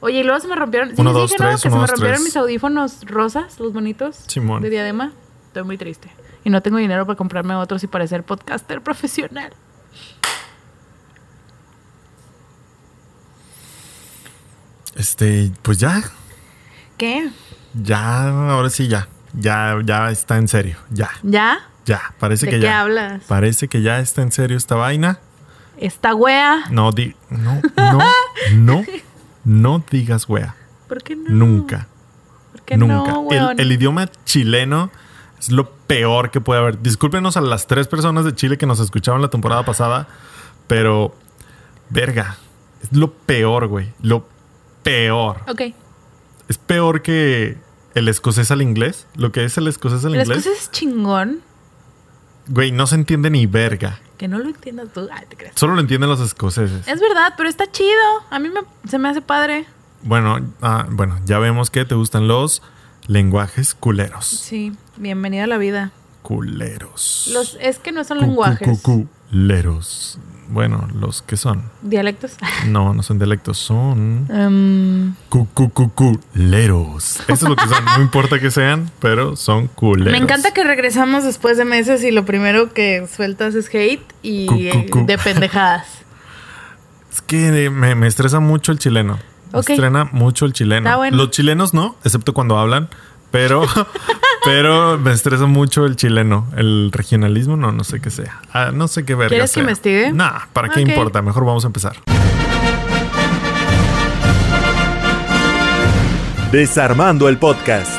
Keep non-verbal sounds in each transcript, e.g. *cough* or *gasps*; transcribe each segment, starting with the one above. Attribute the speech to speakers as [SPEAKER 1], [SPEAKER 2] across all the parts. [SPEAKER 1] Oye, y luego se me rompieron. ¿Sí
[SPEAKER 2] Uno,
[SPEAKER 1] les
[SPEAKER 2] dos,
[SPEAKER 1] dije, no?
[SPEAKER 2] tres,
[SPEAKER 1] que
[SPEAKER 2] uno,
[SPEAKER 1] se me
[SPEAKER 2] dos,
[SPEAKER 1] rompieron
[SPEAKER 2] tres.
[SPEAKER 1] mis audífonos rosas, los bonitos.
[SPEAKER 2] Simón.
[SPEAKER 1] De diadema. Estoy muy triste. Y no tengo dinero para comprarme otros y parecer podcaster profesional.
[SPEAKER 2] Este, pues ya,
[SPEAKER 1] ¿Qué?
[SPEAKER 2] ya, ahora sí ya. Ya, ya está en serio. Ya,
[SPEAKER 1] ¿Ya?
[SPEAKER 2] ya. Parece
[SPEAKER 1] ¿De
[SPEAKER 2] que
[SPEAKER 1] qué
[SPEAKER 2] ya.
[SPEAKER 1] hablas?
[SPEAKER 2] Parece que ya está en serio esta vaina.
[SPEAKER 1] Esta wea.
[SPEAKER 2] No di no,
[SPEAKER 1] *laughs*
[SPEAKER 2] no, no, no digas wea.
[SPEAKER 1] ¿Por qué no?
[SPEAKER 2] Nunca.
[SPEAKER 1] ¿Por qué
[SPEAKER 2] Nunca.
[SPEAKER 1] Mm, no,
[SPEAKER 2] El-
[SPEAKER 1] weón?
[SPEAKER 2] el, idioma chileno es lo peor que puede haber. Discúlpenos a las tres personas de Chile que nos escuchaban la temporada pasada, pero verga, es lo peor, güey. Lo peor.
[SPEAKER 1] Ok.
[SPEAKER 2] Es peor que el escocés al inglés. Lo que es el escocés al
[SPEAKER 1] Pero es que
[SPEAKER 2] inglés,
[SPEAKER 1] eso es chingón.
[SPEAKER 2] güey, no se entiende ni verga.
[SPEAKER 1] Que no lo entiendas tú. Ay, te creas.
[SPEAKER 2] Solo lo entienden los escoceses.
[SPEAKER 1] Es verdad, pero está chido. A mí me- se me hace padre.
[SPEAKER 2] Bueno, ah, bueno, ya vemos que te gustan los lenguajes culeros.
[SPEAKER 1] Sí, bienvenida a la vida.
[SPEAKER 2] Culeros.
[SPEAKER 1] Los, es que no son
[SPEAKER 2] Cu- cu-
[SPEAKER 1] lenguajes.
[SPEAKER 2] cu- Culeros. Bueno, los que son.
[SPEAKER 1] Dialectos. *laughs*
[SPEAKER 2] No, no son dialectos, son
[SPEAKER 1] Em,
[SPEAKER 2] cu- cu- cu- culeros. Eso es lo que son, no importa que sean, pero son culeros.
[SPEAKER 1] me encanta que regresamos después de meses y lo primero que sueltas es hate y
[SPEAKER 2] Cu, cu, cu.
[SPEAKER 1] eh, de pendejadas.
[SPEAKER 2] Es que me, me estresa mucho el chileno. Me
[SPEAKER 1] Ok.
[SPEAKER 2] estrena mucho el chileno.
[SPEAKER 1] Está bueno.
[SPEAKER 2] Los chilenos no, excepto cuando hablan,
[SPEAKER 1] *laughs*
[SPEAKER 2] pero, *laughs* pero me estresa mucho el chileno. El regionalismo, no, no sé qué sea. Ah, no sé qué verga.
[SPEAKER 1] ¿Quieres que
[SPEAKER 2] sea.
[SPEAKER 1] investigue?
[SPEAKER 2] Nah, ¿para qué
[SPEAKER 1] Ok.
[SPEAKER 2] importa? Mejor vamos a empezar.
[SPEAKER 3] Desarmando el podcast.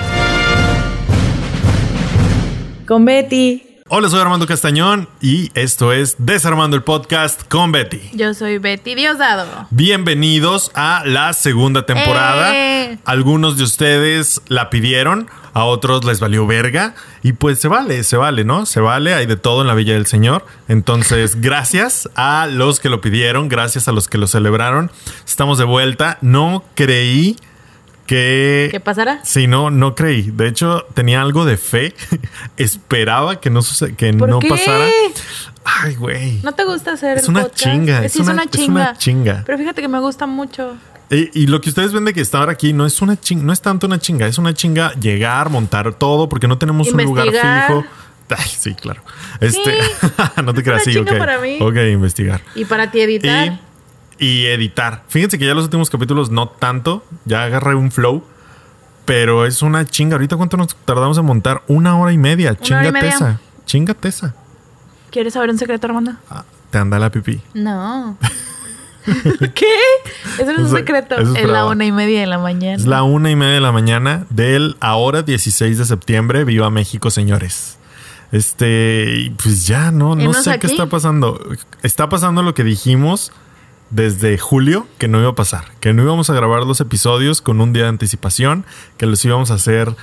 [SPEAKER 4] *laughs* Con Betty.
[SPEAKER 2] Hola, soy Armando Castañón y esto es Desarmando el Podcast con Betty.
[SPEAKER 1] Yo soy Betty Diosdado.
[SPEAKER 2] Bienvenidos a la segunda temporada.
[SPEAKER 1] ¡Eh!
[SPEAKER 2] Algunos de ustedes la pidieron, a otros les valió verga. Y pues se vale, se vale, ¿no? Se vale, hay de todo en la Villa del Señor.
[SPEAKER 1] *laughs*
[SPEAKER 2] Entonces, gracias a los que lo pidieron, gracias a los que lo celebraron. Estamos de vuelta. No creí que...
[SPEAKER 1] ¿Qué pasará?
[SPEAKER 2] Sí, no, no creí. De hecho, tenía algo de fe. *laughs* Esperaba que no, suce- que
[SPEAKER 1] ¿Por
[SPEAKER 2] no
[SPEAKER 1] qué?
[SPEAKER 2] pasara. Ay, güey.
[SPEAKER 1] No te gusta hacer
[SPEAKER 2] Es
[SPEAKER 1] el
[SPEAKER 2] una
[SPEAKER 1] podcast?
[SPEAKER 2] chinga,
[SPEAKER 1] Eh,
[SPEAKER 2] es
[SPEAKER 1] sí, es
[SPEAKER 2] una-
[SPEAKER 1] una,
[SPEAKER 2] es una
[SPEAKER 1] chinga.
[SPEAKER 2] chinga.
[SPEAKER 1] Pero fíjate que me gusta mucho.
[SPEAKER 2] Y, y lo que ustedes ven de que estar aquí no es una chinga, no es tanto una chinga, es una chinga llegar, montar todo, porque no tenemos un lugar
[SPEAKER 1] Investigar.
[SPEAKER 2] fijo. Ay, sí, claro. Este,
[SPEAKER 1] Sí,
[SPEAKER 2] *laughs* no te
[SPEAKER 1] es
[SPEAKER 2] creas,
[SPEAKER 1] una
[SPEAKER 2] sí,
[SPEAKER 1] chinga
[SPEAKER 2] ok.
[SPEAKER 1] para mí.
[SPEAKER 2] Ok, investigar.
[SPEAKER 1] Y para ti editar.
[SPEAKER 2] Y, y editar. Fíjense que ya los últimos capítulos no tanto, ya agarré un flow, pero es una chinga. Ahorita cuánto nos tardamos en montar? Una hora y media.
[SPEAKER 1] Una hora y
[SPEAKER 2] Chingate
[SPEAKER 1] media.
[SPEAKER 2] esa. Chingate esa.
[SPEAKER 1] ¿Quieres saber un secreto, Armando?
[SPEAKER 2] Ah, te anda la pipí.
[SPEAKER 1] No. *laughs* ¿Qué? Eso no es un
[SPEAKER 2] Eso-
[SPEAKER 1] secreto.
[SPEAKER 2] eso es
[SPEAKER 1] es la
[SPEAKER 2] brava.
[SPEAKER 1] una y media de la mañana.
[SPEAKER 2] Es la una y media de la mañana del ahora 16 de septiembre. Viva México, señores. Este, y pues ya, no, no
[SPEAKER 1] Hemos
[SPEAKER 2] sé
[SPEAKER 1] aquí.
[SPEAKER 2] qué está pasando. Está pasando lo que dijimos desde julio que no iba a pasar, que no íbamos a grabar los episodios con un día de anticipación, que los íbamos a hacer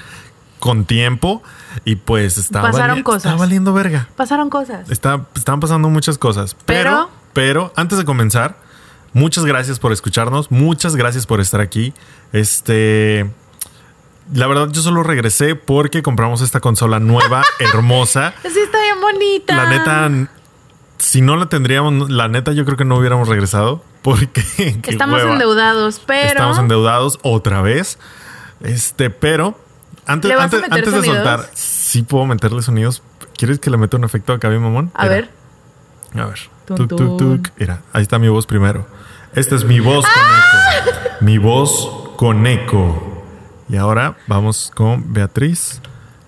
[SPEAKER 2] con tiempo y pues estaba,
[SPEAKER 1] Pasaron cosas.
[SPEAKER 2] estaba valiendo verga.
[SPEAKER 1] Pasaron cosas.
[SPEAKER 2] Está, están pasando muchas cosas. Pero,
[SPEAKER 1] Pero-
[SPEAKER 2] pero, antes de comenzar, muchas gracias por escucharnos. Muchas gracias por estar aquí. Este. La verdad, yo solo regresé porque compramos esta
[SPEAKER 1] *laughs*
[SPEAKER 2] consola nueva, hermosa.
[SPEAKER 1] Sí, está bien bonita.
[SPEAKER 2] La neta, n- si no la tendríamos, la neta, yo creo que no hubiéramos regresado porque. *laughs* qué
[SPEAKER 1] Estamos
[SPEAKER 2] hueva.
[SPEAKER 1] endeudados, pero.
[SPEAKER 2] Estamos endeudados otra vez. Este, pero. Antes,
[SPEAKER 1] ¿Le vas a
[SPEAKER 2] antes,
[SPEAKER 1] meter
[SPEAKER 2] antes de
[SPEAKER 1] sonidos?
[SPEAKER 2] soltar, sí puedo meterle sonidos. ¿Quieres que le meta un efecto acá, mi mamón?
[SPEAKER 1] A
[SPEAKER 2] Mira.
[SPEAKER 1] ver.
[SPEAKER 2] A ver.
[SPEAKER 1] Tun,
[SPEAKER 2] Tuk, tuk,
[SPEAKER 1] tun.
[SPEAKER 2] tuk. Mira, ahí está mi voz primero. Esta es mi voz con
[SPEAKER 1] ¡Ah!
[SPEAKER 2] eco. Mi voz con eco. Y ahora vamos con Beatriz.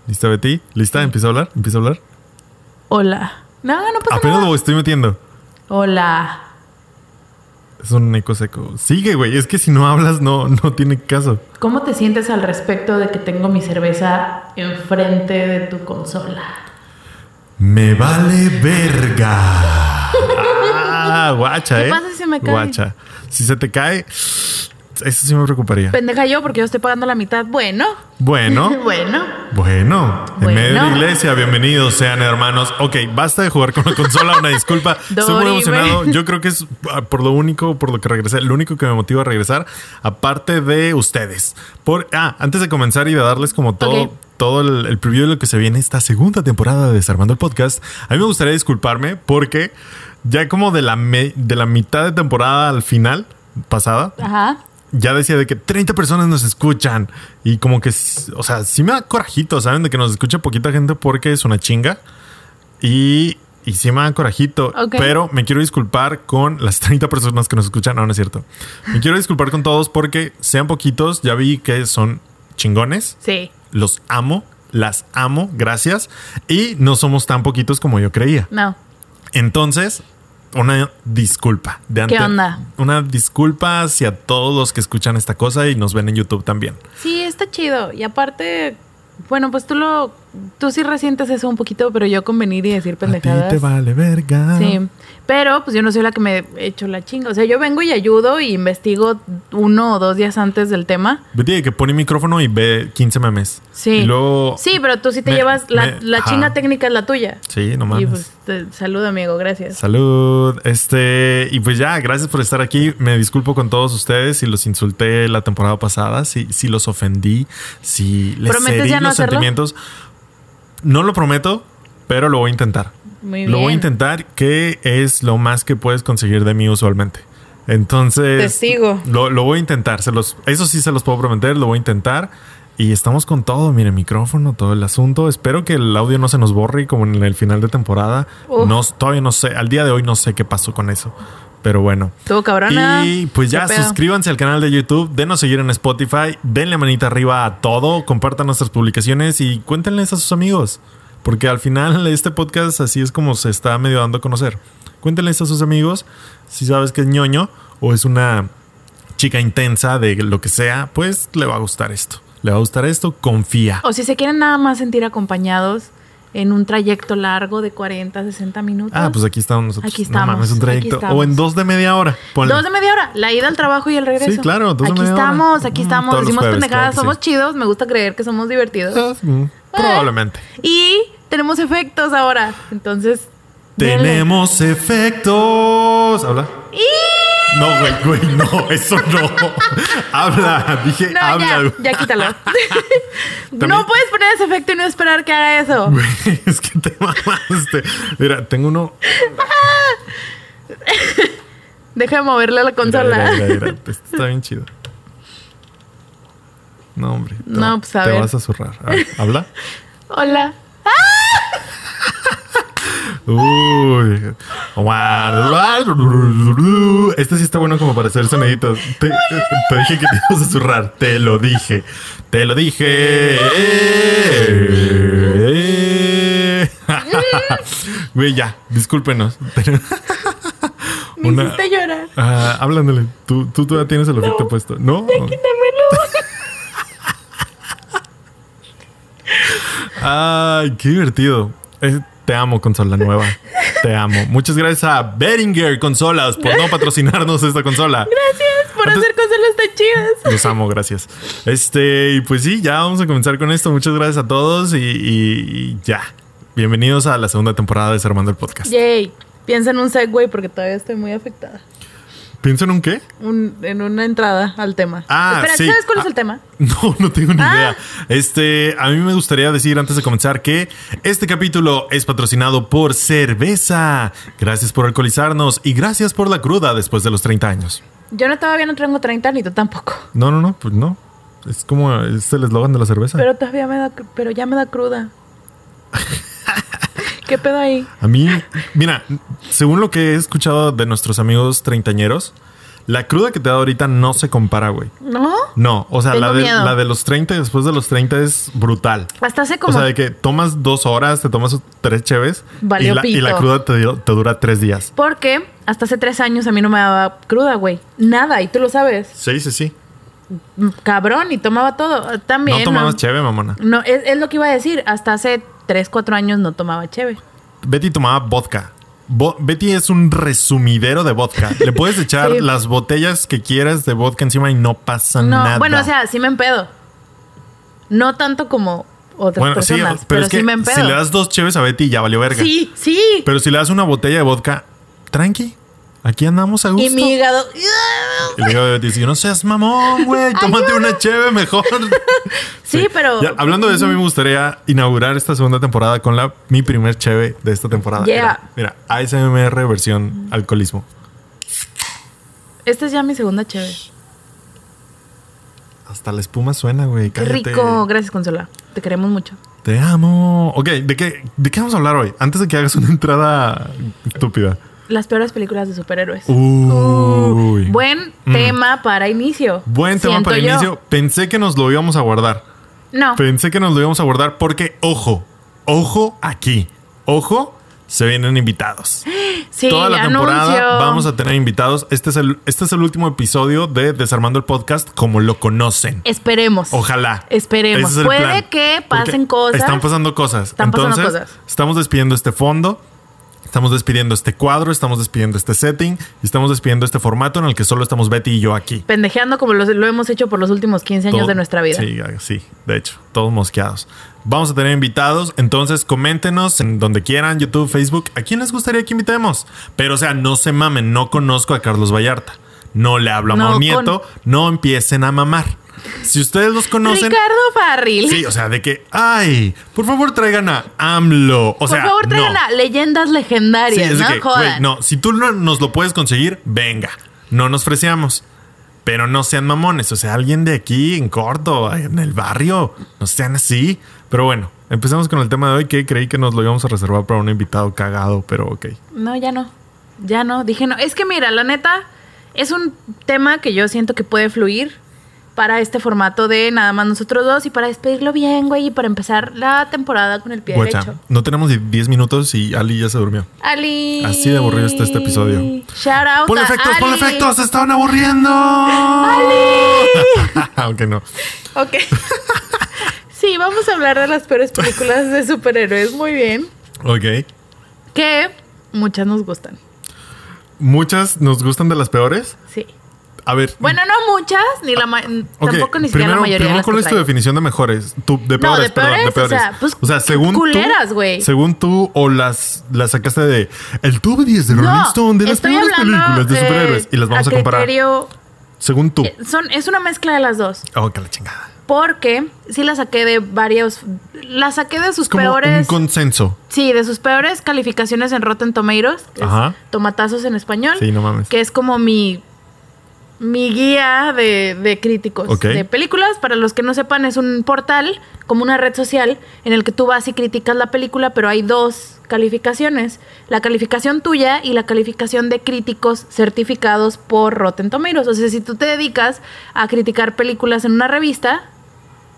[SPEAKER 2] ¿Lista, Betty? ¿Lista? ¿Empieza a hablar? ¿Empieza a hablar?
[SPEAKER 1] Hola. No, no pasa
[SPEAKER 2] Apenas
[SPEAKER 1] nada.
[SPEAKER 2] lo estoy metiendo.
[SPEAKER 1] Hola.
[SPEAKER 2] Es un eco seco. Sigue, güey. Es que si no hablas, no, no tiene caso.
[SPEAKER 1] ¿Cómo te sientes al respecto de que tengo mi cerveza enfrente de tu consola?
[SPEAKER 2] Me vale verga. Ah, guacha,
[SPEAKER 1] ¿Qué
[SPEAKER 2] eh.
[SPEAKER 1] pasa si se me cae?
[SPEAKER 2] Guacha. Si se te cae, eso sí me preocuparía.
[SPEAKER 1] Pendeja yo porque yo estoy pagando la mitad. Bueno.
[SPEAKER 2] Bueno.
[SPEAKER 1] *laughs* Bueno.
[SPEAKER 2] Bueno, en
[SPEAKER 1] Bueno.
[SPEAKER 2] medio de la iglesia, bienvenidos sean hermanos. Ok, basta de jugar con la consola, una
[SPEAKER 1] *laughs*
[SPEAKER 2] disculpa. Estoy muy
[SPEAKER 1] Dory,
[SPEAKER 2] emocionado.
[SPEAKER 1] güey.
[SPEAKER 2] Yo creo que es ah, por lo único, por lo que regresé, lo único que me motiva a regresar, aparte de ustedes. Por, ah, antes de comenzar y de darles como todo,
[SPEAKER 1] Ok.
[SPEAKER 2] todo el, el preview de lo que se viene esta segunda temporada de Desarmando el Podcast, a mí me gustaría disculparme porque ya como de la, me- de la mitad de temporada al final pasada,
[SPEAKER 1] Ajá.
[SPEAKER 2] ya decía de que 30 personas nos escuchan. Y como que, s- o sea, sí me da corajito, ¿saben? De que nos escucha poquita gente porque es una chinga. Y, y sí me da corajito.
[SPEAKER 1] Ok.
[SPEAKER 2] Pero me quiero disculpar con las 30 personas que nos escuchan. No, no es cierto. Me quiero disculpar con todos porque sean poquitos. Ya vi que son chingones.
[SPEAKER 1] Sí.
[SPEAKER 2] Los amo. Las amo. Gracias. Y no somos tan poquitos como yo creía.
[SPEAKER 1] No.
[SPEAKER 2] Entonces, una disculpa. De ante-
[SPEAKER 1] onda?
[SPEAKER 2] Una disculpa hacia todos los que escuchan esta cosa y nos ven en YouTube también.
[SPEAKER 1] Sí, está chido. Y aparte, bueno, pues tú lo. Tú sí resientes eso un poquito, pero yo con venir y decir
[SPEAKER 2] A
[SPEAKER 1] pendejadas.
[SPEAKER 2] ti te vale verga.
[SPEAKER 1] Sí. Pero pues yo no soy la que me echo la chinga. O sea, yo vengo y ayudo y investigo uno o dos días antes del tema.
[SPEAKER 2] Vete que pone micrófono y ve 15 memes.
[SPEAKER 1] Sí.
[SPEAKER 2] Y luego.
[SPEAKER 1] Sí, pero tú sí te
[SPEAKER 2] Oh, Me-
[SPEAKER 1] llevas. La,
[SPEAKER 2] me-
[SPEAKER 1] la
[SPEAKER 2] ajá.
[SPEAKER 1] chinga técnica es la tuya.
[SPEAKER 2] Sí, no
[SPEAKER 1] Y
[SPEAKER 2] mames.
[SPEAKER 1] pues, te- salud, amigo. Gracias.
[SPEAKER 2] Salud. Este, y pues ya, gracias por estar aquí. Me disculpo con todos ustedes si los insulté la temporada pasada, si, si los ofendí, si les
[SPEAKER 1] ¿Prometes
[SPEAKER 2] herí
[SPEAKER 1] ya no
[SPEAKER 2] los
[SPEAKER 1] hacerlo?
[SPEAKER 2] sentimientos. No lo prometo, pero lo voy a intentar.
[SPEAKER 1] Muy bien.
[SPEAKER 2] Lo voy a intentar, que es lo más que puedes conseguir de mí usualmente. Entonces.
[SPEAKER 1] Testigo.
[SPEAKER 2] Lo, lo voy a intentar. Se los, eso sí se los puedo prometer, lo voy a intentar. Y estamos con todo, mire, micrófono, todo el asunto. Espero que el audio no se nos borre como en el final de temporada.
[SPEAKER 1] Uf.
[SPEAKER 2] No, todavía no sé, al día de hoy no sé qué pasó con eso. Pero bueno.
[SPEAKER 1] Estuvo cabrona.
[SPEAKER 2] Y pues ya
[SPEAKER 1] Qué pedo.
[SPEAKER 2] suscríbanse al canal de YouTube, denos seguir en Spotify, denle manita arriba a todo, compartan nuestras publicaciones y cuéntenles a sus amigos. Porque al final este podcast así es como se está medio dando a conocer. Cuéntenles a sus amigos si sabes que es ñoño o es una chica intensa de lo que sea, pues le va a gustar esto. Le va a gustar esto, confía.
[SPEAKER 1] O si se quieren nada más sentir acompañados en un trayecto largo de 40, 60 minutos.
[SPEAKER 2] Ah, pues aquí estamos nosotros.
[SPEAKER 1] Aquí
[SPEAKER 2] No
[SPEAKER 1] estamos,
[SPEAKER 2] mames, un
[SPEAKER 1] aquí
[SPEAKER 2] trayecto.
[SPEAKER 1] estamos.
[SPEAKER 2] O en dos de media hora. ponle.
[SPEAKER 1] Dos de media hora, la ida al trabajo y el regreso.
[SPEAKER 2] Sí, claro, dos de
[SPEAKER 1] aquí
[SPEAKER 2] media hora.
[SPEAKER 1] estamos, aquí
[SPEAKER 2] Mm,
[SPEAKER 1] estamos,
[SPEAKER 2] todos los
[SPEAKER 1] decimos
[SPEAKER 2] jueves,
[SPEAKER 1] pendejadas,
[SPEAKER 2] claro que
[SPEAKER 1] somos
[SPEAKER 2] sí.
[SPEAKER 1] chidos, me gusta creer que somos divertidos.
[SPEAKER 2] Ah, mm, Probablemente.
[SPEAKER 1] Y tenemos efectos ahora, entonces... denle.
[SPEAKER 2] Tenemos efectos. Habla. No, güey, güey, no, eso
[SPEAKER 1] *laughs*
[SPEAKER 2] no. habla, dije,
[SPEAKER 1] No,
[SPEAKER 2] habla.
[SPEAKER 1] ya,
[SPEAKER 2] güey. *laughs*
[SPEAKER 1] ya quítalo. *laughs*
[SPEAKER 2] También-
[SPEAKER 1] no puedes poner ese efecto y no esperar que haga
[SPEAKER 2] *laughs*
[SPEAKER 1] eso.
[SPEAKER 2] Güey, es que te mamaste. Mira, tengo uno.
[SPEAKER 1] Deja de moverle a la
[SPEAKER 2] Mira,
[SPEAKER 1] consola.
[SPEAKER 2] mira, mira, mira, este está bien chido. No, hombre. te
[SPEAKER 1] No,
[SPEAKER 2] va-
[SPEAKER 1] pues, a
[SPEAKER 2] Te
[SPEAKER 1] ver.
[SPEAKER 2] vas a zurrar. A ver, habla.
[SPEAKER 1] Hola.
[SPEAKER 2] Uy. Este sí está bueno como para hacer soniditos. Te, te dije que te ibas a zurrar. Te lo dije. Te lo dije. *laughs* Güey, ya. Discúlpenos.
[SPEAKER 1] Me
[SPEAKER 2] Una-
[SPEAKER 1] hiciste llorar.
[SPEAKER 2] Ah, háblandole. Tú, tú todavía tienes el efecto puesto. No. Ay, qué divertido. Es- te amo, consola nueva. Te amo. Muchas gracias a Beringer Consolas por no patrocinarnos esta consola.
[SPEAKER 1] *laughs* Gracias por
[SPEAKER 2] Antes-
[SPEAKER 1] hacer consolas tan chidas.
[SPEAKER 2] Los amo, gracias. Este, y pues sí, ya vamos a comenzar con esto. Muchas gracias a todos y, y- y ya. Bienvenidos a la segunda temporada de Sermando el Podcast.
[SPEAKER 1] Yay. Piensa en un segue porque todavía estoy muy afectada.
[SPEAKER 2] ¿Pienso en un qué? *laughs*
[SPEAKER 1] Un- en una entrada al tema.
[SPEAKER 2] Ah,
[SPEAKER 1] Espera,
[SPEAKER 2] sí.
[SPEAKER 1] ¿sabes cuál es
[SPEAKER 2] Ah.
[SPEAKER 1] el tema?
[SPEAKER 2] No, no tengo ni
[SPEAKER 1] Ah.
[SPEAKER 2] idea. Este, a mí me gustaría decir antes de comenzar que este capítulo es patrocinado por cerveza. Gracias por alcoholizarnos y gracias por la cruda después de los 30 años.
[SPEAKER 1] Yo no todavía no tengo 30 ni tú tampoco.
[SPEAKER 2] No, no, no, pues no. Es como es el eslogan de la cerveza.
[SPEAKER 1] Pero todavía me da cru- pero ya me da
[SPEAKER 2] *laughs*
[SPEAKER 1] cruda. ¿Qué pedo ahí?
[SPEAKER 2] A mí, mira, según lo que he escuchado de nuestros amigos treintañeros, la cruda que te da ahorita no se compara, güey.
[SPEAKER 1] ¿No?
[SPEAKER 2] No, o sea,
[SPEAKER 1] Tengo
[SPEAKER 2] la de,
[SPEAKER 1] miedo.
[SPEAKER 2] la de los 30 y después de los 30 es brutal.
[SPEAKER 1] Hasta hace como
[SPEAKER 2] O sea, de que tomas dos horas, te tomas tres cheves
[SPEAKER 1] Valió
[SPEAKER 2] y, la, y la
[SPEAKER 1] pito.
[SPEAKER 2] cruda te, dio- te dura tres días.
[SPEAKER 1] porque hasta hace tres años a mí no me daba cruda, güey. Nada, y tú lo sabes.
[SPEAKER 2] Sí, sí, sí.
[SPEAKER 1] Mm, Cabrón, y tomaba todo. También.
[SPEAKER 2] no tomabas cheve, mamona.
[SPEAKER 1] No, es, es lo que iba a decir. Hasta hace tres, cuatro años no tomaba cheve.
[SPEAKER 2] Betty tomaba vodka. Bo- Betty es un resumidero de vodka. Le puedes
[SPEAKER 1] *laughs*
[SPEAKER 2] echar
[SPEAKER 1] Sí.
[SPEAKER 2] las botellas que quieras de vodka encima y no pasa
[SPEAKER 1] No,
[SPEAKER 2] nada.
[SPEAKER 1] bueno, o sea, sí me empedo. No tanto como otras
[SPEAKER 2] Bueno, sí,
[SPEAKER 1] personas,
[SPEAKER 2] pero,
[SPEAKER 1] pero,
[SPEAKER 2] es
[SPEAKER 1] sí
[SPEAKER 2] que
[SPEAKER 1] me empedo.
[SPEAKER 2] si le das dos cheves a Betty ya valió verga.
[SPEAKER 1] sí, sí.
[SPEAKER 2] Pero si le das una botella de vodka, tranqui, aquí andamos a gusto.
[SPEAKER 1] y mi hígado.
[SPEAKER 2] Y le digo a Betty, no seas mamón,
[SPEAKER 1] *laughs*
[SPEAKER 2] güey, tómate una cheve mejor.
[SPEAKER 1] Sí, pero-
[SPEAKER 2] Ya, hablando de eso, a mí me gustaría inaugurar esta segunda temporada con la mi primer cheve de esta temporada.
[SPEAKER 1] Yeah.
[SPEAKER 2] Mira, mira, ASMR versión alcoholismo.
[SPEAKER 1] Esta es ya mi segunda cheve.
[SPEAKER 2] Hasta la espuma suena, güey.
[SPEAKER 1] Qué
[SPEAKER 2] Cállate.
[SPEAKER 1] rico. Gracias, Consola. Te queremos mucho.
[SPEAKER 2] Te amo. Ok, ¿de qué, ¿de qué vamos a hablar hoy? Antes de que hagas una entrada estúpida.
[SPEAKER 1] Las peores películas de superhéroes. Uh,
[SPEAKER 2] Uy.
[SPEAKER 1] Buen
[SPEAKER 2] Mm.
[SPEAKER 1] tema para inicio.
[SPEAKER 2] Buen tema
[SPEAKER 1] Siento
[SPEAKER 2] para
[SPEAKER 1] yo.
[SPEAKER 2] inicio. Pensé que nos lo íbamos a guardar.
[SPEAKER 1] No.
[SPEAKER 2] Pensé que nos lo íbamos a guardar porque, ojo, ojo aquí. Ojo, se vienen invitados.
[SPEAKER 1] Sí,
[SPEAKER 2] Toda la
[SPEAKER 1] anuncio.
[SPEAKER 2] temporada vamos a tener invitados. Este es, el, este es el último episodio de Desarmando el Podcast como lo conocen.
[SPEAKER 1] Esperemos.
[SPEAKER 2] Ojalá.
[SPEAKER 1] Esperemos.
[SPEAKER 2] Ese es el
[SPEAKER 1] Puede
[SPEAKER 2] plan.
[SPEAKER 1] que pasen
[SPEAKER 2] Porque
[SPEAKER 1] cosas.
[SPEAKER 2] Están pasando cosas.
[SPEAKER 1] Están pasando
[SPEAKER 2] Entonces,
[SPEAKER 1] cosas.
[SPEAKER 2] estamos despidiendo este fondo. Estamos despidiendo este cuadro, estamos despidiendo este setting y estamos despidiendo este formato en el que solo estamos Betty y yo aquí.
[SPEAKER 1] Pendejeando como lo, lo hemos hecho por los últimos 15 años
[SPEAKER 2] Todo-
[SPEAKER 1] de nuestra vida.
[SPEAKER 2] Sí, ah, sí, de hecho, todos mosqueados. Vamos a tener invitados, entonces coméntenos en donde quieran, YouTube, Facebook, a quién les gustaría que invitemos. Pero o sea, no se mamen, no conozco a Carlos Vallarta. No le hablo a
[SPEAKER 1] No,
[SPEAKER 2] Mau
[SPEAKER 1] con-
[SPEAKER 2] Nieto, no empiecen a mamar. Si ustedes los conocen,
[SPEAKER 1] Ricardo Farril.
[SPEAKER 2] Sí, o sea, de que, ay, por favor traigan a AMLO. O sea,
[SPEAKER 1] por favor, traigan
[SPEAKER 2] no.
[SPEAKER 1] a leyendas
[SPEAKER 2] Sí,
[SPEAKER 1] legendarias,
[SPEAKER 2] es de
[SPEAKER 1] ¿no?
[SPEAKER 2] que,
[SPEAKER 1] Jodan.
[SPEAKER 2] güey, no, si tú no nos lo puedes conseguir, venga, no nos freseamos. Pero no sean mamones, o sea, alguien de aquí en corto, en el barrio, no sean así. Pero bueno, empezamos con el tema de hoy que creí que nos lo íbamos a reservar para un invitado cagado, pero ok.
[SPEAKER 1] No, ya no. Ya no. Dije, no. Es que mira, la neta, es un tema que yo siento que puede fluir para este formato de nada más nosotros dos y para despedirlo bien, güey, y para empezar la temporada con el pie
[SPEAKER 2] Guacha,
[SPEAKER 1] derecho.
[SPEAKER 2] no tenemos ni 10 minutos y Ali ya se durmió.
[SPEAKER 1] Ali.
[SPEAKER 2] Así de aburrido está este episodio.
[SPEAKER 1] Shout out
[SPEAKER 2] ¡Pon
[SPEAKER 1] a
[SPEAKER 2] efectos, pon
[SPEAKER 1] Ali.
[SPEAKER 2] efectos! ¡Se estaban aburriendo! *laughs* Aunque no.
[SPEAKER 1] Ok. *laughs* sí, vamos a hablar de las peores películas de superhéroes. Muy bien.
[SPEAKER 2] Ok.
[SPEAKER 1] Que muchas nos gustan.
[SPEAKER 2] Muchas nos gustan de las peores.
[SPEAKER 1] Sí.
[SPEAKER 2] A ver.
[SPEAKER 1] Bueno, no muchas, ni la ma-
[SPEAKER 2] ok,
[SPEAKER 1] tampoco ni siquiera la mayoría
[SPEAKER 2] Primero,
[SPEAKER 1] de las
[SPEAKER 2] ¿cuál
[SPEAKER 1] que
[SPEAKER 2] es tu
[SPEAKER 1] traigo.
[SPEAKER 2] definición de mejores? Tu- de
[SPEAKER 1] No,
[SPEAKER 2] peores,
[SPEAKER 1] de
[SPEAKER 2] perdón, de
[SPEAKER 1] peores, o
[SPEAKER 2] peores.
[SPEAKER 1] sea, pues,
[SPEAKER 2] según
[SPEAKER 1] culeras,
[SPEAKER 2] tú.
[SPEAKER 1] güey.
[SPEAKER 2] Según tú, o las, las sacaste de el top 10 de Rolling Stone de las
[SPEAKER 1] estoy
[SPEAKER 2] peores
[SPEAKER 1] hablando eh,
[SPEAKER 2] películas de superhéroes. Y las vamos a, comparar. Uh.
[SPEAKER 1] criterio-
[SPEAKER 2] Según tú.
[SPEAKER 1] eh, son, es una mezcla de las dos.
[SPEAKER 2] Oh, que la chingada.
[SPEAKER 1] Porque sí la saqué de varios. La saqué de sus
[SPEAKER 2] Es como un
[SPEAKER 1] peores.
[SPEAKER 2] consenso.
[SPEAKER 1] Sí, de sus peores calificaciones en Rotten Tomatoes. que es
[SPEAKER 2] Ajá.
[SPEAKER 1] Tomatazos en español.
[SPEAKER 2] Sí, no mames.
[SPEAKER 1] Que es como mi. Mi guía de, de críticos
[SPEAKER 2] Ok.
[SPEAKER 1] de películas, para los que no sepan, es un portal, como una red social, en el que tú vas y criticas la película, pero hay dos calificaciones. La calificación tuya y la calificación de críticos certificados por Rotten Tomatoes. O sea, si tú te dedicas a criticar películas en una revista,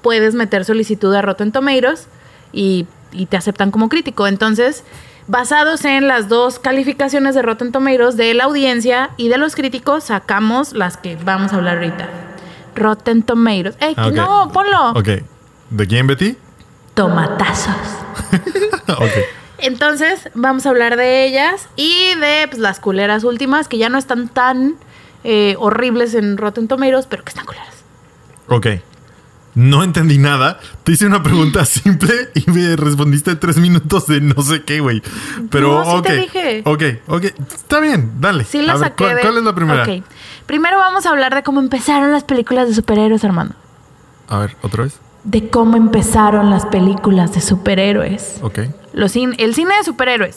[SPEAKER 1] puedes meter solicitud a Rotten Tomatoes y, y te aceptan como crítico. Entonces, basados en las dos calificaciones de Rotten Tomatoes de la audiencia y de los críticos, sacamos las que vamos a hablar ahorita. Rotten Tomatoes. ¡Ey,
[SPEAKER 2] Ah, ok.
[SPEAKER 1] no! ¡Ponlo!
[SPEAKER 2] Ok. ¿De quién, Betty? *laughs*
[SPEAKER 1] Tomatazos.
[SPEAKER 2] ok.
[SPEAKER 1] Entonces, vamos a hablar de ellas y de pues, las culeras últimas que ya no están tan eh, horribles en Rotten Tomatoes, pero que están culeras.
[SPEAKER 2] Ok. No entendí nada. Te hice
[SPEAKER 1] *laughs*
[SPEAKER 2] una pregunta simple y me respondiste tres minutos de no sé qué, güey. Pero,
[SPEAKER 1] No, sí
[SPEAKER 2] ok.
[SPEAKER 1] te dije.
[SPEAKER 2] Ok, ok. Está bien, dale.
[SPEAKER 1] Sí, la
[SPEAKER 2] A ver,
[SPEAKER 1] saqué.
[SPEAKER 2] ¿cuál,
[SPEAKER 1] de-
[SPEAKER 2] cuál es la primera?
[SPEAKER 1] Ok. Primero vamos a hablar de cómo empezaron las películas de superhéroes, Armando.
[SPEAKER 2] A ver, otra vez.
[SPEAKER 1] De cómo empezaron las películas de superhéroes.
[SPEAKER 2] Ok.
[SPEAKER 1] Los cin- el cine de superhéroes.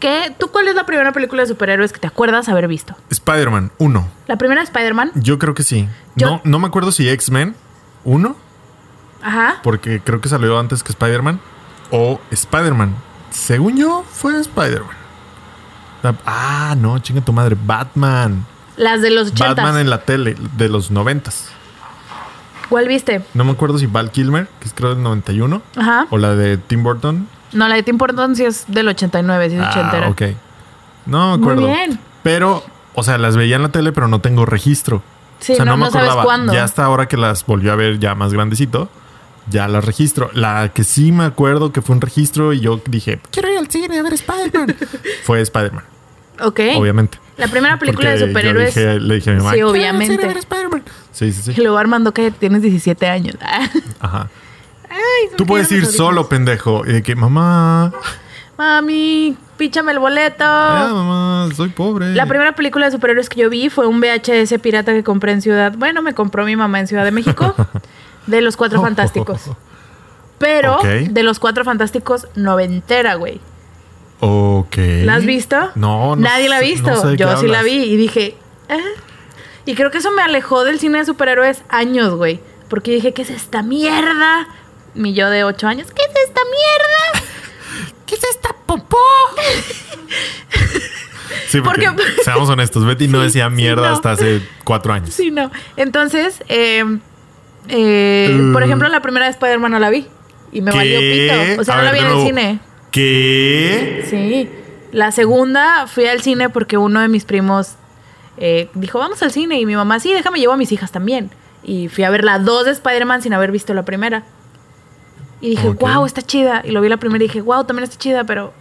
[SPEAKER 1] ¿Qué? ¿Tú cuál es la primera película de superhéroes que te acuerdas haber visto?
[SPEAKER 2] Spider-Man 1.
[SPEAKER 1] La primera Spider-Man.
[SPEAKER 2] Yo creo que sí.
[SPEAKER 1] Yo-
[SPEAKER 2] No, no me acuerdo si X-Men 1,
[SPEAKER 1] Ajá.
[SPEAKER 2] porque creo que salió antes que Spider-Man, o Spider-Man. Según yo, fue Spider-Man. La- Ah, no, chinga tu madre. Batman.
[SPEAKER 1] Las de los
[SPEAKER 2] Batman
[SPEAKER 1] 80.
[SPEAKER 2] en la tele de los noventas.
[SPEAKER 1] ¿Cuál viste?
[SPEAKER 2] No me acuerdo si Val Kilmer, que es creo del 91,
[SPEAKER 1] Ajá.
[SPEAKER 2] o la de Tim Burton.
[SPEAKER 1] No, la de Tim Burton sí es del 89, sí es ochentera.
[SPEAKER 2] Ah, ok. No me
[SPEAKER 1] Muy
[SPEAKER 2] acuerdo.
[SPEAKER 1] bien.
[SPEAKER 2] Pero, o sea, las veía en la tele, pero no tengo registro.
[SPEAKER 1] Sí,
[SPEAKER 2] o sea,
[SPEAKER 1] no,
[SPEAKER 2] no, me
[SPEAKER 1] no sabes
[SPEAKER 2] acordaba.
[SPEAKER 1] cuándo.
[SPEAKER 2] Ya hasta ahora que las volví a ver ya más grandecito, ya las registro. La que sí me acuerdo que fue un registro y yo dije, quiero ir al cine a
[SPEAKER 1] *laughs*
[SPEAKER 2] ver Spider-Man. fue Spider-Man,
[SPEAKER 1] Ok.
[SPEAKER 2] obviamente.
[SPEAKER 1] La primera película
[SPEAKER 2] Porque
[SPEAKER 1] de
[SPEAKER 2] yo
[SPEAKER 1] superhéroes.
[SPEAKER 2] dije- le dije a mi mamá,
[SPEAKER 1] Sí,
[SPEAKER 2] "Quiero ir al cine a
[SPEAKER 1] obviamente.
[SPEAKER 2] ver Spider-Man". Sí,
[SPEAKER 1] *laughs*
[SPEAKER 2] sí,
[SPEAKER 1] Y
[SPEAKER 2] sí.
[SPEAKER 1] luego Armando que tienes 17 años. *laughs*
[SPEAKER 2] Ajá.
[SPEAKER 1] Ay, se me
[SPEAKER 2] Tú puedes
[SPEAKER 1] cayeron
[SPEAKER 2] ir
[SPEAKER 1] los
[SPEAKER 2] solo, pendejo. Y de que, mamá,
[SPEAKER 1] audífonos. Mami, píchame el boleto.
[SPEAKER 2] ah, mamá, soy pobre.
[SPEAKER 1] Oh. La primera película de superhéroes que yo vi fue un VHS pirata que compré en Ciudad. Bueno, me compró mi mamá en Ciudad de
[SPEAKER 2] *laughs*
[SPEAKER 1] México. de los Cuatro Fantásticos. Pero
[SPEAKER 2] Oh. Ok.
[SPEAKER 1] de los Cuatro Fantásticos, noventera, güey.
[SPEAKER 2] *laughs* Ok.
[SPEAKER 1] ¿La has visto?
[SPEAKER 2] Oh, No, no.
[SPEAKER 1] Nadie la ha
[SPEAKER 2] sé-
[SPEAKER 1] visto.
[SPEAKER 2] no sé de
[SPEAKER 1] yo
[SPEAKER 2] qué
[SPEAKER 1] sí la
[SPEAKER 2] hablas.
[SPEAKER 1] vi y dije. "Ah". Y creo que eso me alejó del cine de superhéroes años, güey. Porque yo dije, ¿qué es esta mierda? Mi yo de 8 años, ¿qué es esta mierda?
[SPEAKER 2] *laughs* ¿Qué es esta popó? Sí, porque,
[SPEAKER 1] Porque- *laughs*
[SPEAKER 2] seamos honestos, Betty no
[SPEAKER 1] Sí,
[SPEAKER 2] decía
[SPEAKER 1] sí,
[SPEAKER 2] mierda
[SPEAKER 1] no.
[SPEAKER 2] hasta hace cuatro años.
[SPEAKER 1] Sí, no. Entonces, eh, eh, por ejemplo, la primera de Spider-Man no la vi. Y me
[SPEAKER 2] ¿Qué?
[SPEAKER 1] valió pito. O sea,
[SPEAKER 2] A
[SPEAKER 1] no la
[SPEAKER 2] ver,
[SPEAKER 1] vi
[SPEAKER 2] de
[SPEAKER 1] en el
[SPEAKER 2] nuevo.
[SPEAKER 1] cine.
[SPEAKER 2] ¿Qué?
[SPEAKER 1] Sí. La segunda fui al cine porque uno de mis primos eh, dijo, vamos al cine. Y mi mamá, sí, déjame, llevo a mis hijas también. Y fui a ver la dos de Spider-Man sin haber visto la primera. Y dije,
[SPEAKER 2] Ok.
[SPEAKER 1] wow, está chida. Y lo vi la primera y dije, wow, también está chida, pero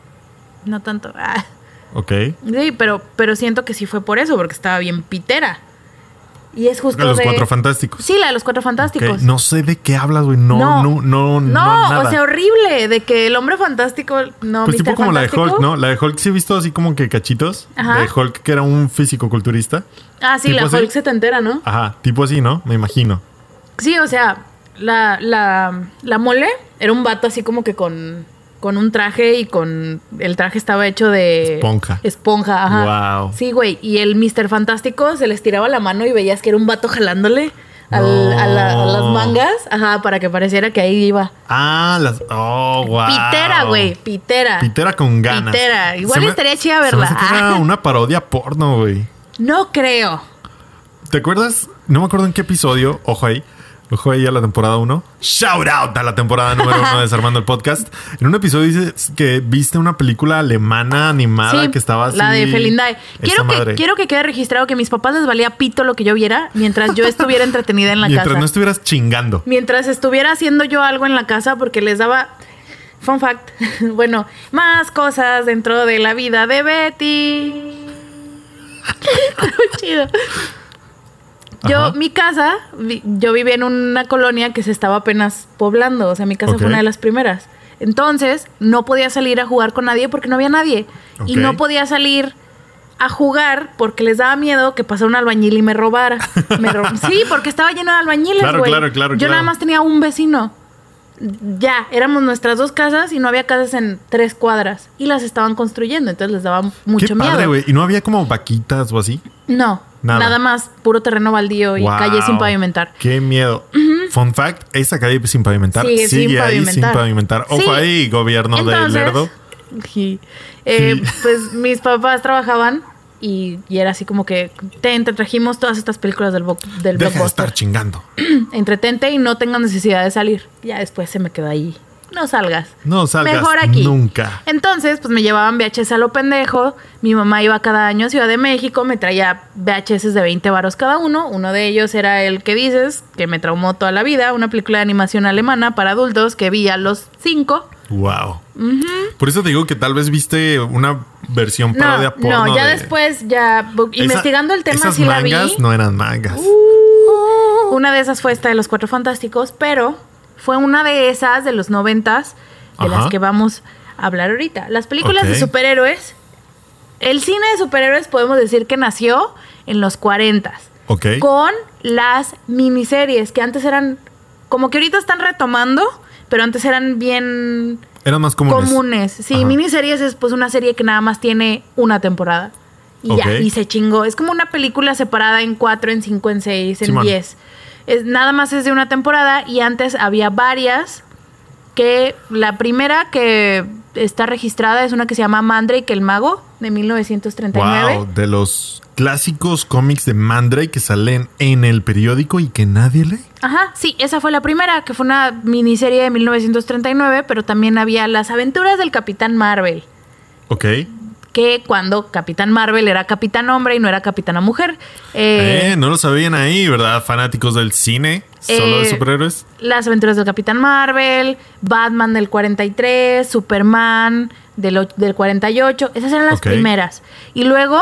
[SPEAKER 1] no tanto. *laughs* Ah.
[SPEAKER 2] Ok.
[SPEAKER 1] Sí, pero, pero siento que sí fue por eso, porque estaba bien pitera. Y es justo
[SPEAKER 2] Los
[SPEAKER 1] de-
[SPEAKER 2] cuatro fantásticos.
[SPEAKER 1] Sí, la de los cuatro
[SPEAKER 2] Ok,
[SPEAKER 1] fantásticos.
[SPEAKER 2] No sé de qué hablas, güey. No, no, no,
[SPEAKER 1] No,
[SPEAKER 2] no. nada.
[SPEAKER 1] o sea, horrible, de que el hombre fantástico no
[SPEAKER 2] Pues
[SPEAKER 1] Mr.
[SPEAKER 2] tipo como la de
[SPEAKER 1] Fantástico.
[SPEAKER 2] Hulk, ¿no? La de Hulk sí he visto así como que cachitos.
[SPEAKER 1] Ajá.
[SPEAKER 2] De Hulk que era un físico-culturista.
[SPEAKER 1] Ah, sí,
[SPEAKER 2] Tipo
[SPEAKER 1] la
[SPEAKER 2] así.
[SPEAKER 1] Hulk se te entera, ¿no?
[SPEAKER 2] Ajá, tipo así, ¿no? Me imagino.
[SPEAKER 1] Sí, o sea, la, la, la mole era un vato así como que con, con un traje y con. El traje estaba hecho de.
[SPEAKER 2] Esponja.
[SPEAKER 1] Esponja, ajá.
[SPEAKER 2] Guau.
[SPEAKER 1] Sí, güey. Y el Mr. Fantástico se les tiraba la mano y veías que era un vato jalándole al- a, la- a las
[SPEAKER 2] No.
[SPEAKER 1] mangas, ajá, para que pareciera que ahí iba.
[SPEAKER 2] Ah, las. Oh, wow.
[SPEAKER 1] Pitera, güey, pitera.
[SPEAKER 2] Pitera con ganas.
[SPEAKER 1] Ah. Pitera. Igual
[SPEAKER 2] me-
[SPEAKER 1] estaría chida
[SPEAKER 2] se me hace
[SPEAKER 1] verla. Ah.
[SPEAKER 2] que era una parodia porno, güey.
[SPEAKER 1] No creo.
[SPEAKER 2] ¿Te acuerdas? No me acuerdo en qué episodio. Ojo ahí. Ojo ahí a la temporada 1. Shout out a la temporada
[SPEAKER 1] *laughs*
[SPEAKER 2] número 1 de Desarmando el Podcast. En un episodio dices que viste una película alemana animada
[SPEAKER 1] Sí,
[SPEAKER 2] que estaba así.
[SPEAKER 1] La de Felindae.
[SPEAKER 2] Esa
[SPEAKER 1] Quiero que,
[SPEAKER 2] madre.
[SPEAKER 1] quiero que quede registrado que a mis papás les valía pito lo que yo viera mientras yo estuviera entretenida
[SPEAKER 2] *laughs*
[SPEAKER 1] en la
[SPEAKER 2] Mientras
[SPEAKER 1] casa.
[SPEAKER 2] no estuvieras chingando.
[SPEAKER 1] Mientras estuviera haciendo yo algo en la casa porque les daba... Fun fact. *laughs* bueno, más cosas dentro de la vida de Betty. *laughs* Muy chido. Yo,
[SPEAKER 2] Ajá.
[SPEAKER 1] mi casa, vi- yo vivía en una colonia que se estaba apenas poblando, o sea, mi casa
[SPEAKER 2] Ok.
[SPEAKER 1] fue una de las primeras. Entonces, no podía salir a jugar con nadie porque no había nadie. Y
[SPEAKER 2] Ok.
[SPEAKER 1] no podía salir a jugar porque les daba miedo que pasara un albañil y me robara. Me
[SPEAKER 2] *laughs*
[SPEAKER 1] ro- sí, porque estaba lleno de albañiles,
[SPEAKER 2] Claro,
[SPEAKER 1] güey.
[SPEAKER 2] claro, claro,
[SPEAKER 1] Yo
[SPEAKER 2] claro.
[SPEAKER 1] nada más tenía un vecino. Ya, éramos nuestras dos casas y no había casas en tres cuadras. Y las estaban construyendo, entonces les daba mucho
[SPEAKER 2] qué
[SPEAKER 1] miedo.
[SPEAKER 2] padre, güey. Y no había como vaquitas o así.
[SPEAKER 1] No,
[SPEAKER 2] Nada.
[SPEAKER 1] nada. más puro terreno baldío y
[SPEAKER 2] Wow.
[SPEAKER 1] calle sin pavimentar.
[SPEAKER 2] Qué miedo. Fun fact: esa calle sin pavimentar sigue,
[SPEAKER 1] Sigue sin
[SPEAKER 2] ahí sin
[SPEAKER 1] pavimentar.
[SPEAKER 2] pavimentar. Ojo
[SPEAKER 1] Sí.
[SPEAKER 2] ahí, gobierno
[SPEAKER 1] Entonces,
[SPEAKER 2] de Lerdo.
[SPEAKER 1] *laughs* sí, eh,
[SPEAKER 2] Sí.
[SPEAKER 1] Pues mis papás trabajaban y, y era así como que, ten, te trajimos todas estas películas del, bo- del
[SPEAKER 2] Deja de estar
[SPEAKER 1] blockbuster.
[SPEAKER 2] chingando.
[SPEAKER 1] Entretente y no tengan necesidad de salir. Ya después se me quedó ahí. No salgas.
[SPEAKER 2] No salgas
[SPEAKER 1] Mejor aquí.
[SPEAKER 2] nunca.
[SPEAKER 1] Entonces, pues me llevaban VHS a lo pendejo. Mi mamá iba cada año a Ciudad de México, me traía VHS de 20 varos cada uno. Uno de ellos era el que dices, que me traumó toda la vida, una película de animación alemana para adultos que vi a los 5.
[SPEAKER 2] Wow. Por eso te digo que tal vez viste una versión
[SPEAKER 1] No,
[SPEAKER 2] parodia porno.
[SPEAKER 1] no, ya
[SPEAKER 2] de-
[SPEAKER 1] después, ya bu-
[SPEAKER 2] Esa-
[SPEAKER 1] investigando el tema,
[SPEAKER 2] esas
[SPEAKER 1] sí la vi. Uh,
[SPEAKER 2] mangas no eran mangas. Uh.
[SPEAKER 1] Una de esas fue esta de los Cuatro Fantásticos, pero fue una de esas de los noventas, de
[SPEAKER 2] Ajá.
[SPEAKER 1] las que vamos a hablar ahorita. Las películas
[SPEAKER 2] Ok.
[SPEAKER 1] de superhéroes, el cine de superhéroes podemos decir que nació en los cuarentas,
[SPEAKER 2] ok.
[SPEAKER 1] con las miniseries, que antes eran, como que ahorita están retomando, pero antes eran bien
[SPEAKER 2] Eran más comunes.
[SPEAKER 1] comunes. Sí,
[SPEAKER 2] Ajá.
[SPEAKER 1] miniseries es pues una serie que nada más tiene una temporada. Y
[SPEAKER 2] Ok.
[SPEAKER 1] ya, y se chingó. Es como una película separada en cuatro, en cinco, en seis, en
[SPEAKER 2] Simón.
[SPEAKER 1] diez. Es, nada más es de una temporada y antes había varias que la primera que está registrada es una que se llama Mandrake el Mago de 1939.
[SPEAKER 2] Wow, de los clásicos cómics de Mandrake que salen en el periódico y que nadie lee.
[SPEAKER 1] Ajá, sí, esa fue la primera, que fue una miniserie de 1939, pero también había Las aventuras del Capitán Marvel.
[SPEAKER 2] Ok.
[SPEAKER 1] Eh. que cuando Capitán Marvel era Capitán Hombre y no era Capitana Mujer. Eh,
[SPEAKER 2] Eh, no lo sabían ahí, ¿verdad? Fanáticos del cine, solo de
[SPEAKER 1] Eh,
[SPEAKER 2] superhéroes.
[SPEAKER 1] Las aventuras del Capitán Marvel, Batman del 43, Superman del, och- del 48, esas eran las
[SPEAKER 2] Ok.
[SPEAKER 1] primeras. Y luego,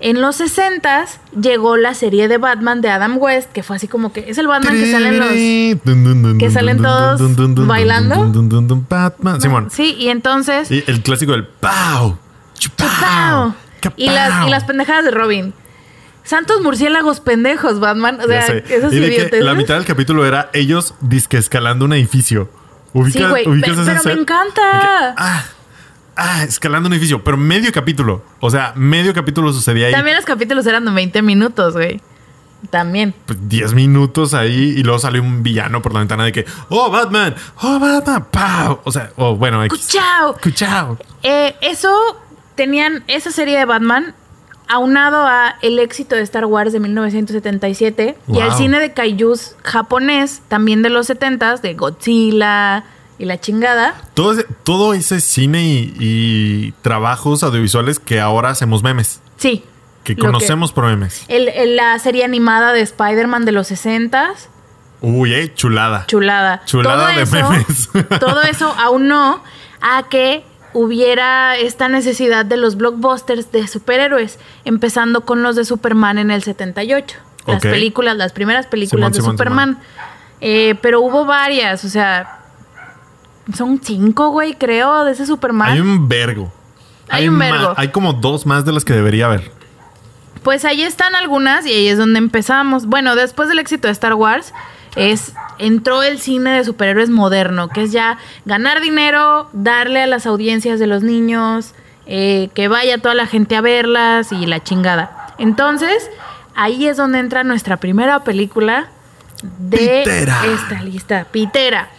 [SPEAKER 1] en los 60 llegó la serie de Batman de Adam West, que fue así como que es el Batman que sale en los... que salen todos bailando.
[SPEAKER 2] Batman. Simón.
[SPEAKER 1] Sí, y entonces...
[SPEAKER 2] Y el clásico del Pau. Chupao.
[SPEAKER 1] ¡Chupao! Y las, y las pendejadas de Robin. Santos murciélagos pendejos, Batman. O
[SPEAKER 2] Ya
[SPEAKER 1] sea,
[SPEAKER 2] sé.
[SPEAKER 1] esos
[SPEAKER 2] Y de que
[SPEAKER 1] idiotes.
[SPEAKER 2] La mitad del capítulo era ellos disque escalando un edificio. Ubica,
[SPEAKER 1] Sí, güey,
[SPEAKER 2] ubicas
[SPEAKER 1] pe-
[SPEAKER 2] esa
[SPEAKER 1] pero me
[SPEAKER 2] escena?
[SPEAKER 1] encanta.
[SPEAKER 2] De que, ah, ah, escalando un edificio, pero medio capítulo. O sea, medio capítulo sucedía ahí.
[SPEAKER 1] También los capítulos eran de 20 minutos, güey. También.
[SPEAKER 2] pues, 10 minutos ahí y luego sale un villano por la ventana de que, oh, Batman, oh, Batman, ¡Pau! O sea, oh, bueno, X.
[SPEAKER 1] ¡Cuchao!
[SPEAKER 2] ¡Cuchao!
[SPEAKER 1] Eh, eso tenían esa serie de Batman aunado a el éxito de Star Wars de 1977 y
[SPEAKER 2] Wow.
[SPEAKER 1] al cine de kaijus japonés también de los 70s de Godzilla y la chingada.
[SPEAKER 2] Todo ese, todo ese cine y, y trabajos audiovisuales que ahora hacemos memes,
[SPEAKER 1] Sí.
[SPEAKER 2] que
[SPEAKER 1] Lo
[SPEAKER 2] conocemos por memes.
[SPEAKER 1] el- el- la serie animada de Spider-Man de los 60s,
[SPEAKER 2] Uy, eh, chulada.
[SPEAKER 1] chulada.
[SPEAKER 2] Chulada de memes. *laughs*
[SPEAKER 1] todo eso aún no a que hubiera esta necesidad de los blockbusters de superhéroes, empezando con los de Superman en el 78. Las
[SPEAKER 2] Ok.
[SPEAKER 1] películas, las primeras películas
[SPEAKER 2] Simón,
[SPEAKER 1] de
[SPEAKER 2] Simón,
[SPEAKER 1] Superman. Eh, pero hubo varias, o sea, son cinco, güey, creo, de ese Superman.
[SPEAKER 2] Hay un vergo.
[SPEAKER 1] Hay un
[SPEAKER 2] ma-
[SPEAKER 1] vergo.
[SPEAKER 2] Hay como dos más de las que debería haber.
[SPEAKER 1] Pues ahí están algunas y ahí es donde empezamos. Bueno, después del éxito de Star Wars, es, entró el cine de superhéroes moderno, que es ya ganar dinero, darle a las audiencias de los niños, eh, que vaya toda la gente a verlas y la chingada. Entonces, ahí es donde entra nuestra primera película de
[SPEAKER 2] Pitera.
[SPEAKER 1] esta lista, Pitera,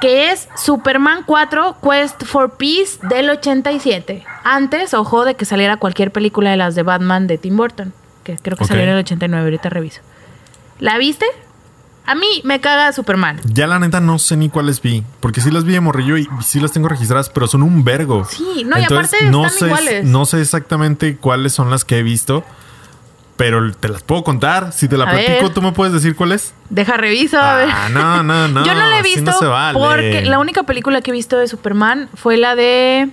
[SPEAKER 1] que es Superman 4 Quest for Peace del 87. Antes, ojo, de que saliera cualquier película de las de Batman de Tim Burton, que creo que
[SPEAKER 2] Ok.
[SPEAKER 1] salió en el 89, ahorita reviso. ¿La viste? A mí me caga Superman.
[SPEAKER 2] Ya la neta no sé ni cuáles vi, porque sí las vi de morrillo y sí las tengo registradas, pero son un vergo.
[SPEAKER 1] Sí, no, y aparte están
[SPEAKER 2] sé,
[SPEAKER 1] iguales.
[SPEAKER 2] No sé exactamente cuáles son las que he visto, pero te las puedo contar. Si te la
[SPEAKER 1] A
[SPEAKER 2] platico,
[SPEAKER 1] ver.
[SPEAKER 2] ¿tú me puedes decir cuál es?
[SPEAKER 1] Deja reviso, a ver.
[SPEAKER 2] Ah, no,
[SPEAKER 1] *laughs*
[SPEAKER 2] no, no,
[SPEAKER 1] Yo no la he
[SPEAKER 2] así
[SPEAKER 1] visto
[SPEAKER 2] no se vale.
[SPEAKER 1] porque la única película que he visto de Superman fue la de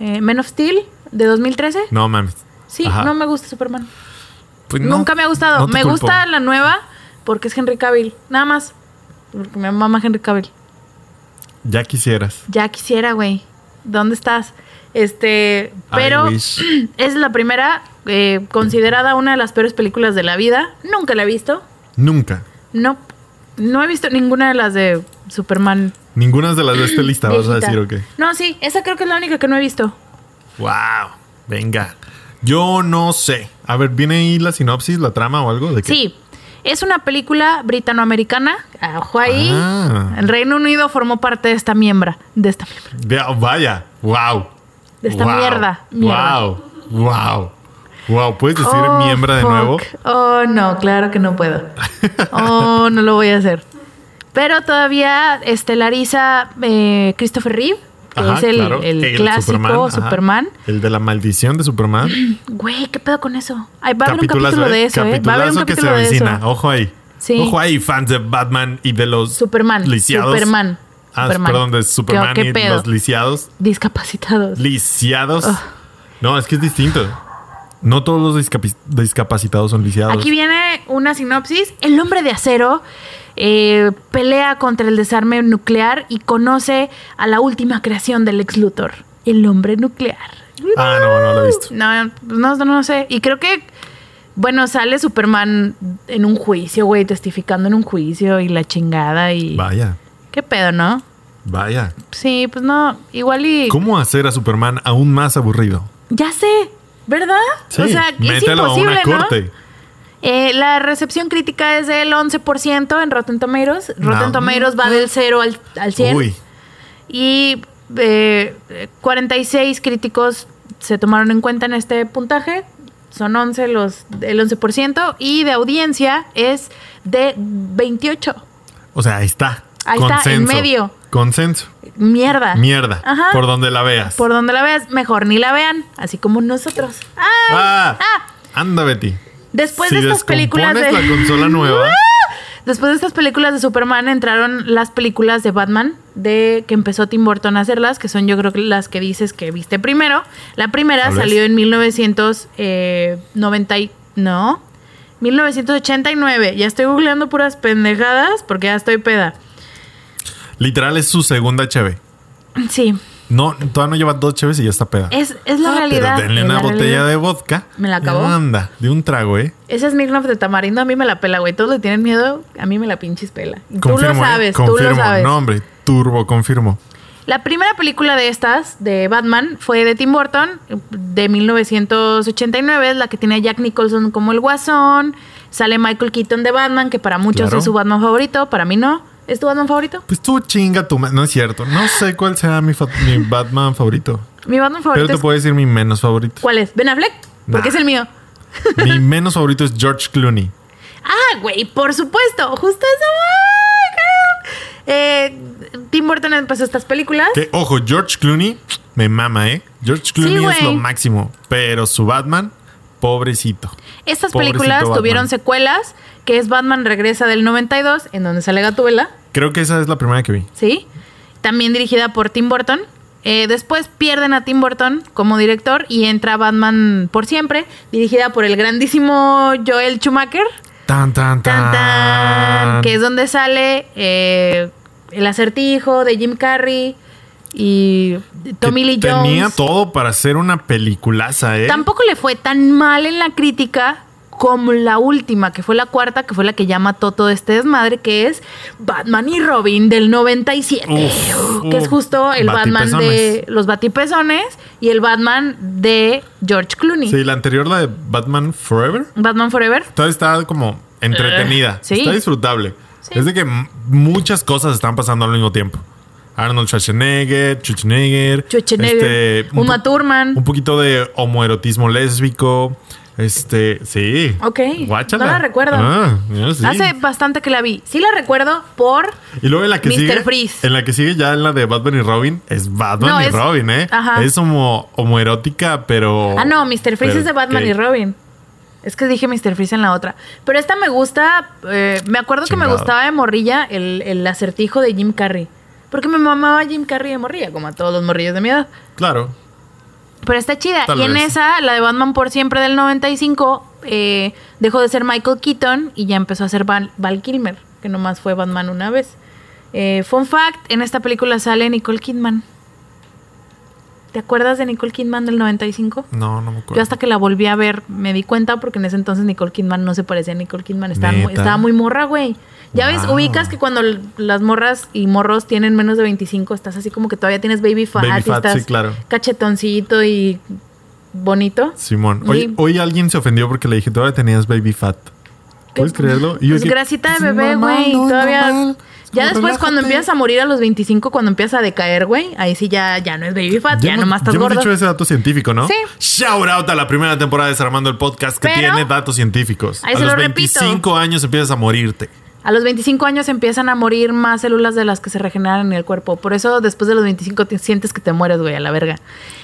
[SPEAKER 1] eh, Men of Steel de 2013.
[SPEAKER 2] No mames.
[SPEAKER 1] Sí,
[SPEAKER 2] Ajá.
[SPEAKER 1] no me gusta Superman.
[SPEAKER 2] Pues no,
[SPEAKER 1] Nunca me ha gustado.
[SPEAKER 2] no te
[SPEAKER 1] me
[SPEAKER 2] culpo.
[SPEAKER 1] gusta la nueva porque es Henry Cavill. Nada más. Porque me mama Henry Cavill.
[SPEAKER 2] Ya quisieras.
[SPEAKER 1] Ya quisiera, güey. ¿Dónde estás? Este, pero
[SPEAKER 2] I wish.
[SPEAKER 1] es la primera eh, considerada una de las peores películas de la vida. Nunca la he visto.
[SPEAKER 2] Nunca.
[SPEAKER 1] No, no he visto ninguna de las de Superman.
[SPEAKER 2] Ninguna de las de esta lista vas a
[SPEAKER 1] viejita.
[SPEAKER 2] decir, ok.
[SPEAKER 1] No, sí, esa creo que es la única que no he visto.
[SPEAKER 2] Wow. Venga. Yo no sé. A ver, ¿viene ahí la sinopsis, la trama o algo? ¿De qué?
[SPEAKER 1] Sí, es una película britanoamericana. Ah, Ojo ahí.
[SPEAKER 2] Ah.
[SPEAKER 1] El Reino Unido formó parte de esta miembra. De esta miembra.
[SPEAKER 2] De- vaya, wow.
[SPEAKER 1] De esta mierda, mierda.
[SPEAKER 2] Wow, wow. Wow, ¿puedes *laughs* decir
[SPEAKER 1] Oh,
[SPEAKER 2] miembra de
[SPEAKER 1] fuck.
[SPEAKER 2] nuevo?
[SPEAKER 1] Oh, no, claro que no
[SPEAKER 2] *laughs*
[SPEAKER 1] puedo. Oh, no lo voy a hacer. Pero todavía estelariza eh, Christopher Reeve, que
[SPEAKER 2] Ajá,
[SPEAKER 1] es el,
[SPEAKER 2] claro.
[SPEAKER 1] el clásico
[SPEAKER 2] ajá.
[SPEAKER 1] Superman.
[SPEAKER 2] El de la maldición de Superman.
[SPEAKER 1] Güey, ¿qué pedo con eso? Ay, va a haber un
[SPEAKER 2] Capitulazo,
[SPEAKER 1] capítulo
[SPEAKER 2] ¿eh?
[SPEAKER 1] de eso, ¿eh? Va a haber un
[SPEAKER 2] Capitulazo que se
[SPEAKER 1] capítulo de
[SPEAKER 2] avecina.
[SPEAKER 1] eso.
[SPEAKER 2] Ojo ahí.
[SPEAKER 1] Sí.
[SPEAKER 2] Ojo ahí, fans de Batman y de los
[SPEAKER 1] Superman,
[SPEAKER 2] lisiados.
[SPEAKER 1] Superman,
[SPEAKER 2] Ah,
[SPEAKER 1] Superman.
[SPEAKER 2] perdón, de Superman
[SPEAKER 1] ¿Qué- qué
[SPEAKER 2] y
[SPEAKER 1] pedo?
[SPEAKER 2] los lisiados.
[SPEAKER 1] Discapacitados.
[SPEAKER 2] Lisiados.
[SPEAKER 1] Ugh.
[SPEAKER 2] No, es que es distinto. No todos los discapi- discapacitados son lisiados.
[SPEAKER 1] Aquí viene una sinopsis. El hombre de acero eh, pelea contra el desarme nuclear y conoce a la última creación del ex Luthor, el hombre nuclear.
[SPEAKER 2] Ah, no, no lo he visto.
[SPEAKER 1] No, no, no, no sé. Y creo que, bueno, sale Superman en un juicio, güey, testificando en un juicio y la chingada y...
[SPEAKER 2] Vaya,
[SPEAKER 1] ¿Qué pedo, no?
[SPEAKER 2] vaya.
[SPEAKER 1] Sí, pues no, igual y...
[SPEAKER 2] ¿Cómo hacer a Superman aún más aburrido?
[SPEAKER 1] Ya sé, ¿verdad? o sea, es
[SPEAKER 2] mételo a
[SPEAKER 1] imposible,
[SPEAKER 2] una
[SPEAKER 1] ¿no?
[SPEAKER 2] corte.
[SPEAKER 1] Eh, la recepción crítica es del 11% en Rotten Tomatoes. Rotten
[SPEAKER 2] No.
[SPEAKER 1] Tomatoes va del 0 al, al 100.
[SPEAKER 2] Uy,
[SPEAKER 1] Y eh, 46 críticos se tomaron en cuenta en este puntaje. Son 11 los, el 11%. Y de audiencia es de 28.
[SPEAKER 2] o sea, ahí está.
[SPEAKER 1] Ahí está, en medio.
[SPEAKER 2] Consenso.
[SPEAKER 1] Mierda.
[SPEAKER 2] Mierda.
[SPEAKER 1] Ajá.
[SPEAKER 2] Por donde la veas.
[SPEAKER 1] Por donde la veas, mejor ni la vean. Así como nosotros. ¡Ay!
[SPEAKER 2] Ah,
[SPEAKER 1] Ah.
[SPEAKER 2] Anda, Betty.
[SPEAKER 1] Después
[SPEAKER 2] Si
[SPEAKER 1] de estas películas de...
[SPEAKER 2] descompones la
[SPEAKER 1] *laughs*
[SPEAKER 2] consola nueva.
[SPEAKER 1] Después de estas películas de Superman entraron las películas de Batman, de que empezó Tim Burton a hacerlas, que son yo creo que las que dices que viste primero. La primera
[SPEAKER 2] Tal vez.
[SPEAKER 1] salió en 1990, y- no, 1989. Ya estoy googleando puras pendejadas porque ya estoy peda. *clears throat*
[SPEAKER 2] Literal es su segunda cheve.
[SPEAKER 1] Sí,
[SPEAKER 2] No, todavía no lleva dos cheves y ya está peda.
[SPEAKER 1] es, es la
[SPEAKER 2] Ah,
[SPEAKER 1] realidad.
[SPEAKER 2] Pero denle
[SPEAKER 1] es
[SPEAKER 2] una
[SPEAKER 1] la
[SPEAKER 2] botella
[SPEAKER 1] realidad.
[SPEAKER 2] de vodka.
[SPEAKER 1] Me la acabó.
[SPEAKER 2] No anda, de un trago, ¿eh?
[SPEAKER 1] Ese es Smirnoff de tamarindo, a mí me la pela, güey. Todos le tienen miedo, a mí me la pinches pela. Y tú lo
[SPEAKER 2] ¿eh?
[SPEAKER 1] sabes, tú
[SPEAKER 2] Confirmo.
[SPEAKER 1] lo sabes.
[SPEAKER 2] No, hombre, turbo, confirmo.
[SPEAKER 1] La primera película de estas, de Batman, fue de Tim Burton, de 1989, es la que tiene a Jack Nicholson como el guasón, Sale Michael Keaton de Batman, que para muchos
[SPEAKER 2] Claro.
[SPEAKER 1] es su Batman favorito, para mí no. ¿Es tu Batman favorito?
[SPEAKER 2] Pues tú chinga tu ma- No es cierto. No sé cuál será mi, fa- mi Batman favorito.
[SPEAKER 1] Mi Batman
[SPEAKER 2] Pero
[SPEAKER 1] favorito
[SPEAKER 2] te
[SPEAKER 1] es...
[SPEAKER 2] puedo decir mi menos favorito.
[SPEAKER 1] ¿Cuál es? ¿Ben Affleck? Porque
[SPEAKER 2] Nah.
[SPEAKER 1] es el mío.
[SPEAKER 2] Mi menos favorito es George Clooney.
[SPEAKER 1] Ah, güey, por supuesto. Justo eso. voy, claro. Eh, Tim Burton empezó estas películas.
[SPEAKER 2] Que, ojo, George Clooney me mama, ¿eh? George Clooney es
[SPEAKER 1] güey.
[SPEAKER 2] lo máximo. Pero su Batman, pobrecito.
[SPEAKER 1] Estas
[SPEAKER 2] Pobrecito
[SPEAKER 1] películas
[SPEAKER 2] Batman.
[SPEAKER 1] tuvieron secuelas, que es Batman Regresa del 92, en donde sale Gatúbela,
[SPEAKER 2] Creo que esa es la primera que vi.
[SPEAKER 1] ¿sí? También dirigida por Tim Burton. Eh, después pierden a Tim Burton como director y entra Batman por siempre, dirigida por el grandísimo Joel Schumacher.
[SPEAKER 2] Tan, tan,
[SPEAKER 1] Tan,
[SPEAKER 2] tan.
[SPEAKER 1] tan, que es donde sale eh, el acertijo de Jim Carrey y Tommy
[SPEAKER 2] Que
[SPEAKER 1] Lee Jones.
[SPEAKER 2] Tenía todo para hacer una peliculaza, ¿eh?
[SPEAKER 1] Tampoco le fue tan mal en la crítica como la última, que fue la cuarta, que fue la que ya mató todo este desmadre, que es Batman y Robin del 97,
[SPEAKER 2] Uf,
[SPEAKER 1] que es
[SPEAKER 2] uf,
[SPEAKER 1] justo el Batman de
[SPEAKER 2] batipezones.
[SPEAKER 1] los batipezones y el Batman de George Clooney.
[SPEAKER 2] Sí, la anterior, la de Batman Forever.
[SPEAKER 1] Batman Forever.
[SPEAKER 2] Todavía está como entretenida.
[SPEAKER 1] Eh, sí.
[SPEAKER 2] Está disfrutable.
[SPEAKER 1] Sí.
[SPEAKER 2] Es de que m- muchas cosas están pasando al mismo tiempo. Arnold Schwarzenegger, Schwarzenegger,
[SPEAKER 1] Schwarzenegger,
[SPEAKER 2] Este, un
[SPEAKER 1] Uma
[SPEAKER 2] po-
[SPEAKER 1] Thurman.
[SPEAKER 2] Un poquito de homoerotismo lésbico. Este, sí.
[SPEAKER 1] Ok,
[SPEAKER 2] Guáchala.
[SPEAKER 1] no la recuerdo.
[SPEAKER 2] Ah, mira, sí.
[SPEAKER 1] Hace bastante que la vi. Sí la recuerdo por...
[SPEAKER 2] Y luego en la que
[SPEAKER 1] Mr.
[SPEAKER 2] sigue.
[SPEAKER 1] Freeze.
[SPEAKER 2] En la que sigue ya en la de Batman y Robin. Es Batman
[SPEAKER 1] No,
[SPEAKER 2] y
[SPEAKER 1] es-
[SPEAKER 2] Robin, ¿eh?
[SPEAKER 1] ajá.
[SPEAKER 2] Es homo, homoerótica, pero.
[SPEAKER 1] Ah, no, Mr. Freeze
[SPEAKER 2] Oh, pero
[SPEAKER 1] es de Batman
[SPEAKER 2] que-
[SPEAKER 1] y Robin. Es que dije Mr. Freeze en la otra. Pero esta me gusta. eh, me acuerdo que me
[SPEAKER 2] Chingado.
[SPEAKER 1] gustaba de morrilla el, el acertijo de Jim Carrey. Porque me mamaba Jim Carrey de morrilla, como a todos los morrillos de mi edad.
[SPEAKER 2] Claro.
[SPEAKER 1] Pero está chida.
[SPEAKER 2] Tal
[SPEAKER 1] y en
[SPEAKER 2] vez.
[SPEAKER 1] esa, la de Batman por siempre del 95, eh, dejó de ser Michael Keaton y ya empezó a ser Val, Val Kilmer, que nomás fue Batman una vez. Eh, fun fact, en esta película sale Nicole Kidman. ¿Te acuerdas de Nicole Kidman del 95?
[SPEAKER 2] No, no me acuerdo.
[SPEAKER 1] Yo hasta que la volví a ver me di cuenta porque en ese entonces Nicole Kidman no se parecía a Nicole Kidman. Estaba, muy,
[SPEAKER 2] ¿Neta?
[SPEAKER 1] estaba muy morra, güey. Ya ves,
[SPEAKER 2] Wow.
[SPEAKER 1] ubicas que cuando l- las morras y morros tienen menos de 25, estás así como que todavía tienes baby fat,
[SPEAKER 2] Baby
[SPEAKER 1] y
[SPEAKER 2] fat,
[SPEAKER 1] estás
[SPEAKER 2] sí, claro.
[SPEAKER 1] cachetoncito y bonito.
[SPEAKER 2] Simón, hoy,
[SPEAKER 1] Sí.
[SPEAKER 2] hoy alguien se ofendió porque le dije, todavía tenías baby fat. ¿Puedes
[SPEAKER 1] ¿Qué?
[SPEAKER 2] creerlo?
[SPEAKER 1] Pues grasita de bebé, güey. todavía. ya después, cuando empiezas a morir a los 25, cuando empiezas a decaer, güey, ahí sí ya, ya no es baby fat, ya, nomás estás
[SPEAKER 2] ya hemos
[SPEAKER 1] gordo.
[SPEAKER 2] dicho ese dato científico, ¿no?
[SPEAKER 1] Sí.
[SPEAKER 2] Shout out a la primera temporada de Desarmando el Podcast que
[SPEAKER 1] Pero-
[SPEAKER 2] tiene datos científicos.
[SPEAKER 1] Ahí
[SPEAKER 2] a
[SPEAKER 1] se
[SPEAKER 2] los
[SPEAKER 1] lo repito.
[SPEAKER 2] 25 años empiezas a morirte.
[SPEAKER 1] A los 25 años empiezan a morir más células de las que se regeneran en el cuerpo. Por eso después de los 25 te sientes que te mueres, güey, a la verga.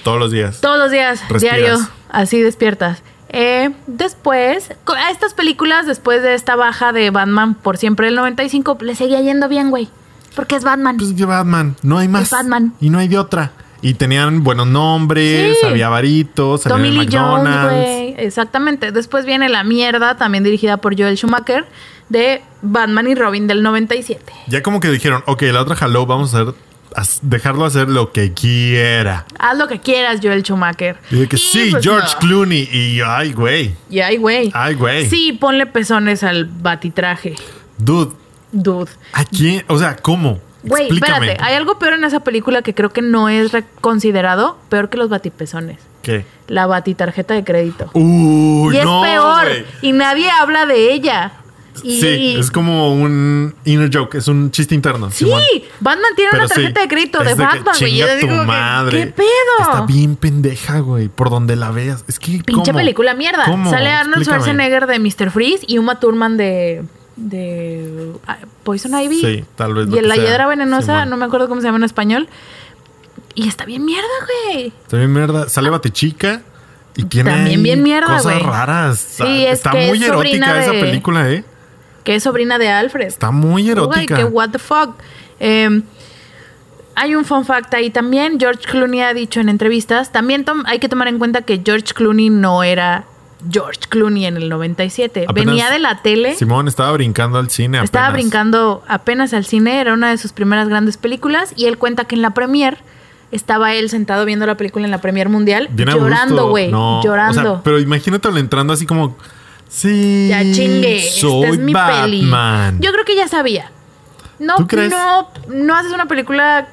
[SPEAKER 2] Todos los días.
[SPEAKER 1] Todos los días,
[SPEAKER 2] Respiras.
[SPEAKER 1] diario, así despiertas. Eh, después, co- a estas películas, después de esta baja de Batman por siempre el 95, le seguía yendo bien, güey. Porque es Batman.
[SPEAKER 2] Pues que Batman, no hay más.
[SPEAKER 1] Batman.
[SPEAKER 2] Y no hay de otra. Y tenían buenos nombres,
[SPEAKER 1] Sí.
[SPEAKER 2] había varitos,
[SPEAKER 1] Tommy
[SPEAKER 2] había
[SPEAKER 1] Lee Jones,
[SPEAKER 2] McDonald's.
[SPEAKER 1] güey. Exactamente. Después viene La Mierda, también dirigida por Joel Schumacher, de Batman y Robin del 97.
[SPEAKER 2] ya como que dijeron, ok, la otra jaló, vamos a hacer, a dejarlo hacer lo que quiera.
[SPEAKER 1] Haz lo que quieras, Joel Schumacher.
[SPEAKER 2] Y de que
[SPEAKER 1] Y,
[SPEAKER 2] sí,
[SPEAKER 1] pues,
[SPEAKER 2] George
[SPEAKER 1] no.
[SPEAKER 2] Clooney. Y yo, ay, güey.
[SPEAKER 1] Y ay, güey.
[SPEAKER 2] Ay, güey.
[SPEAKER 1] Sí, ponle pezones al batitraje,
[SPEAKER 2] Dude,
[SPEAKER 1] dude.
[SPEAKER 2] ¿a quién? O sea, ¿cómo?
[SPEAKER 1] Güey,
[SPEAKER 2] Explícame.
[SPEAKER 1] espérate, hay algo peor en esa película que creo que no es reconsiderado, peor que los batipezones.
[SPEAKER 2] ¿Qué?
[SPEAKER 1] La batitarjeta de crédito.
[SPEAKER 2] Uy,
[SPEAKER 1] y es
[SPEAKER 2] no,
[SPEAKER 1] peor,
[SPEAKER 2] güey.
[SPEAKER 1] y nadie habla de ella. Y,
[SPEAKER 2] Sí,
[SPEAKER 1] y-
[SPEAKER 2] es como un inner joke, es un chiste interno.
[SPEAKER 1] sí,
[SPEAKER 2] Simón.
[SPEAKER 1] Batman tiene
[SPEAKER 2] Pero
[SPEAKER 1] una tarjeta
[SPEAKER 2] sí,
[SPEAKER 1] de crédito
[SPEAKER 2] es
[SPEAKER 1] de
[SPEAKER 2] que
[SPEAKER 1] Batman, güey. Yo
[SPEAKER 2] chinga
[SPEAKER 1] digo,
[SPEAKER 2] tu
[SPEAKER 1] que,
[SPEAKER 2] madre.
[SPEAKER 1] ¿qué pedo?
[SPEAKER 2] Está bien pendeja, güey, por donde la veas. Es que
[SPEAKER 1] Pinche
[SPEAKER 2] ¿cómo?
[SPEAKER 1] película mierda.
[SPEAKER 2] ¿Cómo?
[SPEAKER 1] Sale Arnold
[SPEAKER 2] Explícame.
[SPEAKER 1] Schwarzenegger de Mr. Freeze y Uma Thurman de. de. ah, Poison Ivy.
[SPEAKER 2] Sí, tal vez lo
[SPEAKER 1] Y
[SPEAKER 2] que
[SPEAKER 1] la
[SPEAKER 2] sea.
[SPEAKER 1] hiedra venenosa,
[SPEAKER 2] Simón.
[SPEAKER 1] no me acuerdo cómo se llama en español. Y está bien mierda, güey.
[SPEAKER 2] Está bien mierda. Sale Batichica y tiene
[SPEAKER 1] También
[SPEAKER 2] ahí
[SPEAKER 1] bien mierda,
[SPEAKER 2] cosas
[SPEAKER 1] güey.
[SPEAKER 2] raras. Ah,
[SPEAKER 1] Sí, es
[SPEAKER 2] está
[SPEAKER 1] que
[SPEAKER 2] muy
[SPEAKER 1] es sobrina
[SPEAKER 2] erótica esa
[SPEAKER 1] de-
[SPEAKER 2] película, ¿eh?
[SPEAKER 1] Que es sobrina de Alfred.
[SPEAKER 2] Está muy erótica.
[SPEAKER 1] Güey, que what the fuck. Eh, hay un fun fact ahí también. George Clooney ha dicho en entrevistas. También tom- hay que tomar en cuenta que George Clooney no era George Clooney en el 97.
[SPEAKER 2] Apenas-
[SPEAKER 1] Venía de la tele.
[SPEAKER 2] Simón estaba brincando al cine.
[SPEAKER 1] Estaba
[SPEAKER 2] apenas.
[SPEAKER 1] brincando apenas al cine, era una de sus primeras grandes películas y él cuenta que en la premier estaba él sentado viendo la película en la premier mundial
[SPEAKER 2] Bien a
[SPEAKER 1] llorando,
[SPEAKER 2] gusto.
[SPEAKER 1] güey,
[SPEAKER 2] No, o sea,
[SPEAKER 1] llorando.
[SPEAKER 2] pero imagínatelo entrando así como. Sí.
[SPEAKER 1] ya chingue,
[SPEAKER 2] Mm, Soy
[SPEAKER 1] esta es mi
[SPEAKER 2] Batman.
[SPEAKER 1] peli. Yo creo que ya sabía. No,
[SPEAKER 2] ¿Tú crees?
[SPEAKER 1] no, no haces una película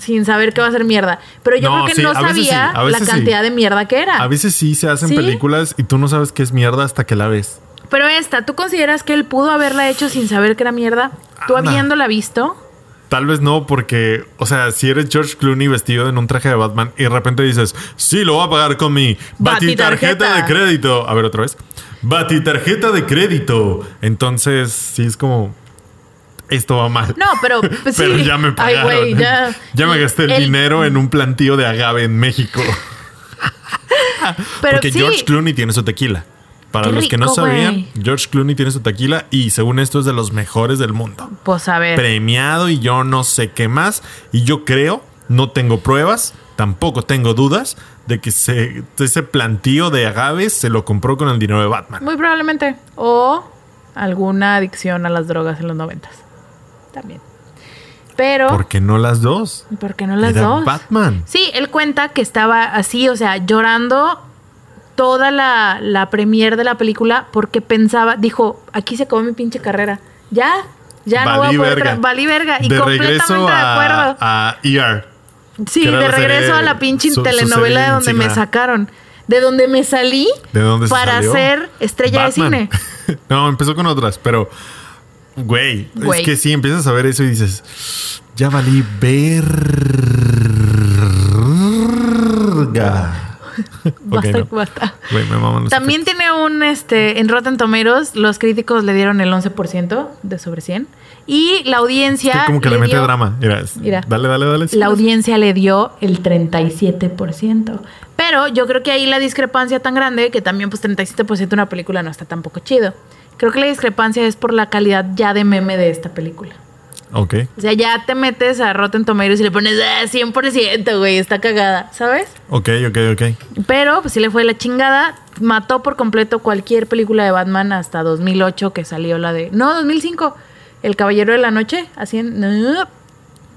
[SPEAKER 1] sin saber que va a ser mierda, pero yo
[SPEAKER 2] No,
[SPEAKER 1] creo que
[SPEAKER 2] sí,
[SPEAKER 1] no
[SPEAKER 2] a veces
[SPEAKER 1] sabía
[SPEAKER 2] sí, a veces
[SPEAKER 1] la
[SPEAKER 2] sí.
[SPEAKER 1] cantidad de mierda que era.
[SPEAKER 2] A veces sí se hacen
[SPEAKER 1] ¿Sí?
[SPEAKER 2] películas y tú no sabes qué es mierda hasta que la ves.
[SPEAKER 1] Pero esta, ¿tú consideras que él pudo haberla hecho sin saber que era mierda? ¿Tú
[SPEAKER 2] Anda.
[SPEAKER 1] habiéndola visto?
[SPEAKER 2] Tal vez no, porque, o sea, si eres George Clooney vestido en un traje de Batman y de repente dices, sí, lo voy a pagar con mi
[SPEAKER 1] Batitarjeta.
[SPEAKER 2] batitarjeta de crédito. A ver, otra vez. Batitarjeta de crédito. Entonces, sí es como, esto va mal.
[SPEAKER 1] No, pero pues,
[SPEAKER 2] *laughs* Pero
[SPEAKER 1] sí.
[SPEAKER 2] ya me
[SPEAKER 1] Ay,
[SPEAKER 2] pagaron.
[SPEAKER 1] güey, ya.
[SPEAKER 2] *laughs* Ya me gasté el,
[SPEAKER 1] Él-
[SPEAKER 2] dinero en un plantío de agave en México.
[SPEAKER 1] *laughs* Pero
[SPEAKER 2] porque
[SPEAKER 1] sí,
[SPEAKER 2] George Clooney tiene su tequila. Para
[SPEAKER 1] Qué
[SPEAKER 2] los que no
[SPEAKER 1] rico,
[SPEAKER 2] sabían,
[SPEAKER 1] güey.
[SPEAKER 2] George Clooney tiene su tequila y según esto es de los mejores del mundo.
[SPEAKER 1] Pues a ver.
[SPEAKER 2] premiado y yo no sé qué más. Y yo creo, no tengo pruebas, tampoco tengo dudas de que se- ese plantío de agave se lo compró con el dinero de Batman.
[SPEAKER 1] Muy probablemente. O alguna adicción a las drogas en los noventas. También. Pero.
[SPEAKER 2] ¿Por qué no las dos?
[SPEAKER 1] ¿Por qué no las
[SPEAKER 2] Era
[SPEAKER 1] dos?
[SPEAKER 2] Batman.
[SPEAKER 1] Sí, él cuenta que estaba así, o sea, llorando toda la, la premier de la película porque pensaba, dijo, aquí se acabó mi pinche carrera. Ya, ya no voy
[SPEAKER 2] Valí
[SPEAKER 1] a poder...
[SPEAKER 2] verga.
[SPEAKER 1] tra- Valí verga. Ah, Y
[SPEAKER 2] de
[SPEAKER 1] completamente
[SPEAKER 2] regreso
[SPEAKER 1] de
[SPEAKER 2] a,
[SPEAKER 1] acuerdo.
[SPEAKER 2] a ER.
[SPEAKER 1] sí,
[SPEAKER 2] que era
[SPEAKER 1] de
[SPEAKER 2] la serie-
[SPEAKER 1] regreso a la pinche
[SPEAKER 2] su- su
[SPEAKER 1] telenovela de
[SPEAKER 2] serie
[SPEAKER 1] donde me
[SPEAKER 2] insignia.
[SPEAKER 1] sacaron. De donde me salí
[SPEAKER 2] ¿De dónde se
[SPEAKER 1] para
[SPEAKER 2] salió?
[SPEAKER 1] ser estrella de
[SPEAKER 2] Batman.
[SPEAKER 1] cine.
[SPEAKER 2] no, empezó con otras, pero... Güey, es
[SPEAKER 1] Güey.
[SPEAKER 2] que sí, empiezas a ver eso y dices... Ya valí
[SPEAKER 1] *laughs*
[SPEAKER 2] verga.
[SPEAKER 1] Basta,
[SPEAKER 2] *laughs* Ok, no.
[SPEAKER 1] basta.
[SPEAKER 2] Güey, me maman los
[SPEAKER 1] También tiene un, este, en Rotten Tomatoes, los críticos le dieron el 11% de sobre 100. Y la audiencia...
[SPEAKER 2] Que como que le, mete
[SPEAKER 1] dio-
[SPEAKER 2] drama. Mira, es-
[SPEAKER 1] Mira.
[SPEAKER 2] dale, dale, dale. sí.
[SPEAKER 1] La audiencia le dio el 37%. Pero yo creo que ahí la discrepancia tan grande que también pues 37% de una película no está tampoco chido. Creo que la discrepancia es por la calidad ya de meme de esta película.
[SPEAKER 2] ok.
[SPEAKER 1] O sea, ya te metes a Rotten Tomatoes y le pones "Ah, 100%, güey, está cagada, ¿sabes?
[SPEAKER 2] Ok, ok, ok.
[SPEAKER 1] Pero pues sí le fue la chingada. Mató por completo cualquier película de Batman hasta 2008 que salió la de... No, 2005. El Caballero de la Noche. Así en... no.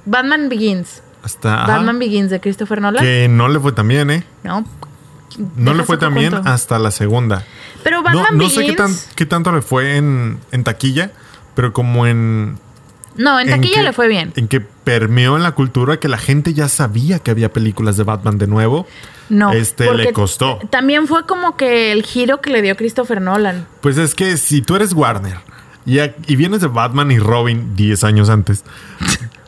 [SPEAKER 1] Batman Begins.
[SPEAKER 2] Hasta. ajá.
[SPEAKER 1] Batman Begins de Christopher Nolan.
[SPEAKER 2] que no le fue tan bien, ¿eh?
[SPEAKER 1] No.
[SPEAKER 2] No
[SPEAKER 1] Deja
[SPEAKER 2] le fue
[SPEAKER 1] saco
[SPEAKER 2] tan bien
[SPEAKER 1] cuento.
[SPEAKER 2] hasta la segunda.
[SPEAKER 1] Pero
[SPEAKER 2] No,
[SPEAKER 1] Batman
[SPEAKER 2] no sé qué, tan,
[SPEAKER 1] Begins.
[SPEAKER 2] qué tanto le fue en, en taquilla, pero como en.
[SPEAKER 1] No, en taquilla
[SPEAKER 2] qué-
[SPEAKER 1] le fue bien.
[SPEAKER 2] En que permeó en la cultura que la gente ya sabía que había películas de Batman de nuevo.
[SPEAKER 1] No.
[SPEAKER 2] Este
[SPEAKER 1] porque
[SPEAKER 2] le costó.
[SPEAKER 1] También fue como que el giro que le dio Christopher Nolan.
[SPEAKER 2] Pues es que si tú eres Warner y, a- y vienes de Batman y Robin 10 años antes,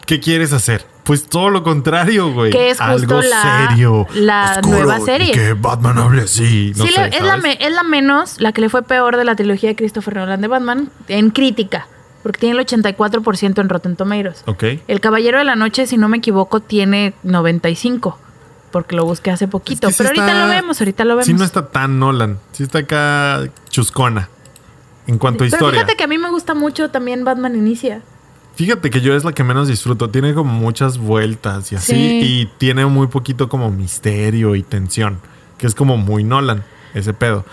[SPEAKER 2] ¿qué quieres hacer? Pues todo lo contrario, güey.
[SPEAKER 1] Que es justo
[SPEAKER 2] Algo
[SPEAKER 1] la-
[SPEAKER 2] serio.
[SPEAKER 1] la
[SPEAKER 2] oscuro,
[SPEAKER 1] nueva serie.
[SPEAKER 2] y Que Batman hable así. No
[SPEAKER 1] sí,
[SPEAKER 2] sé,
[SPEAKER 1] le- es, la
[SPEAKER 2] ¿sabes?
[SPEAKER 1] me- es la menos, la que le fue peor de la trilogía de Christopher Nolan de Batman en crítica. Porque tiene el 84% en Rotten Tomatoes.
[SPEAKER 2] Ok.
[SPEAKER 1] El Caballero de la Noche, si no me equivoco, tiene 95. Porque lo busqué hace poquito.
[SPEAKER 2] Es que sí
[SPEAKER 1] Pero ahorita
[SPEAKER 2] está-
[SPEAKER 1] lo vemos, ahorita lo vemos.
[SPEAKER 2] Sí, no está tan Nolan. Sí está acá chuscona. En cuanto a
[SPEAKER 1] Pero
[SPEAKER 2] historia.
[SPEAKER 1] fíjate que a mí me gusta mucho también Batman Inicia.
[SPEAKER 2] Fíjate que yo es la que menos disfruto. Tiene como muchas vueltas y así.
[SPEAKER 1] Sí.
[SPEAKER 2] Y tiene muy poquito como misterio y tensión. Que es como muy Nolan, ese pedo.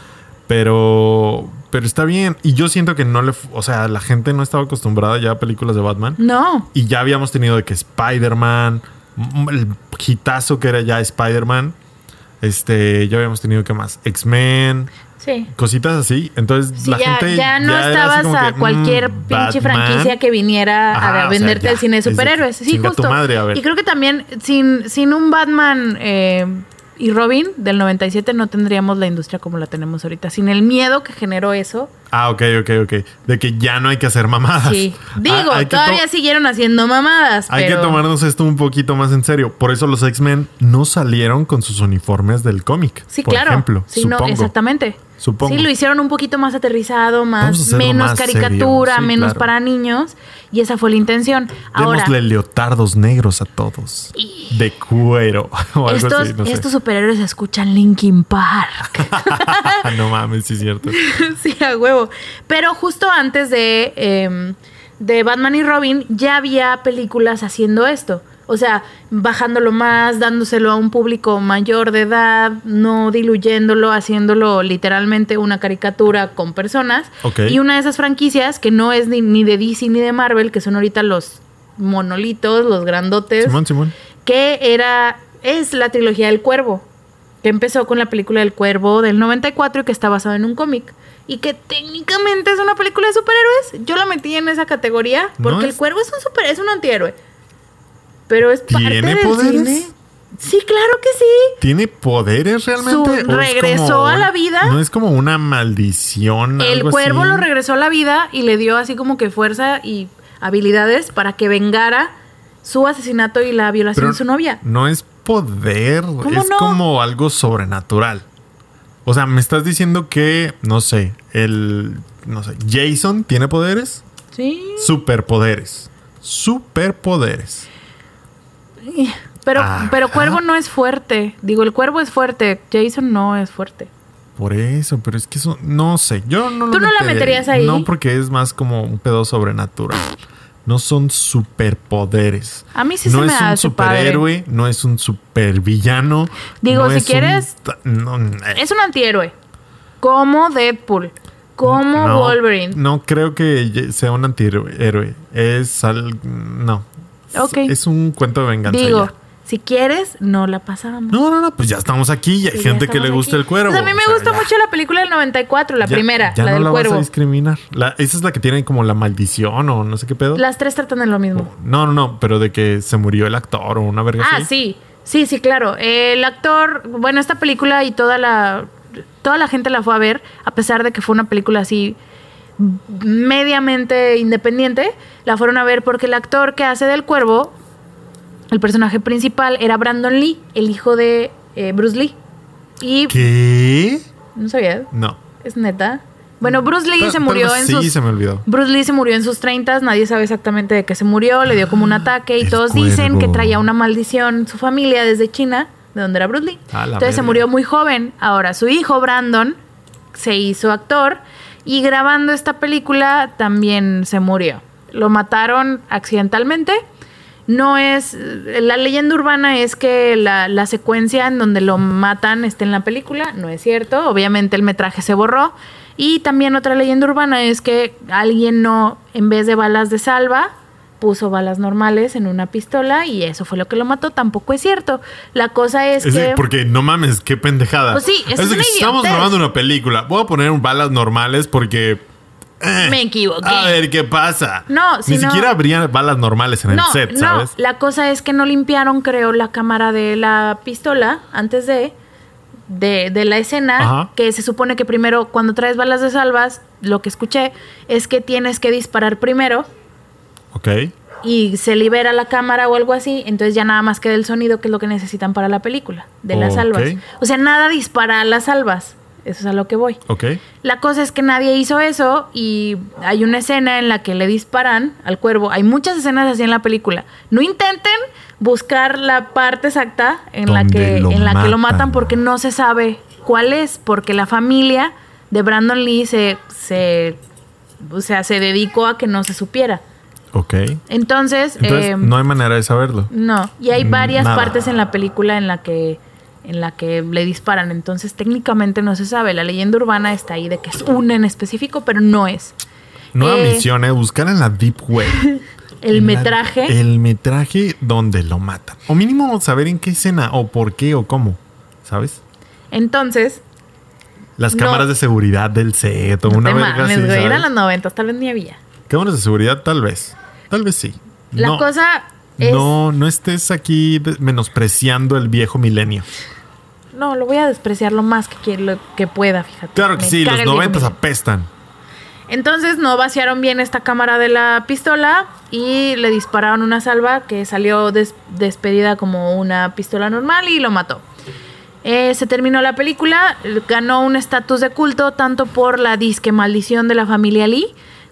[SPEAKER 2] Pero. Pero está bien. Y yo siento que no le. fu- O sea, la gente no estaba acostumbrada ya a películas de Batman.
[SPEAKER 1] No.
[SPEAKER 2] Y ya habíamos tenido de que Spider-Man. m- El hitazo que era ya Spider-Man. Este. Ya habíamos tenido que más. X-Men.
[SPEAKER 1] Sí.
[SPEAKER 2] Cositas así. Entonces
[SPEAKER 1] Sí,
[SPEAKER 2] la
[SPEAKER 1] ya,
[SPEAKER 2] gente.
[SPEAKER 1] ya no
[SPEAKER 2] era así
[SPEAKER 1] estabas
[SPEAKER 2] como
[SPEAKER 1] a
[SPEAKER 2] que,
[SPEAKER 1] cualquier
[SPEAKER 2] mm,
[SPEAKER 1] pinche
[SPEAKER 2] Batman.
[SPEAKER 1] franquicia que viniera
[SPEAKER 2] Ajá,
[SPEAKER 1] a
[SPEAKER 2] o sea,
[SPEAKER 1] venderte
[SPEAKER 2] ya,
[SPEAKER 1] el cine de
[SPEAKER 2] es de que
[SPEAKER 1] superhéroes. Sí,
[SPEAKER 2] chinga tu
[SPEAKER 1] justo.
[SPEAKER 2] madre, a ver.
[SPEAKER 1] Y creo que también sin, sin un Batman eh, y Robin del 97 no tendríamos la industria como la tenemos ahorita. Sin el miedo que generó eso.
[SPEAKER 2] Ah, ok, ok, ok. De que ya no hay que hacer mamadas.
[SPEAKER 1] Sí. Digo,
[SPEAKER 2] Ah, hay que to-
[SPEAKER 1] todavía siguieron haciendo mamadas.
[SPEAKER 2] Hay
[SPEAKER 1] pero
[SPEAKER 2] que tomarnos esto un poquito más en serio. Por eso los X-Men no salieron con sus uniformes del cómic.
[SPEAKER 1] Sí,
[SPEAKER 2] por
[SPEAKER 1] claro.
[SPEAKER 2] ejemplo.
[SPEAKER 1] sí,
[SPEAKER 2] supongo.
[SPEAKER 1] no, exactamente.
[SPEAKER 2] Supongo.
[SPEAKER 1] Sí, lo hicieron un poquito más aterrizado,
[SPEAKER 2] Vamos a
[SPEAKER 1] más
[SPEAKER 2] hacerlo
[SPEAKER 1] menos
[SPEAKER 2] más serio,
[SPEAKER 1] caricatura,
[SPEAKER 2] sí,
[SPEAKER 1] menos
[SPEAKER 2] claro.
[SPEAKER 1] para niños y esa fue la intención. Ahora,
[SPEAKER 2] Démosle leotardos negros a todos. De cuero. *laughs* O algo
[SPEAKER 1] estos,
[SPEAKER 2] así, no sé.
[SPEAKER 1] estos superhéroes escuchan Linkin Park.
[SPEAKER 2] *laughs* no mames, sí es cierto.
[SPEAKER 1] *laughs* sí, a huevo. Pero justo antes de, eh, de Batman y Robin ya había películas haciendo esto. O sea, bajándolo más, dándoselo a un público mayor de edad, no diluyéndolo, haciéndolo literalmente una caricatura con personas.
[SPEAKER 2] Ok.
[SPEAKER 1] Y una de esas franquicias que no es ni, ni de DC ni de Marvel, que son ahorita los monolitos, los grandotes
[SPEAKER 2] Simón, Simón.
[SPEAKER 1] que era es la trilogía del Cuervo, que empezó con la película del Cuervo del 94 y que está basado en un cómic y que técnicamente es una película de superhéroes. Yo la metí en esa categoría
[SPEAKER 2] No
[SPEAKER 1] porque
[SPEAKER 2] es-
[SPEAKER 1] el Cuervo es un super es un antihéroe. Pero es parte
[SPEAKER 2] ¿Tiene
[SPEAKER 1] del
[SPEAKER 2] poderes?
[SPEAKER 1] cine. Sí, claro que sí.
[SPEAKER 2] ¿Tiene poderes realmente?
[SPEAKER 1] Su-
[SPEAKER 2] ¿O es como
[SPEAKER 1] regresó a la vida.
[SPEAKER 2] No es como una maldición.
[SPEAKER 1] El
[SPEAKER 2] algo
[SPEAKER 1] cuervo
[SPEAKER 2] así?
[SPEAKER 1] lo regresó a la vida y le dio así como que fuerza y habilidades para que vengara su asesinato y la violación
[SPEAKER 2] Pero
[SPEAKER 1] de su novia.
[SPEAKER 2] No es poder, es
[SPEAKER 1] no?
[SPEAKER 2] como algo sobrenatural. O sea, me estás diciendo que, no sé, el, no sé, Jason tiene poderes,
[SPEAKER 1] Sí.
[SPEAKER 2] superpoderes, superpoderes.
[SPEAKER 1] Pero,
[SPEAKER 2] Ajá.
[SPEAKER 1] pero Cuervo no es fuerte. Digo, el Cuervo es fuerte. Jason no es fuerte.
[SPEAKER 2] Por eso, pero es que eso, no sé, yo no lo
[SPEAKER 1] ¿Tú no la meterías ahí?
[SPEAKER 2] No, porque es más como un pedo sobrenatural. No son superpoderes.
[SPEAKER 1] A mí sí
[SPEAKER 2] no
[SPEAKER 1] se me
[SPEAKER 2] es un
[SPEAKER 1] hace padre.
[SPEAKER 2] superhéroe, no es un supervillano.
[SPEAKER 1] Digo,
[SPEAKER 2] no
[SPEAKER 1] si
[SPEAKER 2] es un
[SPEAKER 1] quieres-
[SPEAKER 2] ta- no, eh.
[SPEAKER 1] Es un antihéroe. Como Deadpool. Como
[SPEAKER 2] No,
[SPEAKER 1] Wolverine.
[SPEAKER 2] No creo que ye- sea un antihéroe. Es al. No. Es-
[SPEAKER 1] Ok.
[SPEAKER 2] Es, un cuento de venganza.
[SPEAKER 1] Digo,
[SPEAKER 2] ya.
[SPEAKER 1] si quieres, no la pasamos.
[SPEAKER 2] No, no, no, pues ya estamos aquí y hay
[SPEAKER 1] Sí, ya
[SPEAKER 2] gente que
[SPEAKER 1] estamos
[SPEAKER 2] le gusta
[SPEAKER 1] aquí.
[SPEAKER 2] el cuervo.
[SPEAKER 1] Pues a mí me
[SPEAKER 2] o sea,
[SPEAKER 1] gusta
[SPEAKER 2] ya.
[SPEAKER 1] mucho la película del 94, la
[SPEAKER 2] Ya-
[SPEAKER 1] primera,
[SPEAKER 2] ya
[SPEAKER 1] la
[SPEAKER 2] no
[SPEAKER 1] del
[SPEAKER 2] la
[SPEAKER 1] cuervo.
[SPEAKER 2] vas a discriminar. La- esa es la que tiene como la maldición o no sé qué pedo.
[SPEAKER 1] Las tres tratan de lo mismo.
[SPEAKER 2] No, no, no, pero de que se murió el actor o una verga
[SPEAKER 1] Ah,
[SPEAKER 2] así.
[SPEAKER 1] sí. Sí, sí, claro. El actor, bueno, esta película y toda la toda la gente la fue a ver, a pesar de que fue una película así mediamente independiente, la fueron a ver porque el actor que hace del cuervo, el personaje principal era Brandon Lee, el hijo de eh, Bruce Lee. Y
[SPEAKER 2] ¿Qué?
[SPEAKER 1] no sabía,
[SPEAKER 2] No.
[SPEAKER 1] es neta. Bueno, Bruce Lee
[SPEAKER 2] Tal-
[SPEAKER 1] se
[SPEAKER 2] tal
[SPEAKER 1] murió
[SPEAKER 2] vez
[SPEAKER 1] en
[SPEAKER 2] sí,
[SPEAKER 1] sus
[SPEAKER 2] se me olvidó.
[SPEAKER 1] Bruce Lee se murió en sus 30, nadie sabe exactamente de qué se murió, le dio como un ataque y
[SPEAKER 2] El
[SPEAKER 1] todos dicen que
[SPEAKER 2] Ah, cuervo.
[SPEAKER 1] traía una maldición su familia desde China, de donde era Bruce Lee.
[SPEAKER 2] A la
[SPEAKER 1] Entonces se
[SPEAKER 2] verga.
[SPEAKER 1] murió muy joven. Ahora su hijo Brandon se hizo actor y grabando esta película también se murió. Lo mataron accidentalmente. No es. La leyenda urbana es que la, la secuencia en donde lo matan está en la película. No es cierto. Obviamente el metraje se borró. Y también otra leyenda urbana es que alguien no, en vez de balas de salva, puso balas normales en una pistola y eso fue lo que lo mató. Tampoco es cierto. La cosa es,
[SPEAKER 2] Es
[SPEAKER 1] que.
[SPEAKER 2] decir, porque no mames, qué pendejada.
[SPEAKER 1] Pues sí, es
[SPEAKER 2] de
[SPEAKER 1] una
[SPEAKER 2] que estamos
[SPEAKER 1] idiotez.
[SPEAKER 2] grabando una película. Voy a poner un balas normales porque. eh,
[SPEAKER 1] Me equivoqué.
[SPEAKER 2] A ver qué pasa.
[SPEAKER 1] No, si
[SPEAKER 2] Ni
[SPEAKER 1] no-
[SPEAKER 2] siquiera habría balas normales en el set, ¿sabes?
[SPEAKER 1] No, la cosa es que no limpiaron, creo, la cámara de la pistola antes de, de, de la escena,
[SPEAKER 2] Ajá.
[SPEAKER 1] que se supone que primero, cuando traes balas de salvas, lo que escuché es que tienes que disparar primero
[SPEAKER 2] Ok.
[SPEAKER 1] y se libera la cámara o algo así, entonces ya nada más queda el sonido que es lo que necesitan para la película, de las
[SPEAKER 2] Ok.
[SPEAKER 1] salvas. O sea, nada dispara a las salvas, eso es a lo que voy.
[SPEAKER 2] Ok.
[SPEAKER 1] La cosa es que nadie hizo eso y hay una escena en la que le disparan al cuervo. Hay muchas escenas así en la película. No intenten buscar la parte exacta en la
[SPEAKER 2] Donde
[SPEAKER 1] que
[SPEAKER 2] lo
[SPEAKER 1] en la que lo matan
[SPEAKER 2] matan.
[SPEAKER 1] porque no se sabe cuál es, porque la familia de Brandon Lee se se o sea, se dedicó a que no se supiera.
[SPEAKER 2] Ok.
[SPEAKER 1] Entonces,
[SPEAKER 2] Entonces,
[SPEAKER 1] eh,
[SPEAKER 2] no hay manera de saberlo.
[SPEAKER 1] no, y hay varias
[SPEAKER 2] Mm, Nada.
[SPEAKER 1] partes en la película en la que en la que le disparan, entonces técnicamente no se sabe, la leyenda urbana está ahí de que es una en específico, pero no es.
[SPEAKER 2] Nueva
[SPEAKER 1] eh,
[SPEAKER 2] misión, ¿eh? Buscar en la Deep Web.
[SPEAKER 1] *laughs* El
[SPEAKER 2] En la-
[SPEAKER 1] metraje
[SPEAKER 2] el metraje donde lo matan. O mínimo saber en qué escena, o por qué, o cómo. ¿Sabes?
[SPEAKER 1] Entonces,
[SPEAKER 2] Las
[SPEAKER 1] No.
[SPEAKER 2] cámaras de seguridad del set o
[SPEAKER 1] no
[SPEAKER 2] una
[SPEAKER 1] te
[SPEAKER 2] verga
[SPEAKER 1] mames,
[SPEAKER 2] así,
[SPEAKER 1] güey, eran
[SPEAKER 2] ¿sabes?
[SPEAKER 1] los 90, tal vez ni había.
[SPEAKER 2] Cámaras de seguridad, tal vez. Tal vez sí.
[SPEAKER 1] La
[SPEAKER 2] no,
[SPEAKER 1] cosa es no.
[SPEAKER 2] no, no estés aquí de- menospreciando el viejo milenio.
[SPEAKER 1] lo voy a despreciar lo más que quiero, lo que pueda, fíjate.
[SPEAKER 2] Claro que
[SPEAKER 1] Me
[SPEAKER 2] sí,
[SPEAKER 1] caga
[SPEAKER 2] los
[SPEAKER 1] el viejo
[SPEAKER 2] noventas
[SPEAKER 1] Miguel.
[SPEAKER 2] apestan.
[SPEAKER 1] Entonces no vaciaron bien esta cámara de la pistola y le dispararon una salva que salió des- despedida como una pistola normal y lo mató. Eh, se terminó la película, ganó un estatus de culto tanto por la disque maldición de la familia Lee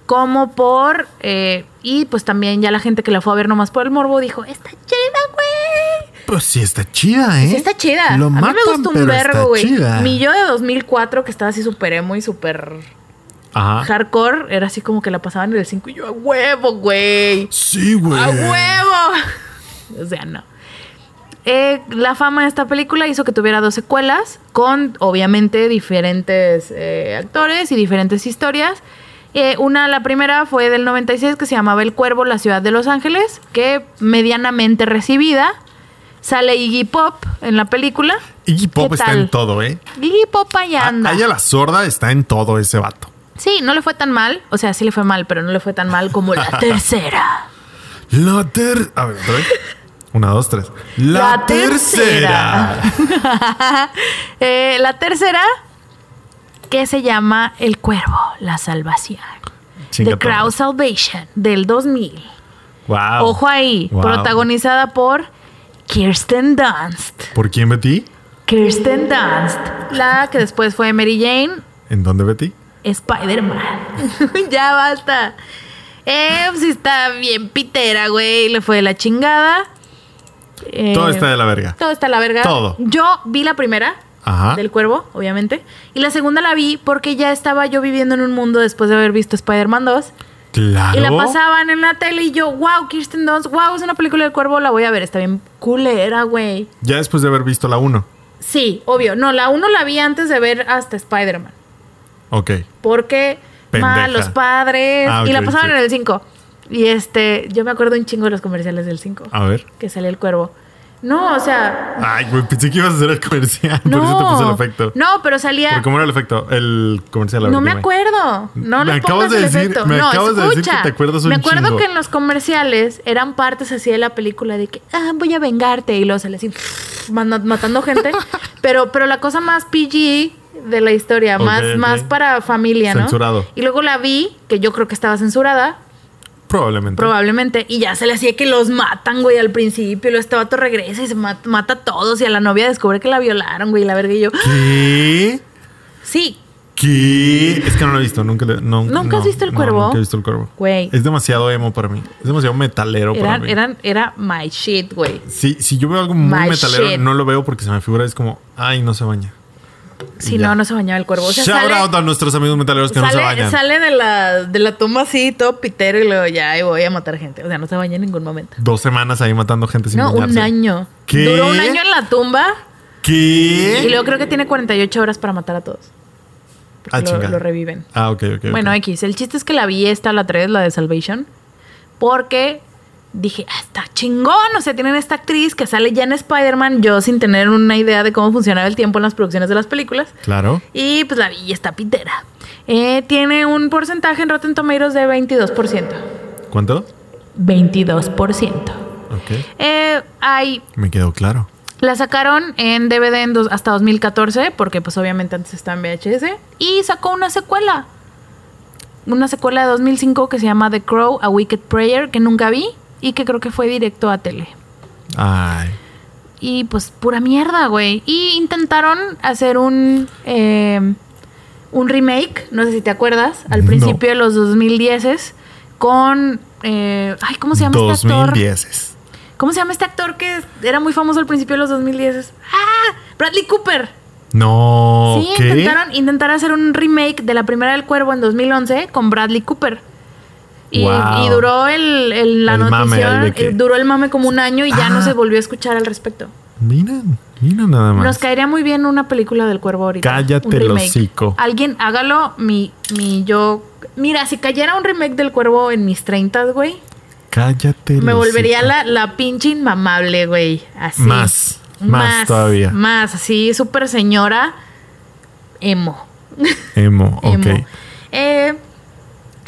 [SPEAKER 1] como por... eh, y pues también ya la gente que la fue a ver nomás por el morbo dijo, está chida, güey.
[SPEAKER 2] Pues sí está chida, ¿eh?
[SPEAKER 1] Sí está chida.
[SPEAKER 2] Lo
[SPEAKER 1] a
[SPEAKER 2] matan,
[SPEAKER 1] mí me gusta un
[SPEAKER 2] pero está
[SPEAKER 1] vergo, güey.
[SPEAKER 2] chida.
[SPEAKER 1] Mi yo de 2004 que estaba así súper emo y súper
[SPEAKER 2] Ajá.
[SPEAKER 1] hardcore era así como que la pasaban en el 5 y yo a huevo, güey.
[SPEAKER 2] Sí, güey.
[SPEAKER 1] A huevo. *laughs* O sea, no. Eh, la fama de esta película hizo que tuviera dos secuelas con obviamente diferentes eh, actores y diferentes historias. Eh, una, la primera fue del 96 que se llamaba El Cuervo, la ciudad de Los Ángeles, que medianamente recibida. Sale Iggy Pop en la película.
[SPEAKER 2] Iggy Pop
[SPEAKER 1] ¿Qué
[SPEAKER 2] está
[SPEAKER 1] tal?
[SPEAKER 2] en todo, ¿eh?
[SPEAKER 1] Iggy Pop allá
[SPEAKER 2] A-
[SPEAKER 1] anda.
[SPEAKER 2] Aya la sorda está en todo ese vato.
[SPEAKER 1] Sí, no le fue tan mal. O sea, sí le fue mal, pero no le fue tan mal como la tercera.
[SPEAKER 2] La ter... A ver, otra vez. Una, dos, tres. La, tercera.
[SPEAKER 1] Eh, la tercera, que se llama El Cuervo, la salvación.
[SPEAKER 2] Chinga
[SPEAKER 1] The Crowd
[SPEAKER 2] todas.
[SPEAKER 1] Salvation, del 2000.
[SPEAKER 2] Wow.
[SPEAKER 1] Ojo ahí,
[SPEAKER 2] Ah. Wow.
[SPEAKER 1] protagonizada por Kirsten Dunst.
[SPEAKER 2] ¿Por quién Betty?
[SPEAKER 1] Kirsten Dunst, la que después fue Mary Jane,
[SPEAKER 2] ¿En dónde Betty?
[SPEAKER 1] Eh, Spider-Man. *laughs* ya basta. Eh, pues está bien pitera, güey. Le fue de la chingada. Eh,
[SPEAKER 2] Todo está de la verga.
[SPEAKER 1] todo está a la verga.
[SPEAKER 2] Todo.
[SPEAKER 1] Yo vi la primera.
[SPEAKER 2] Ajá.
[SPEAKER 1] Del cuervo, obviamente. Y la segunda la vi porque ya estaba yo viviendo en un mundo después de haber visto Spider-Man 2.
[SPEAKER 2] Claro.
[SPEAKER 1] Y la pasaban en la tele y yo, wow, Kirsten Dunst, wow, es una película del cuervo, la voy a ver, está bien culera, güey.
[SPEAKER 2] Ya después de haber visto la 1.
[SPEAKER 1] Sí, obvio. No, la uno la vi antes de ver hasta Spider-Man.
[SPEAKER 2] Ok.
[SPEAKER 1] Porque
[SPEAKER 2] Pendeja.
[SPEAKER 1] malos padres.
[SPEAKER 2] Ah,
[SPEAKER 1] y la
[SPEAKER 2] ok,
[SPEAKER 1] pasaban
[SPEAKER 2] sí.
[SPEAKER 1] en el 5. Y este, yo me acuerdo un chingo de los comerciales del 5.
[SPEAKER 2] A ver.
[SPEAKER 1] Que salía el cuervo. No, o sea.
[SPEAKER 2] Ay, güey, pensé que ibas a hacer el comercial.
[SPEAKER 1] No,
[SPEAKER 2] Por eso te puse el efecto.
[SPEAKER 1] no, pero salía.
[SPEAKER 2] ¿Pero ¿Cómo era el efecto? El comercial. a ver,
[SPEAKER 1] No me
[SPEAKER 2] dime.
[SPEAKER 1] acuerdo. No, no
[SPEAKER 2] Me acabas
[SPEAKER 1] pongas
[SPEAKER 2] de
[SPEAKER 1] el
[SPEAKER 2] decir-
[SPEAKER 1] efecto.
[SPEAKER 2] me
[SPEAKER 1] no,
[SPEAKER 2] acabas de
[SPEAKER 1] escucha.
[SPEAKER 2] decir que te acuerdas un
[SPEAKER 1] Me acuerdo
[SPEAKER 2] chingo.
[SPEAKER 1] que en los comerciales eran partes así de la película de que, ah, voy a vengarte. Y luego sale así, *laughs* manda- matando
[SPEAKER 2] *laughs*
[SPEAKER 1] gente. pero, pero la cosa más PG de la historia,
[SPEAKER 2] Ok,
[SPEAKER 1] más,
[SPEAKER 2] ok.
[SPEAKER 1] más para familia, ¿no?
[SPEAKER 2] Censurado.
[SPEAKER 1] Y luego la vi, que yo creo que estaba censurada,
[SPEAKER 2] Probablemente.
[SPEAKER 1] probablemente, y ya se le hacía que los matan, güey, al principio. Y luego este vato regresa y se mat- mata a todos. Y a la novia descubre que la violaron, güey, y la verga. Y yo, *gasps*
[SPEAKER 2] ¿Qué?
[SPEAKER 1] sí,
[SPEAKER 2] ¿Qué? Es que no lo he visto. Nunca, le- no,
[SPEAKER 1] ¿Nunca
[SPEAKER 2] no,
[SPEAKER 1] has visto El
[SPEAKER 2] no,
[SPEAKER 1] Cuervo?
[SPEAKER 2] Nunca he visto el cuervo.
[SPEAKER 1] Güey.
[SPEAKER 2] Es demasiado emo para mí. Es demasiado metalero para
[SPEAKER 1] eran,
[SPEAKER 2] mí.
[SPEAKER 1] eran, era my shit, güey.
[SPEAKER 2] Si, si yo veo algo muy
[SPEAKER 1] My
[SPEAKER 2] metalero,
[SPEAKER 1] shit.
[SPEAKER 2] no lo veo porque se me figura, es como, ay, no se baña.
[SPEAKER 1] Si
[SPEAKER 2] Ya.
[SPEAKER 1] no, no se bañaba el cuervo. O sea,
[SPEAKER 2] Shout
[SPEAKER 1] sale,
[SPEAKER 2] out a nuestros amigos metaleros que no se
[SPEAKER 1] sale,
[SPEAKER 2] bañan.
[SPEAKER 1] sale de, la, de la tumba así, todo pitero, y luego ya, y voy a matar gente. O sea, no se baña en ningún momento.
[SPEAKER 2] Dos semanas ahí matando gente sin
[SPEAKER 1] no, un
[SPEAKER 2] bañarse.
[SPEAKER 1] año.
[SPEAKER 2] ¿Qué?
[SPEAKER 1] Duró un año en la tumba y
[SPEAKER 2] ¿Qué?
[SPEAKER 1] luego creo que tiene 48 horas para matar a todos. Porque
[SPEAKER 2] Ah,
[SPEAKER 1] lo,
[SPEAKER 2] chinga.
[SPEAKER 1] lo reviven.
[SPEAKER 2] Ah, ok, ok. ok.
[SPEAKER 1] Bueno, X, el chiste es que la vi esta, la 3, la de Salvation, porque dije, ah, está chingón, o sea, tienen esta actriz que sale ya en Spider-Man, yo sin tener una idea de cómo funcionaba el tiempo en las producciones de las películas.
[SPEAKER 2] Claro.
[SPEAKER 1] Y pues la vi está pitera. Eh, tiene un porcentaje en Rotten Tomatoes de 22%.
[SPEAKER 2] ¿Cuánto?
[SPEAKER 1] 22%.
[SPEAKER 2] Ok.
[SPEAKER 1] Eh, hay,
[SPEAKER 2] Me quedó claro.
[SPEAKER 1] la sacaron en DVD en dos- hasta 2014, porque pues obviamente antes estaba en VHS. Y sacó una secuela. Una secuela de 2005 que se llama The Crow, A Wicked Prayer, que nunca vi y que creo que fue directo a tele.
[SPEAKER 2] Ay.
[SPEAKER 1] Y pues pura mierda, güey. Y intentaron hacer un eh, un remake, no sé si te acuerdas, al
[SPEAKER 2] No.
[SPEAKER 1] principio de los 2010 con eh, ay, ¿cómo se llama este actor?
[SPEAKER 2] 2010.
[SPEAKER 1] ¿Cómo se llama este actor que era muy famoso al principio de los 2010? Ah, Bradley Cooper.
[SPEAKER 2] No.
[SPEAKER 1] Sí,
[SPEAKER 2] ¿qué?
[SPEAKER 1] intentaron intentaron hacer un remake de la primera del Cuervo en 2011 con Bradley Cooper. Y,
[SPEAKER 2] Wow.
[SPEAKER 1] y duró el, el- la
[SPEAKER 2] El
[SPEAKER 1] noticia,
[SPEAKER 2] mame, ahí de que-
[SPEAKER 1] duró el mame como un año y ya no
[SPEAKER 2] Ah.
[SPEAKER 1] se volvió a escuchar al respecto.
[SPEAKER 2] Mira, mira nada más.
[SPEAKER 1] Nos caería muy bien una película del cuervo ahorita.
[SPEAKER 2] Cállate
[SPEAKER 1] un
[SPEAKER 2] el
[SPEAKER 1] remake.
[SPEAKER 2] hocico.
[SPEAKER 1] Alguien, hágalo, mi, mi yo. Mira, si cayera un remake del cuervo en mis 30, güey,
[SPEAKER 2] Cállate.
[SPEAKER 1] me
[SPEAKER 2] el
[SPEAKER 1] volvería
[SPEAKER 2] hocico.
[SPEAKER 1] la, la pinche inmamable, güey. Así.
[SPEAKER 2] Más, más todavía.
[SPEAKER 1] Más, así, súper señora. Emo.
[SPEAKER 2] Emo, ok.
[SPEAKER 1] Emo. Eh,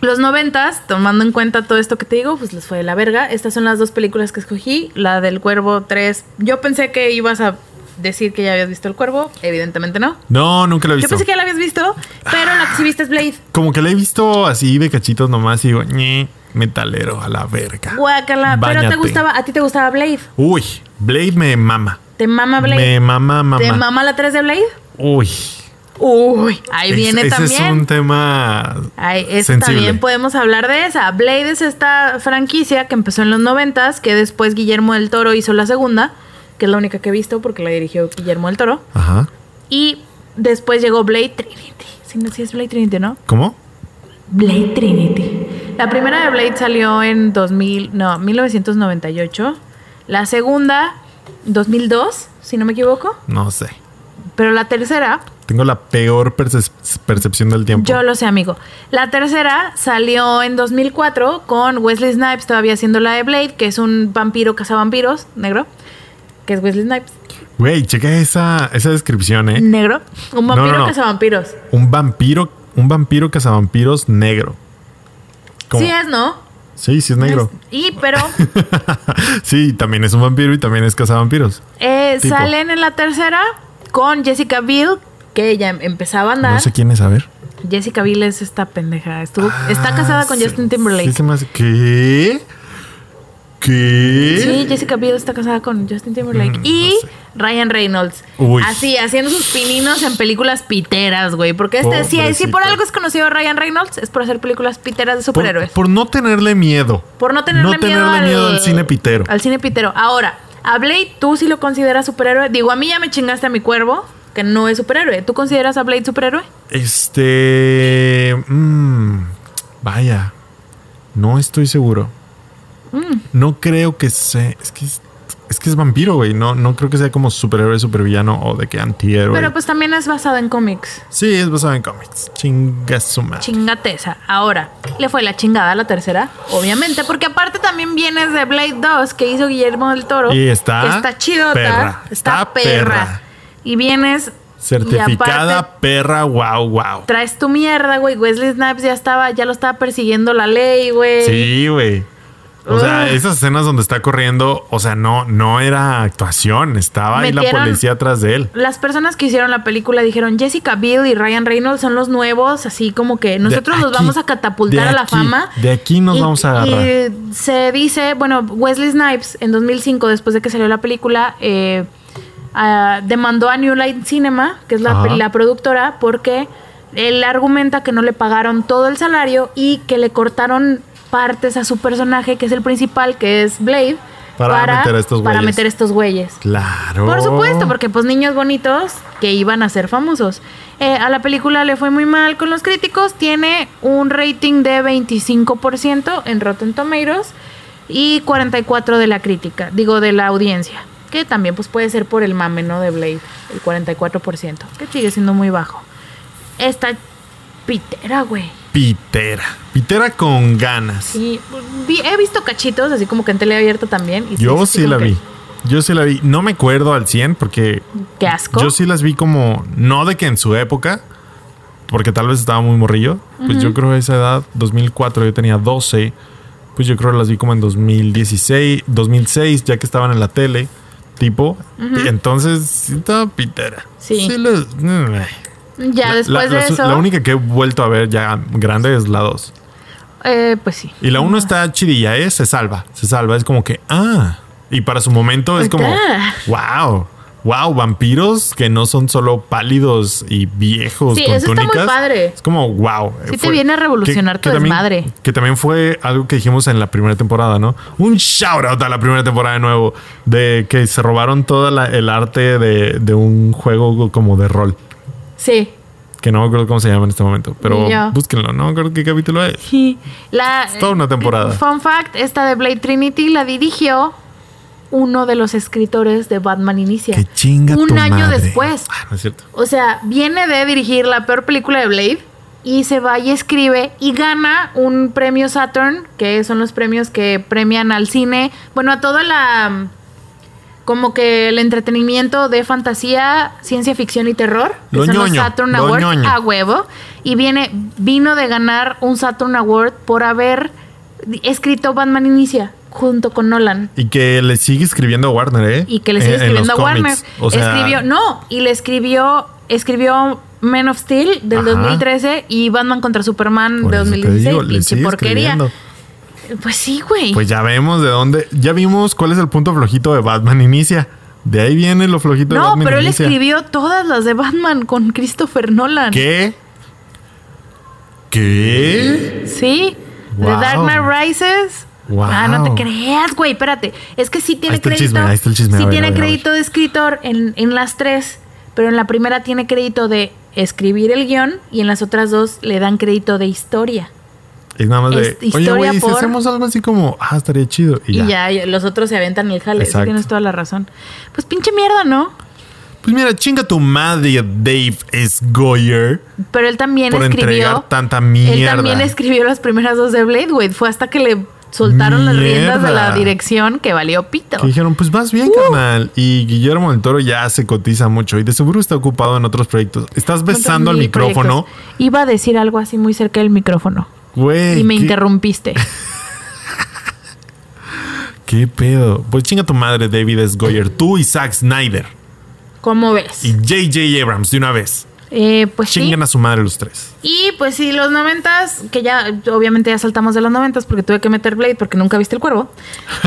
[SPEAKER 1] los noventas, tomando en cuenta todo esto que te digo, pues les fue de la verga. Estas son las dos películas que escogí. La del Cuervo 3. Yo pensé que ibas a decir que ya habías visto El Cuervo. Evidentemente no.
[SPEAKER 2] No, nunca lo he
[SPEAKER 1] Yo
[SPEAKER 2] visto.
[SPEAKER 1] pensé que ya la habías visto, pero la que sí viste es Blade.
[SPEAKER 2] Como que la he visto así de cachitos nomás y digo, ñe, metalero a la verga.
[SPEAKER 1] Guácala. Pero te
[SPEAKER 2] Báñate.
[SPEAKER 1] gustaba, a ti te gustaba Blade.
[SPEAKER 2] Uy, Blade me mama.
[SPEAKER 1] Te mama
[SPEAKER 2] Me
[SPEAKER 1] Ah, Blade.
[SPEAKER 2] mama, mama.
[SPEAKER 1] ¿Te mama la 3 de Blade?
[SPEAKER 2] Uy.
[SPEAKER 1] Uy, ahí
[SPEAKER 2] Es-
[SPEAKER 1] viene
[SPEAKER 2] ese
[SPEAKER 1] también.
[SPEAKER 2] es un tema
[SPEAKER 1] Ay, es-
[SPEAKER 2] sensible.
[SPEAKER 1] también podemos hablar de esa. Blade es esta franquicia que empezó en los noventas, que después Guillermo del Toro hizo la segunda, que es la única que he visto porque la dirigió Guillermo del Toro.
[SPEAKER 2] Ajá.
[SPEAKER 1] Y después llegó Blade Trinity. Si no, si es Blade Trinity, ¿no?
[SPEAKER 2] ¿Cómo?
[SPEAKER 1] Blade Trinity. La primera de Blade salió en 2000, no, 1998. La segunda, 2002, si no me equivoco.
[SPEAKER 2] No sé.
[SPEAKER 1] Pero la tercera,
[SPEAKER 2] Tengo la peor perce- percepción del tiempo.
[SPEAKER 1] Yo lo sé, amigo. La tercera salió en 2004 con Wesley Snipes todavía haciendo la de Blade, que es un vampiro cazavampiros, negro. Que es Wesley Snipes,
[SPEAKER 2] Güey, checa esa, esa descripción, ¿eh?
[SPEAKER 1] negro. Un
[SPEAKER 2] No, no,
[SPEAKER 1] vampiro
[SPEAKER 2] no.
[SPEAKER 1] cazavampiros.
[SPEAKER 2] Un vampiro, un vampiro cazavampiros negro. Como-
[SPEAKER 1] Sí es, ¿no?
[SPEAKER 2] Sí, sí es negro.
[SPEAKER 1] Y
[SPEAKER 2] *laughs*
[SPEAKER 1] pero
[SPEAKER 2] sí, también es un vampiro y también es cazavampiros.
[SPEAKER 1] eh,
[SPEAKER 2] Tipo.
[SPEAKER 1] salen en la tercera con Jessica Biel, que ella em- empezaba a andar.
[SPEAKER 2] No sé quién es, a ver.
[SPEAKER 1] Jessica Biel es esta pendeja. Estuvo, está
[SPEAKER 2] Ah,
[SPEAKER 1] casada con
[SPEAKER 2] sí,
[SPEAKER 1] Justin Timberlake.
[SPEAKER 2] Sí,
[SPEAKER 1] Sí,
[SPEAKER 2] se me hace- ¿Qué? ¿Qué?
[SPEAKER 1] Jessica Biel está casada con Justin Timberlake.
[SPEAKER 2] Mm,
[SPEAKER 1] y
[SPEAKER 2] no sé.
[SPEAKER 1] Ryan Reynolds.
[SPEAKER 2] Uy.
[SPEAKER 1] Así, haciendo sus pininos en películas piteras, güey. Porque este, si, si por
[SPEAKER 2] Pobrecito.
[SPEAKER 1] algo es conocido Ryan Reynolds, es por hacer películas piteras de
[SPEAKER 2] Por-
[SPEAKER 1] superhéroes.
[SPEAKER 2] Por, no tenerle miedo.
[SPEAKER 1] Por no tenerle
[SPEAKER 2] No
[SPEAKER 1] miedo,
[SPEAKER 2] tenerle miedo al cine pitero.
[SPEAKER 1] Al cine pitero. Ahora, a Blade, tú sí lo consideras superhéroe. Digo, a mí ya me chingaste a mi cuervo, que no es superhéroe. ¿Tú consideras a Blade superhéroe?
[SPEAKER 2] Este. mm, vaya. No estoy seguro.
[SPEAKER 1] Mm.
[SPEAKER 2] No creo que sea. Es que es, es que es vampiro, güey. No, no creo que sea como superhéroe, supervillano o de que antihéroe.
[SPEAKER 1] Pero pues también es basado en cómics.
[SPEAKER 2] sí, es basado en cómics. Chinga su madre.
[SPEAKER 1] Chingate esa. Ahora, le fue la chingada a la tercera, obviamente, porque aparte también vienes de Blade 2 que hizo Guillermo del Toro.
[SPEAKER 2] Y está
[SPEAKER 1] que está chidota,
[SPEAKER 2] perra,
[SPEAKER 1] está,
[SPEAKER 2] está
[SPEAKER 1] perra.
[SPEAKER 2] perra.
[SPEAKER 1] Y vienes
[SPEAKER 2] Certificada
[SPEAKER 1] y aparte
[SPEAKER 2] perra, wow, wow.
[SPEAKER 1] traes tu mierda, güey. Wesley Snipes ya estaba, ya lo estaba persiguiendo la ley, güey.
[SPEAKER 2] Sí, güey. O sea,
[SPEAKER 1] Ugh.
[SPEAKER 2] esas escenas donde está corriendo, o sea, no, no era actuación, estaba ahí la
[SPEAKER 1] Metieron-
[SPEAKER 2] policía atrás de él.
[SPEAKER 1] Las personas que hicieron la película dijeron Jessica Biel y Ryan Reynolds son los nuevos, así como que nosotros
[SPEAKER 2] De
[SPEAKER 1] los
[SPEAKER 2] aquí,
[SPEAKER 1] vamos a catapultar
[SPEAKER 2] de
[SPEAKER 1] a la
[SPEAKER 2] aquí,
[SPEAKER 1] fama.
[SPEAKER 2] de aquí nos
[SPEAKER 1] Y-
[SPEAKER 2] vamos a agarrar.
[SPEAKER 1] Y se dice, bueno, Wesley Snipes en 2005, después de que salió la película, eh, ah, demandó a New Line Cinema, que es la,
[SPEAKER 2] Ajá.
[SPEAKER 1] pe- la productora, porque él argumenta que no le pagaron todo el salario y que le cortaron partes a su personaje, que es el principal, que es Blade,
[SPEAKER 2] Para meter a estos
[SPEAKER 1] para
[SPEAKER 2] güeyes.
[SPEAKER 1] meter estos güeyes.
[SPEAKER 2] Claro.
[SPEAKER 1] Por supuesto, porque pues niños bonitos que iban a ser famosos. Eh, a la película le fue muy mal con los críticos, tiene un rating de 25% en Rotten Tomatoes y 44 de la crítica, digo de la audiencia, que también pues puede ser por el mame, ¿no? De Blade, el 44%, que sigue siendo muy bajo. Esta pitera, güey.
[SPEAKER 2] Pitera. Pitera con ganas.
[SPEAKER 1] Sí, vi- he visto cachitos, así como que en tele abierta también. y
[SPEAKER 2] Yo
[SPEAKER 1] es así
[SPEAKER 2] sí
[SPEAKER 1] como
[SPEAKER 2] la
[SPEAKER 1] que,
[SPEAKER 2] vi. Yo sí la vi. No me acuerdo al 100 porque
[SPEAKER 1] Qué asco.
[SPEAKER 2] yo sí las vi como, no de que en su época, porque tal vez estaba muy morrillo. Pues yo creo a esa edad, 2004, yo tenía 12. Pues yo creo que las vi como en 2016, 2006, ya que estaban en la tele, tipo. Entonces, sí estaba pitera.
[SPEAKER 1] Sí.
[SPEAKER 2] les-
[SPEAKER 1] ya
[SPEAKER 2] La-
[SPEAKER 1] después
[SPEAKER 2] la-
[SPEAKER 1] de
[SPEAKER 2] la-
[SPEAKER 1] eso,
[SPEAKER 2] La única que he vuelto a ver ya grande es la 2.
[SPEAKER 1] eh, pues sí.
[SPEAKER 2] Y la 1 está chidilla, ¿eh? Se salva, se salva. Es como que, ah. Y para su momento es como,
[SPEAKER 1] Ah.
[SPEAKER 2] wow, wow, vampiros que no son solo pálidos y viejos
[SPEAKER 1] Sí,
[SPEAKER 2] con
[SPEAKER 1] eso está muy
[SPEAKER 2] túnicas.
[SPEAKER 1] padre.
[SPEAKER 2] Es como, wow.
[SPEAKER 1] Sí te viene a revolucionar tu
[SPEAKER 2] también-
[SPEAKER 1] desmadre.
[SPEAKER 2] Que también fue algo que dijimos en la primera temporada, ¿no? Un shout out a la primera temporada de nuevo, de que se robaron todo la- el arte de, de un juego como de rol.
[SPEAKER 1] Sí.
[SPEAKER 2] Que no me acuerdo cómo se llama en este momento, pero
[SPEAKER 1] Ni yo.
[SPEAKER 2] búsquenlo, no me acuerdo qué capítulo es.
[SPEAKER 1] Sí. La, eh,
[SPEAKER 2] toda una temporada.
[SPEAKER 1] Fun fact, esta de Blade Trinity la dirigió uno de los escritores de Batman Inicia.
[SPEAKER 2] Que chinga
[SPEAKER 1] Un
[SPEAKER 2] tu
[SPEAKER 1] año
[SPEAKER 2] madre.
[SPEAKER 1] después.
[SPEAKER 2] Ah, no es cierto.
[SPEAKER 1] O sea, viene de dirigir la peor película de Blade y se va y escribe y gana un premio Saturn, que son los premios que premian al cine, bueno, a toda la como que el entretenimiento de fantasía, ciencia ficción y terror, que
[SPEAKER 2] Lo
[SPEAKER 1] son los
[SPEAKER 2] ñoño,
[SPEAKER 1] Saturn
[SPEAKER 2] lo
[SPEAKER 1] Awards
[SPEAKER 2] ñoño.
[SPEAKER 1] a huevo y viene vino de ganar un Saturn Award por haber escrito Batman Inicia junto con Nolan.
[SPEAKER 2] Y que le sigue escribiendo a Warner, ¿eh?
[SPEAKER 1] Y que le sigue
[SPEAKER 2] En- en los
[SPEAKER 1] escribiendo a Warner.
[SPEAKER 2] cómics. O sea,
[SPEAKER 1] escribió, no, y le escribió, escribió Man of Steel del
[SPEAKER 2] Ajá.
[SPEAKER 1] 2013 y Batman contra Superman
[SPEAKER 2] por
[SPEAKER 1] de
[SPEAKER 2] eso te
[SPEAKER 1] 2016.
[SPEAKER 2] digo, le
[SPEAKER 1] pinche
[SPEAKER 2] sigue
[SPEAKER 1] porquería.
[SPEAKER 2] escribiendo.
[SPEAKER 1] Pues sí, güey.
[SPEAKER 2] Pues ya vemos de dónde. Ya vimos cuál es el punto flojito de Batman Inicia. De ahí viene lo flojito de
[SPEAKER 1] no,
[SPEAKER 2] Batman
[SPEAKER 1] pero él
[SPEAKER 2] Inicia.
[SPEAKER 1] escribió todas las de Batman con Christopher Nolan.
[SPEAKER 2] ¿Qué? ¿Qué?
[SPEAKER 1] Sí. The
[SPEAKER 2] Wow.
[SPEAKER 1] Dark Knight Rises.
[SPEAKER 2] Wow.
[SPEAKER 1] Ah, no te creas, güey. Espérate. Es que sí tiene
[SPEAKER 2] Ahí está el
[SPEAKER 1] crédito.
[SPEAKER 2] chisme, ahí está el chisme.
[SPEAKER 1] Sí
[SPEAKER 2] A ver,
[SPEAKER 1] tiene
[SPEAKER 2] a ver, a ver.
[SPEAKER 1] crédito de escritor en, en las tres, pero en la primera tiene crédito de escribir el guión y en las otras dos le dan crédito de historia.
[SPEAKER 2] Es nada más de.
[SPEAKER 1] Es
[SPEAKER 2] Oye,
[SPEAKER 1] historia
[SPEAKER 2] güey, si
[SPEAKER 1] por-
[SPEAKER 2] hacemos algo así como. Ah, estaría chido. Y,
[SPEAKER 1] Y,
[SPEAKER 2] ya.
[SPEAKER 1] ya. y los otros se aventan el jale. Sí,
[SPEAKER 2] Exacto.
[SPEAKER 1] tienes toda la razón. Pues pinche mierda, ¿no?
[SPEAKER 2] Pues mira, chinga tu madre, Dave S. Goyer.
[SPEAKER 1] Pero él también
[SPEAKER 2] Por
[SPEAKER 1] escribió.
[SPEAKER 2] entregar tanta mierda.
[SPEAKER 1] Él también escribió las primeras dos de Blade, güey. Fue hasta que le soltaron las riendas de la
[SPEAKER 2] Mierda.
[SPEAKER 1] dirección que valió pito.
[SPEAKER 2] Que dijeron, pues más bien, carnal. Y Guillermo del Toro ya se cotiza mucho y de seguro está ocupado en otros proyectos. Estás besando al
[SPEAKER 1] Mil
[SPEAKER 2] micrófono.
[SPEAKER 1] proyectos. Iba a decir algo así muy cerca del micrófono.
[SPEAKER 2] Güey.
[SPEAKER 1] y me
[SPEAKER 2] *laughs* qué-
[SPEAKER 1] interrumpiste.
[SPEAKER 2] ¿Qué pedo? Pues chinga tu madre, David S. Goyer. Tú y Zack Snyder.
[SPEAKER 1] ¿Cómo ves?
[SPEAKER 2] Y J.J. Abrams de una vez.
[SPEAKER 1] Eh, pues sí.
[SPEAKER 2] Chingan a su madre los tres. *laughs*
[SPEAKER 1] Y pues sí, los noventas, que ya obviamente ya saltamos de los noventas porque tuve que meter Blade porque nunca viste el cuervo.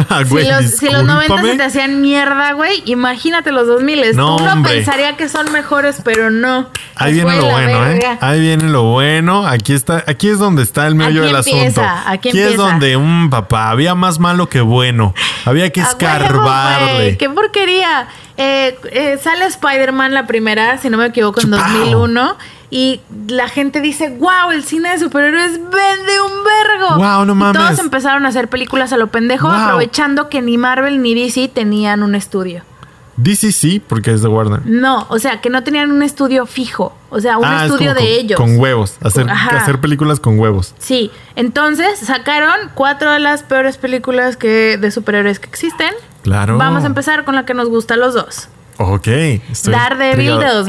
[SPEAKER 2] Ah,
[SPEAKER 1] *laughs*
[SPEAKER 2] Güey,
[SPEAKER 1] si, los, si los noventas
[SPEAKER 2] discúlpame.
[SPEAKER 1] se te hacían mierda, güey, imagínate los dos miles.
[SPEAKER 2] No,
[SPEAKER 1] Uno
[SPEAKER 2] hombre.
[SPEAKER 1] pensaría que son mejores, pero no.
[SPEAKER 2] Ahí
[SPEAKER 1] Les fue
[SPEAKER 2] viene lo
[SPEAKER 1] la
[SPEAKER 2] bueno, ¿eh?
[SPEAKER 1] verga. Ah,
[SPEAKER 2] Ahí viene lo bueno. Aquí está, aquí es donde está el meollo
[SPEAKER 1] Aquí
[SPEAKER 2] del asunto.
[SPEAKER 1] empieza, aquí
[SPEAKER 2] es
[SPEAKER 1] empieza.
[SPEAKER 2] donde, un papá, había más malo que bueno. Había
[SPEAKER 1] *laughs*
[SPEAKER 2] que
[SPEAKER 1] A huevo, güey,
[SPEAKER 2] escarbarle.
[SPEAKER 1] ¡Qué porquería! Eh, eh, sale Spider-Man la primera, si no me equivoco, en
[SPEAKER 2] Chupao.
[SPEAKER 1] 2001. Y la gente dice, wow, el cine de superhéroes vende un vergo.
[SPEAKER 2] Guau, no
[SPEAKER 1] Y
[SPEAKER 2] mames.
[SPEAKER 1] todos empezaron a hacer películas a lo pendejo,
[SPEAKER 2] Guau.
[SPEAKER 1] aprovechando que ni Marvel ni DC tenían un estudio.
[SPEAKER 2] DC sí, porque es de Warner.
[SPEAKER 1] No, o sea, que no tenían un estudio fijo. O sea, un
[SPEAKER 2] Ah, es
[SPEAKER 1] estudio
[SPEAKER 2] como
[SPEAKER 1] de
[SPEAKER 2] con-
[SPEAKER 1] ellos.
[SPEAKER 2] Con huevos. Hacer,
[SPEAKER 1] Ajá.
[SPEAKER 2] hacer películas con huevos.
[SPEAKER 1] Sí, entonces sacaron cuatro de las peores películas que, de superhéroes que existen.
[SPEAKER 2] Claro.
[SPEAKER 1] Vamos a empezar con la que nos gusta a los dos.
[SPEAKER 2] Ok. estoy
[SPEAKER 1] Daredevil de
[SPEAKER 2] intrigado.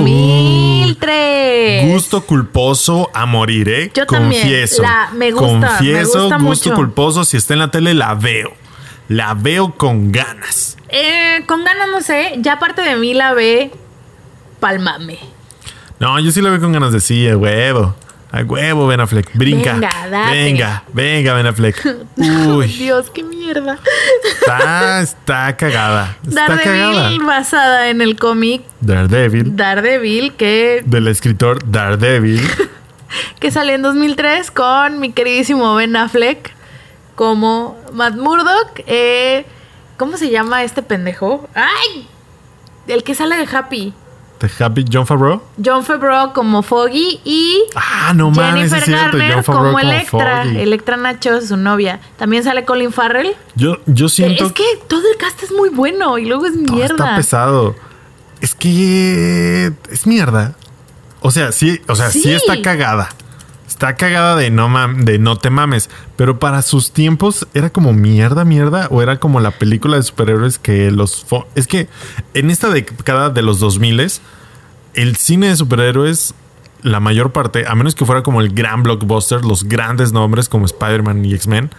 [SPEAKER 1] 2003.
[SPEAKER 2] Uh, gusto culposo a morir, ¿eh?
[SPEAKER 1] Yo también.
[SPEAKER 2] Confieso.
[SPEAKER 1] La- me gusta, me
[SPEAKER 2] Confieso,
[SPEAKER 1] gusta
[SPEAKER 2] gusto
[SPEAKER 1] mucho.
[SPEAKER 2] culposo. Si está en la tele, la veo. La veo con ganas.
[SPEAKER 1] Eh, con ganas, no sé. Ya parte de mí la ve palmame.
[SPEAKER 2] No, yo sí la veo con ganas de sí, a huevo. A huevo, Ben Affleck. Brinca.
[SPEAKER 1] Venga, date.
[SPEAKER 2] Venga, venga,
[SPEAKER 1] *laughs*
[SPEAKER 2] Ben Affleck. Uy,
[SPEAKER 1] Dios, qué mierda.
[SPEAKER 2] está, está cagada. Está cagada.
[SPEAKER 1] Daredevil basada en el cómic
[SPEAKER 2] Daredevil.
[SPEAKER 1] Daredevil que,
[SPEAKER 2] Del escritor Daredevil.
[SPEAKER 1] que salió en 2003 con mi queridísimo Ben Affleck como Matt Murdock. eh, ¿Cómo se llama este pendejo? ¡Ay! El que sale de Happy.
[SPEAKER 2] de Happy John Favreau.
[SPEAKER 1] John Favreau como Foggy y
[SPEAKER 2] Ah, no mames,
[SPEAKER 1] Jennifer
[SPEAKER 2] es cierto. John
[SPEAKER 1] Garner
[SPEAKER 2] Favreau
[SPEAKER 1] como Electra,
[SPEAKER 2] Foggy.
[SPEAKER 1] Electra Nacho, su novia. También sale Colin Farrell.
[SPEAKER 2] Yo, yo siento
[SPEAKER 1] Es que todo el cast es muy bueno y luego es
[SPEAKER 2] No, está
[SPEAKER 1] mierda.
[SPEAKER 2] pesado. Es que es mierda. O sea, sí, o sea, sí,
[SPEAKER 1] Sí.
[SPEAKER 2] está cagada. Está cagada de no mam- de no te mames, pero para sus tiempos era como mierda, mierda o era como la película de superhéroes que los fo- es que en esta década de los 2000 el cine de superhéroes la mayor parte, a menos que fuera como el gran blockbuster, los grandes nombres como Spider-Man y X-Men,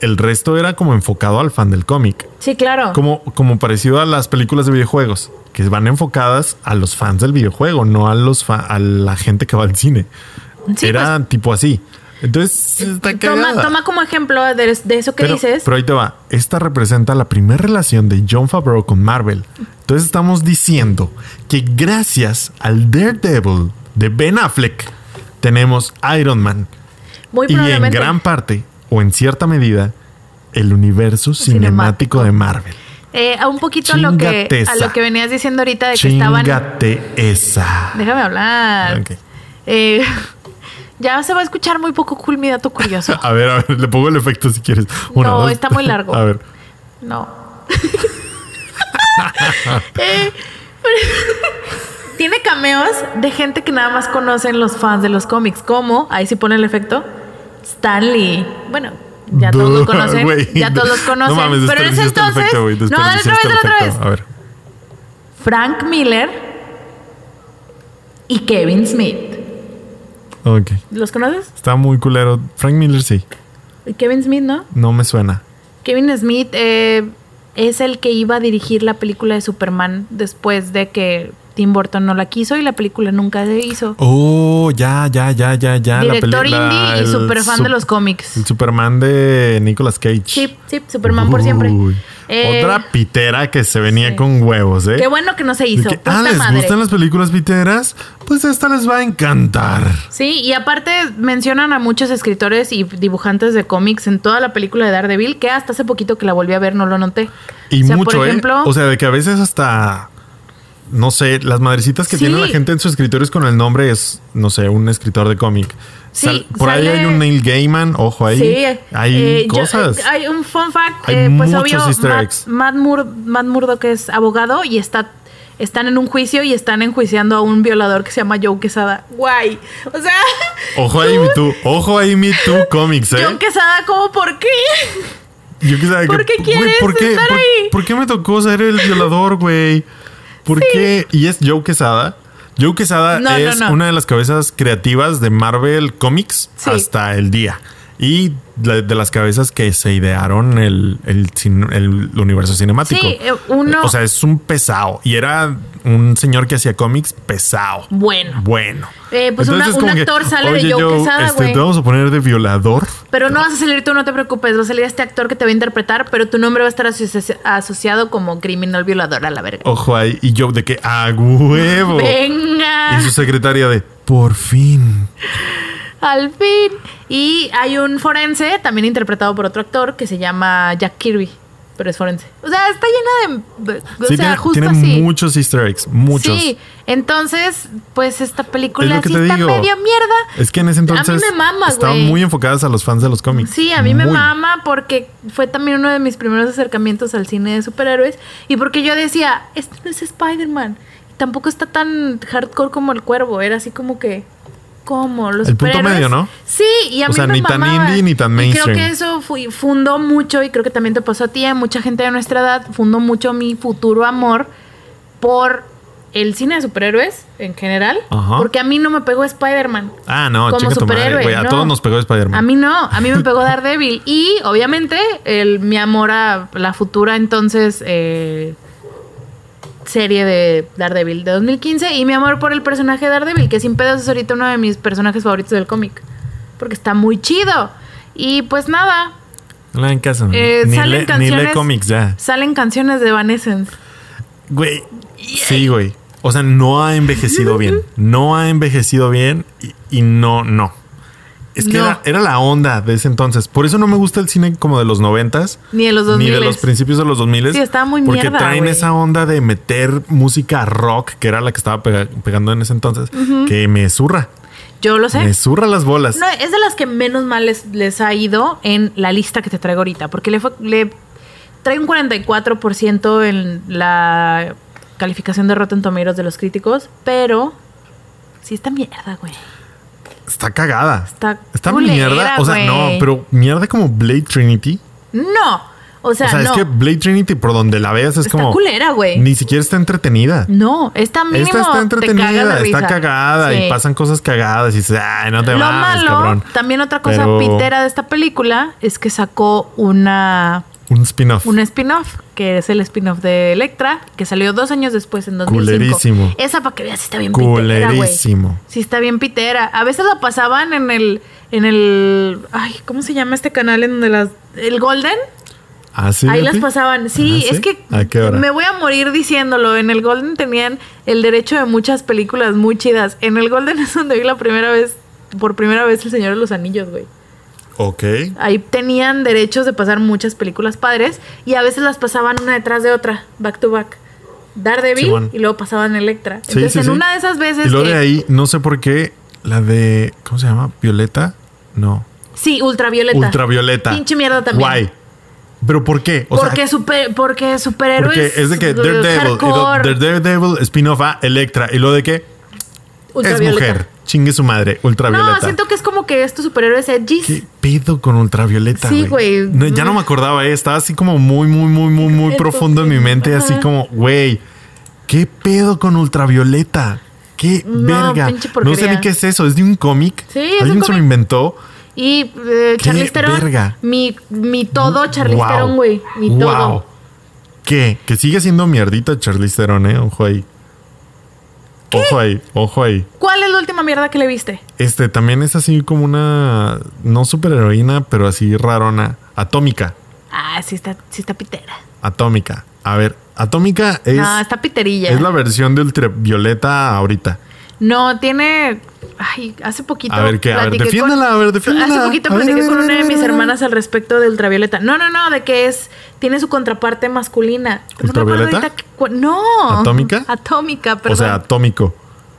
[SPEAKER 2] el resto era como enfocado al fan del cómic.
[SPEAKER 1] sí, claro.
[SPEAKER 2] Como, como parecido a las películas de videojuegos, que van enfocadas a los fans del videojuego, no a los fa- a la gente que va al cine.
[SPEAKER 1] Sí, pues.
[SPEAKER 2] Era tipo así. Entonces, está
[SPEAKER 1] Toma,
[SPEAKER 2] cagada.
[SPEAKER 1] toma como ejemplo de, de eso que
[SPEAKER 2] pero,
[SPEAKER 1] dices.
[SPEAKER 2] pero ahí te va. Esta representa la primera relación de John Favreau con Marvel. Entonces estamos diciendo que gracias al Daredevil de Ben Affleck tenemos Iron Man.
[SPEAKER 1] muy
[SPEAKER 2] y en
[SPEAKER 1] probablemente.
[SPEAKER 2] gran parte, o en cierta medida, el universo
[SPEAKER 1] Cinemático.
[SPEAKER 2] cinemático de Marvel.
[SPEAKER 1] Eh, a un poquito a lo, que,
[SPEAKER 2] Chingate
[SPEAKER 1] a lo
[SPEAKER 2] esa.
[SPEAKER 1] que venías diciendo ahorita de que estaban.
[SPEAKER 2] Chingate esa.
[SPEAKER 1] Déjame hablar.
[SPEAKER 2] Ah, Ok.
[SPEAKER 1] Eh, *laughs* ya se va a escuchar muy poco cool mi dato
[SPEAKER 2] *laughs*
[SPEAKER 1] curioso.
[SPEAKER 2] A ver, a ver, le pongo el efecto si quieres. Una,
[SPEAKER 1] No,
[SPEAKER 2] dos.
[SPEAKER 1] está muy largo.
[SPEAKER 2] *laughs* A ver.
[SPEAKER 1] No. *laughs* Eh, *laughs* tiene cameos de gente que nada más conocen los fans de los cómics, como, ahí sí pone el efecto, Stanley. Bueno, ya todos lo conocen.
[SPEAKER 2] Güey,
[SPEAKER 1] ya todos los conocen.
[SPEAKER 2] No mames,
[SPEAKER 1] pero en ese
[SPEAKER 2] desperdiciaste
[SPEAKER 1] entonces.
[SPEAKER 2] el efecto, güey,
[SPEAKER 1] no, dale otra vez,
[SPEAKER 2] desperdiciaste
[SPEAKER 1] dale
[SPEAKER 2] el
[SPEAKER 1] otra vez.
[SPEAKER 2] efecto. A ver.
[SPEAKER 1] Frank Miller y Kevin Smith.
[SPEAKER 2] Ok.
[SPEAKER 1] ¿Los conoces?
[SPEAKER 2] Está muy culero. Frank Miller sí.
[SPEAKER 1] Kevin Smith, ¿no?
[SPEAKER 2] No me suena.
[SPEAKER 1] Kevin Smith eh, es el que iba a dirigir la película de Superman después de que Tim Burton no la quiso y la película nunca se hizo.
[SPEAKER 2] Oh, ya, ya, ya, ya, ya. Ah, la
[SPEAKER 1] Director
[SPEAKER 2] peli- la-
[SPEAKER 1] indie y
[SPEAKER 2] el
[SPEAKER 1] super fan de
[SPEAKER 2] sup-
[SPEAKER 1] los cómics.
[SPEAKER 2] El Superman de Nicolas Cage.
[SPEAKER 1] Sí, sí, Superman por siempre.
[SPEAKER 2] Uy.
[SPEAKER 1] Eh,
[SPEAKER 2] Otra pitera que se venía
[SPEAKER 1] sí.
[SPEAKER 2] con huevos, ¿eh?
[SPEAKER 1] Qué bueno que no se
[SPEAKER 2] De
[SPEAKER 1] hizo.
[SPEAKER 2] que,
[SPEAKER 1] puta
[SPEAKER 2] ah, ¿les
[SPEAKER 1] madre.
[SPEAKER 2] gustan las películas piteras? Pues esta les va a encantar.
[SPEAKER 1] Sí, y aparte mencionan a muchos escritores y dibujantes de cómics en toda la película de Daredevil, que hasta hace poquito que la volví a ver no lo noté.
[SPEAKER 2] Y
[SPEAKER 1] O sea,
[SPEAKER 2] mucho,
[SPEAKER 1] por ejemplo,
[SPEAKER 2] ¿eh? O sea, de que a veces hasta. No sé, las madrecitas que
[SPEAKER 1] Sí.
[SPEAKER 2] tiene la gente en sus escritores con el nombre es, no sé, un escritor de cómic.
[SPEAKER 1] Sí,
[SPEAKER 2] Sal- por ahí
[SPEAKER 1] sale-
[SPEAKER 2] hay un Neil Gaiman, ojo ahí.
[SPEAKER 1] Sí,
[SPEAKER 2] hay
[SPEAKER 1] eh, yo-
[SPEAKER 2] cosas.
[SPEAKER 1] eh, hay un fun fact,
[SPEAKER 2] Hay
[SPEAKER 1] eh, pues
[SPEAKER 2] muchos
[SPEAKER 1] obvio,
[SPEAKER 2] easter
[SPEAKER 1] Matt,
[SPEAKER 2] eggs.
[SPEAKER 1] Matt Mur- Matt Murdock es abogado y está, están en un juicio y están enjuiciando a un violador que se llama Joe Quesada. Guay. O
[SPEAKER 2] *laughs*
[SPEAKER 1] sea,
[SPEAKER 2] ojo ahí, Me Too. Ojo ahí, Me Too Comics, ¿eh?
[SPEAKER 1] Joe Quesada, ¿cómo por qué? *laughs*
[SPEAKER 2] Yo quisiera que-
[SPEAKER 1] ¿Por qué
[SPEAKER 2] güey,
[SPEAKER 1] quieres
[SPEAKER 2] ¿por qué,
[SPEAKER 1] estar
[SPEAKER 2] por-
[SPEAKER 1] ahí?
[SPEAKER 2] por qué me tocó ser el violador, güey? ¿Por qué? Y es Joe Quesada. Joe Quesada
[SPEAKER 1] No, no,
[SPEAKER 2] es
[SPEAKER 1] no.
[SPEAKER 2] una de las cabezas creativas de Marvel Comics
[SPEAKER 1] Sí.
[SPEAKER 2] hasta el día. y la- de las cabezas que se idearon el, el cin- el universo cinemático.
[SPEAKER 1] Sí, eh, uno-
[SPEAKER 2] O sea, es un pesado. Y era un señor que hacía cómics pesado.
[SPEAKER 1] Bueno.
[SPEAKER 2] Bueno.
[SPEAKER 1] Eh, pues una- un
[SPEAKER 2] como
[SPEAKER 1] actor sale de
[SPEAKER 2] "Oye,
[SPEAKER 1] Joe Quesada,
[SPEAKER 2] este,
[SPEAKER 1] güey".
[SPEAKER 2] Te vamos a poner de violador.
[SPEAKER 1] Pero no vas a salir tú, no te preocupes. Va a salir este actor que te va a interpretar, pero tu nombre va a estar asoci- asociado como criminal violador a la verga.
[SPEAKER 2] Ojo ahí. Y yo de que a huevo.
[SPEAKER 1] Venga.
[SPEAKER 2] Oh. Y su secretaria de por fin.
[SPEAKER 1] Al fin. Y hay un forense, también interpretado por otro actor, que se llama Jack Kirby, pero es forense. O sea, está llena de... O sea,
[SPEAKER 2] Sí, tiene,
[SPEAKER 1] justo
[SPEAKER 2] tiene
[SPEAKER 1] así.
[SPEAKER 2] muchos easter eggs. Muchos.
[SPEAKER 1] Sí, entonces, pues esta película
[SPEAKER 2] Es lo que
[SPEAKER 1] sí
[SPEAKER 2] te
[SPEAKER 1] está
[SPEAKER 2] digo.
[SPEAKER 1] medio mierda.
[SPEAKER 2] Es que en ese entonces
[SPEAKER 1] A mí me mama,
[SPEAKER 2] estaban
[SPEAKER 1] güey.
[SPEAKER 2] muy enfocadas a los fans de los cómics.
[SPEAKER 1] Sí, a mí me
[SPEAKER 2] Muy.
[SPEAKER 1] mama porque fue también uno de mis primeros acercamientos al cine de superhéroes y porque yo decía, esto no es Spider-Man, tampoco está tan hardcore como el cuervo, era así como que, ¿cómo? Los
[SPEAKER 2] El punto
[SPEAKER 1] superhéroes-
[SPEAKER 2] medio, ¿no?
[SPEAKER 1] Sí, y a
[SPEAKER 2] O
[SPEAKER 1] mí
[SPEAKER 2] sea,
[SPEAKER 1] me
[SPEAKER 2] ni tan
[SPEAKER 1] mamaba.
[SPEAKER 2] indie ni tan
[SPEAKER 1] Y creo
[SPEAKER 2] mainstream.
[SPEAKER 1] que eso fui- fundó mucho y creo que también te pasó a ti, a mucha gente de nuestra edad, fundó mucho mi futuro amor por el cine de superhéroes en general,
[SPEAKER 2] Ajá.
[SPEAKER 1] porque a mí no me pegó Spider-Man.
[SPEAKER 2] Ah, no,
[SPEAKER 1] como
[SPEAKER 2] chica tu madre,
[SPEAKER 1] superhéroe.
[SPEAKER 2] güey. A
[SPEAKER 1] no.
[SPEAKER 2] todos nos pegó Spider-Man.
[SPEAKER 1] A mí no, a mí me pegó Daredevil. Y obviamente, el, mi amor a la futura entonces eh, serie de Daredevil de 2015 y mi amor por el personaje de Daredevil, que sin pedos es ahorita uno de mis personajes favoritos del cómic. Porque está muy chido. Y pues nada,
[SPEAKER 2] No la en casa.
[SPEAKER 1] eh,
[SPEAKER 2] ni,
[SPEAKER 1] salen
[SPEAKER 2] le, ni
[SPEAKER 1] canciones.
[SPEAKER 2] lee cómics ya.
[SPEAKER 1] salen canciones de Evanescence.
[SPEAKER 2] Güey. Sí, güey. O sea, no ha envejecido bien. No ha envejecido bien y, y no, no. Es que
[SPEAKER 1] No.
[SPEAKER 2] Era, era la onda de ese entonces. Por eso no me gusta el cine como de los noventas.
[SPEAKER 1] Ni de los
[SPEAKER 2] Ni de
[SPEAKER 1] 2000s.
[SPEAKER 2] los principios de los 2000.
[SPEAKER 1] Sí, estaba muy
[SPEAKER 2] Porque
[SPEAKER 1] mierda,
[SPEAKER 2] traen
[SPEAKER 1] güey.
[SPEAKER 2] esa onda de meter música rock, que era la que estaba pega- pegando en ese entonces, que me zurra.
[SPEAKER 1] Yo lo sé.
[SPEAKER 2] Me zurra las bolas.
[SPEAKER 1] No, es de las que menos mal les, les ha ido en la lista que te traigo ahorita, porque le, fue- le trae un 44% en la calificación de Rotten Tomatoes de los críticos, pero sí está mierda, güey.
[SPEAKER 2] Está cagada.
[SPEAKER 1] Está
[SPEAKER 2] Está
[SPEAKER 1] culera,
[SPEAKER 2] mierda. O sea, no,
[SPEAKER 1] güey.
[SPEAKER 2] pero mierda como Blade Trinity.
[SPEAKER 1] No, o sea,
[SPEAKER 2] O sea,
[SPEAKER 1] no.
[SPEAKER 2] es que Blade Trinity, por donde la veas, es
[SPEAKER 1] Está
[SPEAKER 2] como.
[SPEAKER 1] culera, güey.
[SPEAKER 2] Ni siquiera está entretenida.
[SPEAKER 1] No, está mínimo
[SPEAKER 2] Esta
[SPEAKER 1] te
[SPEAKER 2] está
[SPEAKER 1] cagas de
[SPEAKER 2] entretenida,
[SPEAKER 1] risa.
[SPEAKER 2] está cagada
[SPEAKER 1] Sí.
[SPEAKER 2] y pasan cosas cagadas y dices, ay, no te
[SPEAKER 1] Lo
[SPEAKER 2] mames,
[SPEAKER 1] malo,
[SPEAKER 2] cabrón.
[SPEAKER 1] también otra cosa
[SPEAKER 2] Pero
[SPEAKER 1] pitera de esta película es que sacó una
[SPEAKER 2] Un spin-off.
[SPEAKER 1] un spin-off, que es el spin-off de Electra, que salió dos años después, en 2005.
[SPEAKER 2] Culerísimo.
[SPEAKER 1] Esa para que veas si está bien pitera, güey.
[SPEAKER 2] Culerísimo.
[SPEAKER 1] Sí está bien pitera. A veces la pasaban en el... En el... Ay, ¿cómo se llama este canal en donde las... El Golden?
[SPEAKER 2] Ah, sí,
[SPEAKER 1] Ahí las
[SPEAKER 2] Leti?
[SPEAKER 1] pasaban. Sí,
[SPEAKER 2] Ah,
[SPEAKER 1] es que
[SPEAKER 2] ¿A qué hora?
[SPEAKER 1] me voy a morir diciéndolo. En el Golden tenían el derecho de muchas películas muy chidas. En el Golden *laughs* es donde vi la primera vez, por primera vez, El Señor de los Anillos, güey.
[SPEAKER 2] Ok.
[SPEAKER 1] Ahí tenían derechos de pasar muchas películas padres y a veces las pasaban una detrás de otra, back to back. Daredevil
[SPEAKER 2] Simón.
[SPEAKER 1] y luego pasaban Electra.
[SPEAKER 2] Sí,
[SPEAKER 1] Entonces,
[SPEAKER 2] sí,
[SPEAKER 1] en
[SPEAKER 2] sí.
[SPEAKER 1] una de esas veces.
[SPEAKER 2] Y luego
[SPEAKER 1] que-
[SPEAKER 2] de ahí, no sé por qué, la de. ¿Cómo se llama? ¿Violeta? No.
[SPEAKER 1] Sí, ultravioleta.
[SPEAKER 2] Ultravioleta.
[SPEAKER 1] Pinche mierda también.
[SPEAKER 2] Guay. ¿Pero por qué? O sea,
[SPEAKER 1] porque, super, porque superhéroes.
[SPEAKER 2] porque es de que
[SPEAKER 1] eh,
[SPEAKER 2] Daredevil, y luego
[SPEAKER 1] hardcore,
[SPEAKER 2] Daredevil, spin-off a Electra. Y luego de que es
[SPEAKER 1] ultravioleta.
[SPEAKER 2] mujer. Chingue su madre. Ultravioleta.
[SPEAKER 1] No, siento que es como que estos superhéroes edgys.
[SPEAKER 2] ¿Qué pedo con ultravioleta?
[SPEAKER 1] Sí, güey.
[SPEAKER 2] No, ya no me acordaba, eh. estaba así como muy, muy, muy, muy, muy
[SPEAKER 1] Entonces,
[SPEAKER 2] profundo en mi mente, así
[SPEAKER 1] ajá.
[SPEAKER 2] como, güey, ¿qué pedo con ultravioleta? ¿Qué
[SPEAKER 1] No,
[SPEAKER 2] verga?
[SPEAKER 1] pinche
[SPEAKER 2] No
[SPEAKER 1] porquería.
[SPEAKER 2] sé ni qué es eso, es de un cómic.
[SPEAKER 1] Sí, es
[SPEAKER 2] Alguien
[SPEAKER 1] un
[SPEAKER 2] se lo
[SPEAKER 1] cómic.
[SPEAKER 2] inventó.
[SPEAKER 1] Y eh,
[SPEAKER 2] Qué
[SPEAKER 1] Charlize Theron,
[SPEAKER 2] verga. Mm,
[SPEAKER 1] Mi, mi todo, Charlize
[SPEAKER 2] Wow.
[SPEAKER 1] Theron, güey. Mi todo.
[SPEAKER 2] Wow. ¿Qué? Que sigue siendo mierdita Charlize Theron, eh. Ojo ahí. Ojo ahí, ojo ahí.
[SPEAKER 1] ¿Cuál es la última mierda que le viste?
[SPEAKER 2] Este también es así como una, no superheroína, pero así rarona, atómica.
[SPEAKER 1] Ah, sí está, sí está pitera.
[SPEAKER 2] Atómica. A ver, Atómica es,
[SPEAKER 1] no, está piterilla.
[SPEAKER 2] es la versión de Ultravioleta ahorita.
[SPEAKER 1] No, tiene. Ay, hace poquito.
[SPEAKER 2] A ver, ¿qué? A ver,
[SPEAKER 1] platiqué
[SPEAKER 2] defiéndala, a ver, defiéndala.
[SPEAKER 1] Hace poquito
[SPEAKER 2] A ver,
[SPEAKER 1] platiqué
[SPEAKER 2] a ver,
[SPEAKER 1] con
[SPEAKER 2] a ver,
[SPEAKER 1] una de
[SPEAKER 2] a ver,
[SPEAKER 1] mis
[SPEAKER 2] a ver.
[SPEAKER 1] hermanas al respecto de ultravioleta. No, no, no, de que es. Tiene su contraparte masculina. No me acuerdo
[SPEAKER 2] ¿Ultravioleta?
[SPEAKER 1] ahorita qué- cu- No.
[SPEAKER 2] ¿Atómica?
[SPEAKER 1] Atómica, perdón.
[SPEAKER 2] O sea, atómico.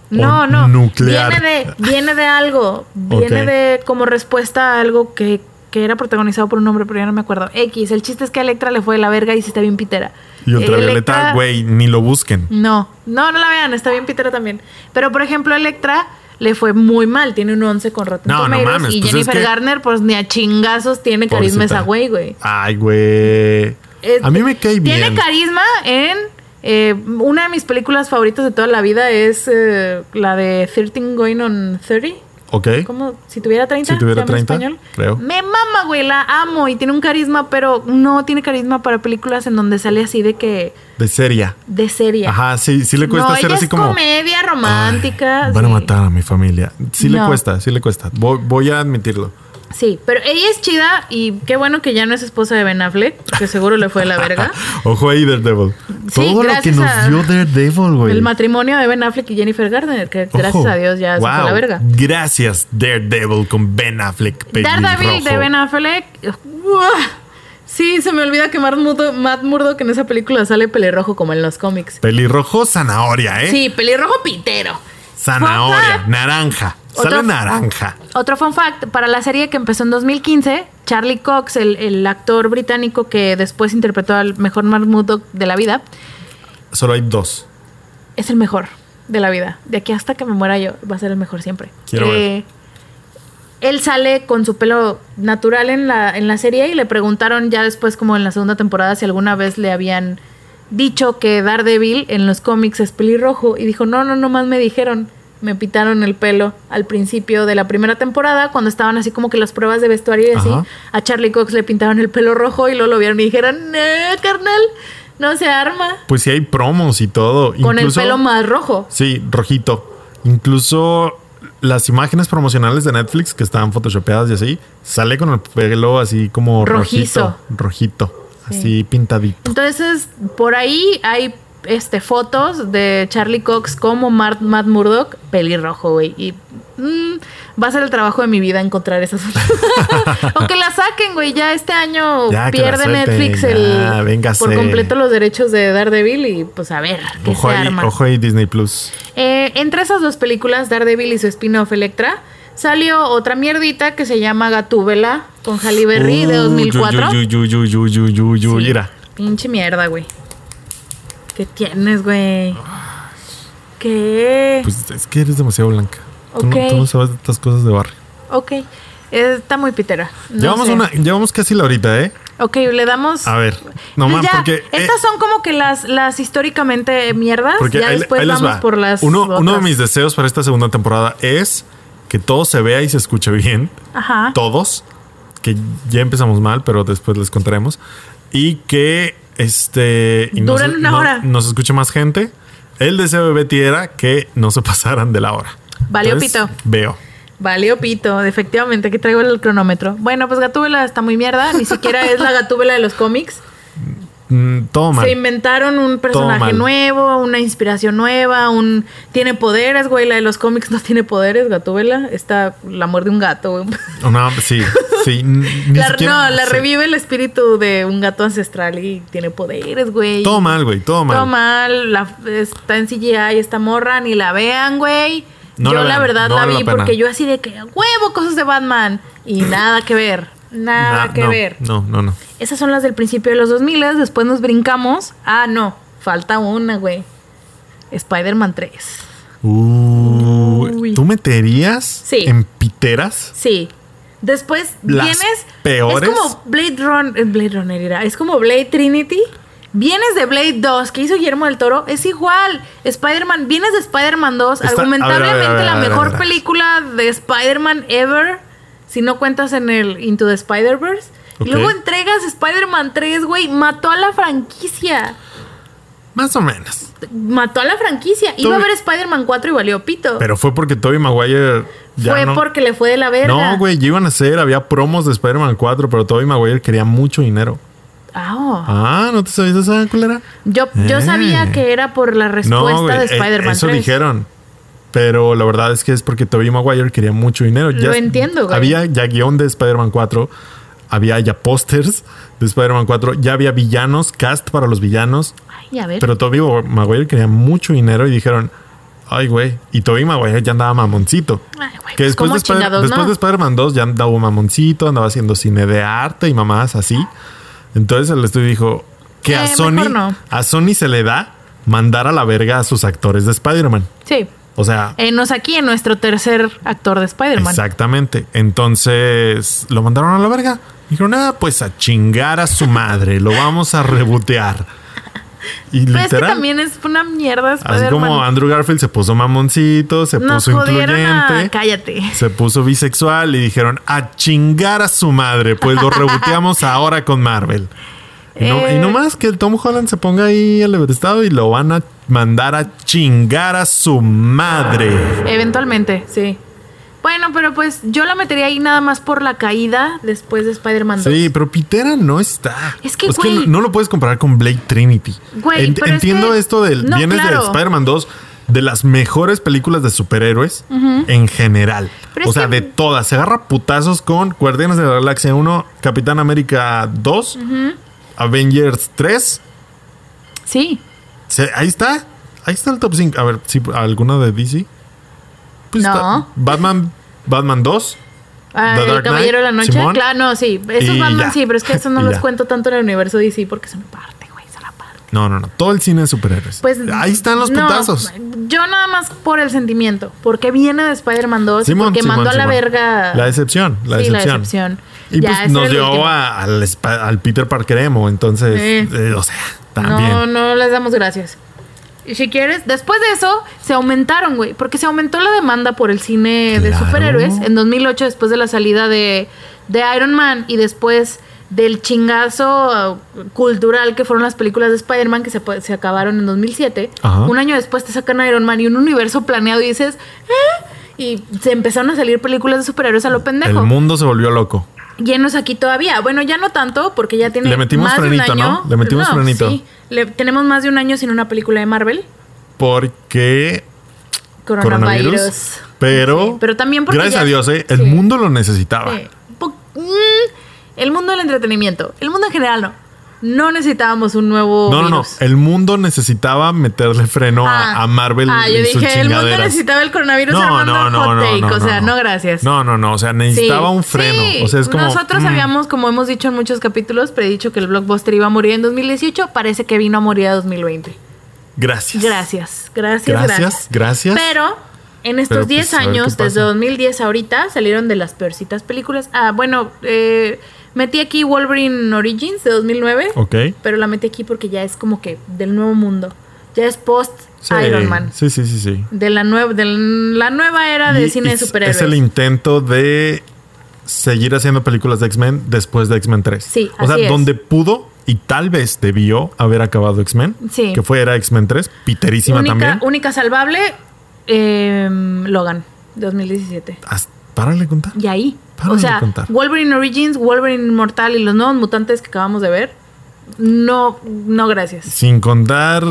[SPEAKER 1] no,
[SPEAKER 2] O
[SPEAKER 1] no.
[SPEAKER 2] Nuclear.
[SPEAKER 1] Viene de, viene de algo. Viene
[SPEAKER 2] Ok.
[SPEAKER 1] de como respuesta a algo que, que era protagonizado por un hombre, pero ya no me acuerdo. X. El chiste es que a Electra le fue de la verga y sí está bien pitera.
[SPEAKER 2] Y ultravioleta,
[SPEAKER 1] Electra- Mm.
[SPEAKER 2] güey, ni lo busquen.
[SPEAKER 1] no, no, no la vean, está bien Pitera también. Pero por ejemplo, Electra le fue muy mal, tiene un 11 con Rotten
[SPEAKER 2] No, no
[SPEAKER 1] Tomatoes
[SPEAKER 2] mames,
[SPEAKER 1] y
[SPEAKER 2] pues
[SPEAKER 1] Jennifer
[SPEAKER 2] es que-
[SPEAKER 1] Garner pues ni a chingazos tiene carisma
[SPEAKER 2] Pobrecita.
[SPEAKER 1] esa güey, güey.
[SPEAKER 2] Ay, güey.
[SPEAKER 1] Este,
[SPEAKER 2] A mí me cae bien.
[SPEAKER 1] Tiene carisma en eh, una de mis películas favoritas de toda la vida es eh, la de 13 Going on 30.
[SPEAKER 2] Ok.
[SPEAKER 1] ¿Cómo? Si tuviera 30,
[SPEAKER 2] Si tuviera
[SPEAKER 1] se llama en
[SPEAKER 2] 30, creo.
[SPEAKER 1] Me mama, güey, la amo y tiene un carisma, pero no tiene carisma para películas en donde sale así de que
[SPEAKER 2] De seria.
[SPEAKER 1] de serie.
[SPEAKER 2] Ajá, sí, sí le cuesta
[SPEAKER 1] no,
[SPEAKER 2] hacer
[SPEAKER 1] ella
[SPEAKER 2] así
[SPEAKER 1] es
[SPEAKER 2] como.
[SPEAKER 1] comedia romántica.
[SPEAKER 2] "Ay, Van a
[SPEAKER 1] sí.
[SPEAKER 2] matar a mi familia. Sí le
[SPEAKER 1] No.
[SPEAKER 2] cuesta, sí le cuesta. Voy, voy a admitirlo.
[SPEAKER 1] Sí, pero ella es chida y qué bueno que ya no es esposa de Ben Affleck, que seguro le fue la verga.
[SPEAKER 2] *laughs* Ojo ahí, Daredevil.
[SPEAKER 1] Sí,
[SPEAKER 2] Todo lo que
[SPEAKER 1] gracias
[SPEAKER 2] nos
[SPEAKER 1] a-
[SPEAKER 2] dio Daredevil, güey.
[SPEAKER 1] El matrimonio de Ben Affleck y Jennifer Garner, que
[SPEAKER 2] Ojo.
[SPEAKER 1] gracias a Dios ya se
[SPEAKER 2] Wow.
[SPEAKER 1] fue la verga.
[SPEAKER 2] Gracias, Daredevil con Ben Affleck.
[SPEAKER 1] Daredevil de
[SPEAKER 2] pelirrojo.
[SPEAKER 1] Ben Affleck. Uah. Sí, se me olvida que Matt Murdo- Matt Murdock en esa película sale pelirrojo como en los cómics.
[SPEAKER 2] Pelirrojo, zanahoria, ¿eh?
[SPEAKER 1] Sí, pelirrojo pitero.
[SPEAKER 2] Zanahoria,
[SPEAKER 1] Ojalá.
[SPEAKER 2] naranja.
[SPEAKER 1] Otro-
[SPEAKER 2] Sale naranja.
[SPEAKER 1] Otro fun fact, para la serie que empezó en 2015, Charlie Cox, el, el actor británico que después interpretó al mejor Matt Murdock de la vida,
[SPEAKER 2] Solo hay dos.
[SPEAKER 1] es el mejor de la vida. De aquí hasta que me muera yo, va a ser el mejor siempre. Eh,
[SPEAKER 2] Quiero ver.
[SPEAKER 1] Él sale con su pelo natural en la, en la serie y le preguntaron ya después, como en la segunda temporada, si alguna vez le habían dicho que Daredevil en los cómics es pelirrojo. Y dijo, no, no, nomás me dijeron. Me pitaron el pelo al principio de la primera temporada, cuando estaban así como que las pruebas de vestuario y así.
[SPEAKER 2] Ajá.
[SPEAKER 1] A Charlie Cox le pintaron el pelo rojo y luego lo vieron y dijeron, no, carnal, no se arma.
[SPEAKER 2] Pues sí hay promos y todo.
[SPEAKER 1] Con
[SPEAKER 2] Incluso-
[SPEAKER 1] el pelo más rojo.
[SPEAKER 2] Sí, rojito. Incluso las imágenes promocionales de Netflix que estaban photoshopeadas y así, sale con el pelo así como
[SPEAKER 1] Rojizo.
[SPEAKER 2] rojito. Rojito.
[SPEAKER 1] Sí.
[SPEAKER 2] Así pintadito.
[SPEAKER 1] Entonces, por ahí hay este, fotos de Charlie Cox como Mart- Matt Murdock, pelirrojo, güey. Y mm, va a ser el trabajo de mi vida encontrar esas
[SPEAKER 2] *laughs*
[SPEAKER 1] fotos. o que la saquen, güey. Ya este año
[SPEAKER 2] Ya, que la
[SPEAKER 1] pierde
[SPEAKER 2] suelten,
[SPEAKER 1] Netflix
[SPEAKER 2] ya,
[SPEAKER 1] el,
[SPEAKER 2] véngase.
[SPEAKER 1] por completo los derechos de Daredevil y pues a ver qué
[SPEAKER 2] Ojo
[SPEAKER 1] se
[SPEAKER 2] ahí,
[SPEAKER 1] arma.
[SPEAKER 2] ojo ahí, Disney Plus.
[SPEAKER 1] Eh, entre esas dos películas, Daredevil y su spin-off Electra, salió otra mierdita que se llama Gatúbela con Halle Berry de
[SPEAKER 2] Uh,
[SPEAKER 1] 2004.
[SPEAKER 2] yu, yu, yu, yu, yu, yu, yu,
[SPEAKER 1] Sí.
[SPEAKER 2] Mira.
[SPEAKER 1] Pinche mierda, güey. ¿Qué tienes, güey? ¿Qué?
[SPEAKER 2] Pues es que eres demasiado blanca. Tú, no,
[SPEAKER 1] Ok.
[SPEAKER 2] tú no sabes de estas cosas de barrio.
[SPEAKER 1] ok. Está muy pitera. No
[SPEAKER 2] llevamos
[SPEAKER 1] sé.
[SPEAKER 2] una, llevamos casi la horita, ¿eh?
[SPEAKER 1] Ok, le damos.
[SPEAKER 2] A ver. No
[SPEAKER 1] Pues
[SPEAKER 2] más,
[SPEAKER 1] ya,
[SPEAKER 2] porque. eh,
[SPEAKER 1] Estas son como que las, las históricamente mierdas.
[SPEAKER 2] Porque
[SPEAKER 1] ya
[SPEAKER 2] ahí-
[SPEAKER 1] después
[SPEAKER 2] ahí les
[SPEAKER 1] vamos
[SPEAKER 2] va.
[SPEAKER 1] por las.
[SPEAKER 2] Uno, uno de
[SPEAKER 1] otras.
[SPEAKER 2] mis deseos para esta segunda temporada es que todo se vea y se escuche bien.
[SPEAKER 1] Ajá.
[SPEAKER 2] Todos. Que ya empezamos mal, pero después les contaremos. Y que este. y
[SPEAKER 1] Duren
[SPEAKER 2] se-
[SPEAKER 1] una hora.
[SPEAKER 2] Nos escuche más gente. El deseo de Betty era que no se *laughs* pasaran de la hora.
[SPEAKER 1] Valió pito.
[SPEAKER 2] Veo.
[SPEAKER 1] Valió pito, efectivamente, que traigo el cronómetro. Bueno, pues Gatúbela está muy mierda. Ni siquiera es la Gatúbela de los cómics.
[SPEAKER 2] Mm, todo mal.
[SPEAKER 1] Se inventaron un personaje
[SPEAKER 2] mal.
[SPEAKER 1] nuevo, una inspiración nueva, un tiene poderes, güey, la de los cómics no tiene poderes, Gatúbela, está la muerte de un gato, güey.
[SPEAKER 2] No, sí,
[SPEAKER 1] *laughs*
[SPEAKER 2] sí. ni
[SPEAKER 1] La-
[SPEAKER 2] siquiera-
[SPEAKER 1] no, la
[SPEAKER 2] sí.
[SPEAKER 1] revive el espíritu de un gato ancestral y tiene poderes, güey.
[SPEAKER 2] Todo mal, güey, todo mal.
[SPEAKER 1] Todo mal, la- está en CGI esta morra, ni la vean, güey.
[SPEAKER 2] No
[SPEAKER 1] yo
[SPEAKER 2] la
[SPEAKER 1] la,
[SPEAKER 2] vean,
[SPEAKER 1] verdad
[SPEAKER 2] no
[SPEAKER 1] la
[SPEAKER 2] vale la
[SPEAKER 1] vi
[SPEAKER 2] pena.
[SPEAKER 1] porque yo así de que huevo cosas de Batman y nada que ver, nada
[SPEAKER 2] Na-
[SPEAKER 1] que
[SPEAKER 2] no,
[SPEAKER 1] ver.
[SPEAKER 2] No, no, no.
[SPEAKER 1] Esas son las del principio de los 2000, después nos brincamos. Ah, no, falta una, güey. Spider-Man 3.
[SPEAKER 2] Uh,
[SPEAKER 1] Uy.
[SPEAKER 2] ¿Tú meterías
[SPEAKER 1] Sí.
[SPEAKER 2] en piteras?
[SPEAKER 1] Sí. Después
[SPEAKER 2] Las
[SPEAKER 1] vienes.
[SPEAKER 2] peores.
[SPEAKER 1] Es como Blade Runner. Blade Runner era, Es como Blade Trinity. Vienes de Blade 2, que hizo Guillermo del Toro. Es igual. Spider-Man. Vienes de Spider-Man 2.
[SPEAKER 2] Está- a ver, a ver,
[SPEAKER 1] argumentablemente
[SPEAKER 2] a ver,
[SPEAKER 1] la
[SPEAKER 2] a ver, a ver,
[SPEAKER 1] mejor
[SPEAKER 2] a ver.
[SPEAKER 1] película de Spider-Man ever. Si no cuentas en el Into the Spider-Verse.
[SPEAKER 2] Ok.
[SPEAKER 1] Y luego entregas Spider-Man 3, güey. Mató a la franquicia.
[SPEAKER 2] Más o menos.
[SPEAKER 1] mató a la franquicia. Iba a
[SPEAKER 2] Toby-
[SPEAKER 1] ver Spider-Man 4 y valió pito.
[SPEAKER 2] Pero fue porque Tobey Maguire ya
[SPEAKER 1] fue
[SPEAKER 2] no...
[SPEAKER 1] porque le fue de la verga.
[SPEAKER 2] No, güey, ya iban a hacer, había promos de Spider-Man 4, pero Tobey Maguire quería mucho dinero.
[SPEAKER 1] Ah,
[SPEAKER 2] Ah, ¿no te sabías esa culera?
[SPEAKER 1] Yo, yo
[SPEAKER 2] Eh.
[SPEAKER 1] sabía que era por la respuesta
[SPEAKER 2] No, güey,
[SPEAKER 1] de
[SPEAKER 2] eh,
[SPEAKER 1] Spider-Man
[SPEAKER 2] eso
[SPEAKER 1] 3.
[SPEAKER 2] dijeron. Pero la verdad es que es porque Tobey Maguire quería mucho dinero.
[SPEAKER 1] Lo entiendo, güey.
[SPEAKER 2] Había ya guión de Spider-Man 4, había ya pósters de Spider-Man 4, ya había villanos, cast para los villanos.
[SPEAKER 1] Ay, a ver.
[SPEAKER 2] Pero Tobey Maguire quería mucho dinero y dijeron, ay, güey. Y Tobey Maguire ya andaba mamoncito.
[SPEAKER 1] Ay, güey,
[SPEAKER 2] que
[SPEAKER 1] pues,
[SPEAKER 2] después,
[SPEAKER 1] ¿cómo
[SPEAKER 2] de, Spider-
[SPEAKER 1] chingados,
[SPEAKER 2] después
[SPEAKER 1] no?
[SPEAKER 2] de Spider-Man 2 ya andaba mamoncito, andaba haciendo cine de arte y mamás así. Entonces el estudio dijo que a
[SPEAKER 1] Eh,
[SPEAKER 2] Sony
[SPEAKER 1] mejor no.
[SPEAKER 2] a Sony se le da mandar a la verga a sus actores de Spider-Man.
[SPEAKER 1] Sí.
[SPEAKER 2] O sea,
[SPEAKER 1] Enos aquí en nuestro tercer actor de Spider-Man.
[SPEAKER 2] exactamente. Entonces lo mandaron a la verga. Dijeron, ah, pues a chingar a su madre, lo vamos a rebotear. Y
[SPEAKER 1] Pero es que
[SPEAKER 2] literal.
[SPEAKER 1] también es una mierda
[SPEAKER 2] Así como
[SPEAKER 1] Spider-Man.
[SPEAKER 2] Andrew Garfield se puso mamoncito, se
[SPEAKER 1] Nos
[SPEAKER 2] puso
[SPEAKER 1] jodieron a...
[SPEAKER 2] incluyente,
[SPEAKER 1] Cállate.
[SPEAKER 2] se puso bisexual y dijeron a chingar a su madre, pues
[SPEAKER 1] *laughs*
[SPEAKER 2] lo reboteamos ahora con Marvel. Y no,
[SPEAKER 1] Eh.
[SPEAKER 2] y no más que el Tom Holland se ponga ahí al estado y lo van a mandar a chingar a su madre.
[SPEAKER 1] Eventualmente, sí. Bueno, pero pues yo la metería ahí nada más por la caída después de Spider-Man 2.
[SPEAKER 2] Sí, pero Pitera no está.
[SPEAKER 1] Es que,
[SPEAKER 2] no,
[SPEAKER 1] güey.
[SPEAKER 2] no lo puedes comparar con Blade Trinity.
[SPEAKER 1] Güey,
[SPEAKER 2] Ent-
[SPEAKER 1] pero es
[SPEAKER 2] entiendo
[SPEAKER 1] que-
[SPEAKER 2] esto del
[SPEAKER 1] No,
[SPEAKER 2] vienes
[SPEAKER 1] claro.
[SPEAKER 2] de Spider-Man 2 de las mejores películas de superhéroes en general.
[SPEAKER 1] Pero
[SPEAKER 2] o
[SPEAKER 1] es
[SPEAKER 2] sea,
[SPEAKER 1] que-
[SPEAKER 2] de todas. Se agarra putazos con Guardianes de la Galaxia 1, Capitán América 2, Avengers 3.
[SPEAKER 1] Sí.
[SPEAKER 2] Se- ahí está. Ahí está el top 5. A ver, si alguna de DC. Pues
[SPEAKER 1] No.
[SPEAKER 2] está Batman, Batman 2.
[SPEAKER 1] Ah,
[SPEAKER 2] The
[SPEAKER 1] el
[SPEAKER 2] Dark
[SPEAKER 1] Caballero de la
[SPEAKER 2] Knight,
[SPEAKER 1] Noche.
[SPEAKER 2] Simón.
[SPEAKER 1] Claro, no, sí.
[SPEAKER 2] Y
[SPEAKER 1] Esos Batman
[SPEAKER 2] ya.
[SPEAKER 1] sí, pero es que esos no
[SPEAKER 2] Y
[SPEAKER 1] los
[SPEAKER 2] ya.
[SPEAKER 1] cuento tanto en el universo DC porque son aparte, güey, son aparte.
[SPEAKER 2] No, no, no. Todo el cine de superhéroes.
[SPEAKER 1] Pues
[SPEAKER 2] ahí están los
[SPEAKER 1] no,
[SPEAKER 2] putazos.
[SPEAKER 1] yo nada más por el sentimiento, porque viene de Spider-Man 2, y
[SPEAKER 2] Simón,
[SPEAKER 1] porque
[SPEAKER 2] Simón,
[SPEAKER 1] mandó a la
[SPEAKER 2] Simón.
[SPEAKER 1] verga.
[SPEAKER 2] La decepción, la
[SPEAKER 1] sí,
[SPEAKER 2] decepción.
[SPEAKER 1] la decepción.
[SPEAKER 2] Y
[SPEAKER 1] Ya,
[SPEAKER 2] pues
[SPEAKER 1] ese
[SPEAKER 2] nos
[SPEAKER 1] era el
[SPEAKER 2] llevó
[SPEAKER 1] último.
[SPEAKER 2] a- al, spa- al Peter Parker emo, entonces,
[SPEAKER 1] Sí.
[SPEAKER 2] eh, o sea, también.
[SPEAKER 1] No, no les damos gracias. Y si quieres, después de eso se aumentaron, güey, porque se aumentó la demanda por el cine de
[SPEAKER 2] Claro.
[SPEAKER 1] superhéroes en 2008 después de la salida de, de Iron Man y después del chingazo eh, cultural que fueron las películas de Spider-Man que se, pa- se acabaron en 2007.
[SPEAKER 2] Ajá.
[SPEAKER 1] Un año después te sacan Iron Man y un universo planeado y dices, "Ah", y se empezaron a salir películas de superhéroes a lo pendejo.
[SPEAKER 2] El mundo se volvió loco.
[SPEAKER 1] llenos aquí todavía. Bueno, ya no tanto, porque ya tiene
[SPEAKER 2] Le metimos
[SPEAKER 1] más de
[SPEAKER 2] frenito,
[SPEAKER 1] un año.
[SPEAKER 2] ¿no? Le metimos
[SPEAKER 1] No,
[SPEAKER 2] frenito.
[SPEAKER 1] sí. Le- tenemos más de un año sin una película de Marvel.
[SPEAKER 2] Porque
[SPEAKER 1] Coronavirus.
[SPEAKER 2] coronavirus. Pero,
[SPEAKER 1] Sí, pero también porque
[SPEAKER 2] gracias
[SPEAKER 1] ya-
[SPEAKER 2] a Dios, ah. ¿eh? el
[SPEAKER 1] sí.
[SPEAKER 2] mundo lo necesitaba.
[SPEAKER 1] Sí. Po- mm, el mundo del entretenimiento. El mundo en general no. No necesitábamos un nuevo
[SPEAKER 2] No, no, no.
[SPEAKER 1] virus.
[SPEAKER 2] El mundo necesitaba meterle freno a-
[SPEAKER 1] Ah.
[SPEAKER 2] a, Marvel.
[SPEAKER 1] Ah, yo
[SPEAKER 2] y sus
[SPEAKER 1] dije, el mundo
[SPEAKER 2] chingaderas.
[SPEAKER 1] necesitaba el coronavirus armando hot take. o sea, no, gracias.
[SPEAKER 2] No, no, no. O sea, necesitaba
[SPEAKER 1] Sí.
[SPEAKER 2] un freno.
[SPEAKER 1] Sí.
[SPEAKER 2] O sea, es como.
[SPEAKER 1] Nosotros
[SPEAKER 2] mm,
[SPEAKER 1] habíamos, como hemos dicho en muchos capítulos, predicho que el blockbuster iba a morir en 2018. Parece que vino a morir a 2020.
[SPEAKER 2] Gracias.
[SPEAKER 1] Gracias, gracias,
[SPEAKER 2] Gracias,
[SPEAKER 1] gracias.
[SPEAKER 2] gracias.
[SPEAKER 1] Pero en estos
[SPEAKER 2] Pero, pues,
[SPEAKER 1] 10
[SPEAKER 2] a ver qué
[SPEAKER 1] años,
[SPEAKER 2] pasa.
[SPEAKER 1] desde 2010 ahorita, salieron de las peorcitas películas. Ah, bueno, eh, metí aquí Wolverine Origins de 2009,
[SPEAKER 2] Ok.
[SPEAKER 1] pero la metí aquí porque ya es como que del nuevo mundo. Ya es post
[SPEAKER 2] Sí.
[SPEAKER 1] Iron Man.
[SPEAKER 2] Sí, sí, sí, sí.
[SPEAKER 1] De la, nueva de la nueva era de
[SPEAKER 2] Y-
[SPEAKER 1] cine
[SPEAKER 2] y
[SPEAKER 1] de superhéroes.
[SPEAKER 2] Es el intento de seguir haciendo películas de X-Men después de X-Men 3.
[SPEAKER 1] Sí,
[SPEAKER 2] O sea,
[SPEAKER 1] así es.
[SPEAKER 2] donde pudo y tal vez debió haber acabado X-Men.
[SPEAKER 1] Sí.
[SPEAKER 2] Que fue era X-Men 3, piterísima
[SPEAKER 1] única,
[SPEAKER 2] también.
[SPEAKER 1] única salvable, eh, Logan, 2017.
[SPEAKER 2] Hasta- párale de contar.
[SPEAKER 1] Y ahí.
[SPEAKER 2] Párale
[SPEAKER 1] o
[SPEAKER 2] de
[SPEAKER 1] sea,
[SPEAKER 2] contar.
[SPEAKER 1] Wolverine Origins, Wolverine Inmortal y los nuevos mutantes que acabamos de ver. No, no, gracias.
[SPEAKER 2] Sin contar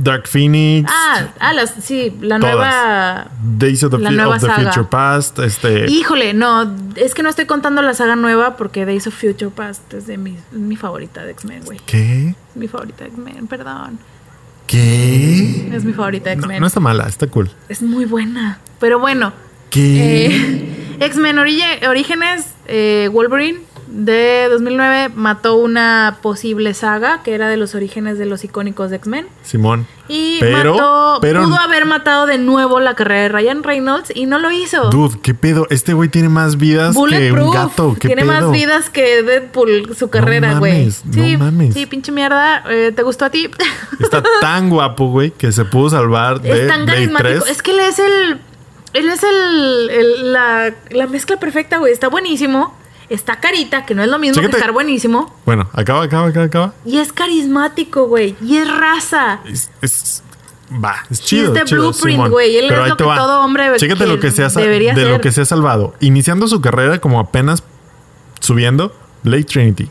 [SPEAKER 2] Dark Phoenix,
[SPEAKER 1] Ah, ah las, sí, la
[SPEAKER 2] Todas.
[SPEAKER 1] nueva.
[SPEAKER 2] Days of the,
[SPEAKER 1] la
[SPEAKER 2] Fu-
[SPEAKER 1] nueva
[SPEAKER 2] of the
[SPEAKER 1] saga.
[SPEAKER 2] Future Past, este...
[SPEAKER 1] Híjole, no, es que no estoy contando la saga nueva porque Days of Future Past es de mi, mi favorita de X-Men, güey.
[SPEAKER 2] ¿Qué?
[SPEAKER 1] Es mi favorita de X-Men, perdón.
[SPEAKER 2] ¿Qué?
[SPEAKER 1] Es mi favorita de
[SPEAKER 2] Mm, No,
[SPEAKER 1] X-Men.
[SPEAKER 2] no está mala, está cool.
[SPEAKER 1] Es muy buena. Pero bueno,
[SPEAKER 2] ¿Qué?
[SPEAKER 1] Eh, *laughs* X-Men Orige- Orígenes, eh, Wolverine de 2009 mató una posible saga que era de los orígenes de los icónicos de X-Men.
[SPEAKER 2] Simón.
[SPEAKER 1] Y
[SPEAKER 2] Pero-
[SPEAKER 1] mató,
[SPEAKER 2] pero-
[SPEAKER 1] pudo haber matado de nuevo la carrera de Ryan Reynolds y no lo hizo.
[SPEAKER 2] Dude, ¿qué pedo? Este güey tiene más vidas que un
[SPEAKER 1] Bulletproof
[SPEAKER 2] gato. ¿Qué
[SPEAKER 1] tiene
[SPEAKER 2] pedo?
[SPEAKER 1] más vidas que Deadpool, su carrera, güey.
[SPEAKER 2] mames, no mames.
[SPEAKER 1] sí, pinche mierda. eh, ¿Te gustó a ti? *laughs*
[SPEAKER 2] Está tan guapo, güey, que se pudo salvar de
[SPEAKER 1] es tan
[SPEAKER 2] Blade
[SPEAKER 1] carismático.
[SPEAKER 2] 3.
[SPEAKER 1] Es que él es el. Él es el. el- la, la mezcla perfecta, güey. Está buenísimo. Está carita, que no es lo mismo
[SPEAKER 2] Chécate.
[SPEAKER 1] que estar buenísimo.
[SPEAKER 2] Bueno, acaba, acaba, acaba, acaba.
[SPEAKER 1] Y es carismático, güey. Y es raza.
[SPEAKER 2] Es, es- va, es chido.
[SPEAKER 1] the
[SPEAKER 2] chido,
[SPEAKER 1] blueprint,
[SPEAKER 2] Simón.
[SPEAKER 1] güey. Él
[SPEAKER 2] Pero
[SPEAKER 1] es
[SPEAKER 2] ahí
[SPEAKER 1] lo
[SPEAKER 2] te
[SPEAKER 1] que
[SPEAKER 2] va.
[SPEAKER 1] todo hombre
[SPEAKER 2] Chécate
[SPEAKER 1] que
[SPEAKER 2] lo que se ha, sa-
[SPEAKER 1] debería
[SPEAKER 2] de lo
[SPEAKER 1] ser.
[SPEAKER 2] que se ha salvado. Iniciando su carrera como apenas subiendo, Blade Trinity,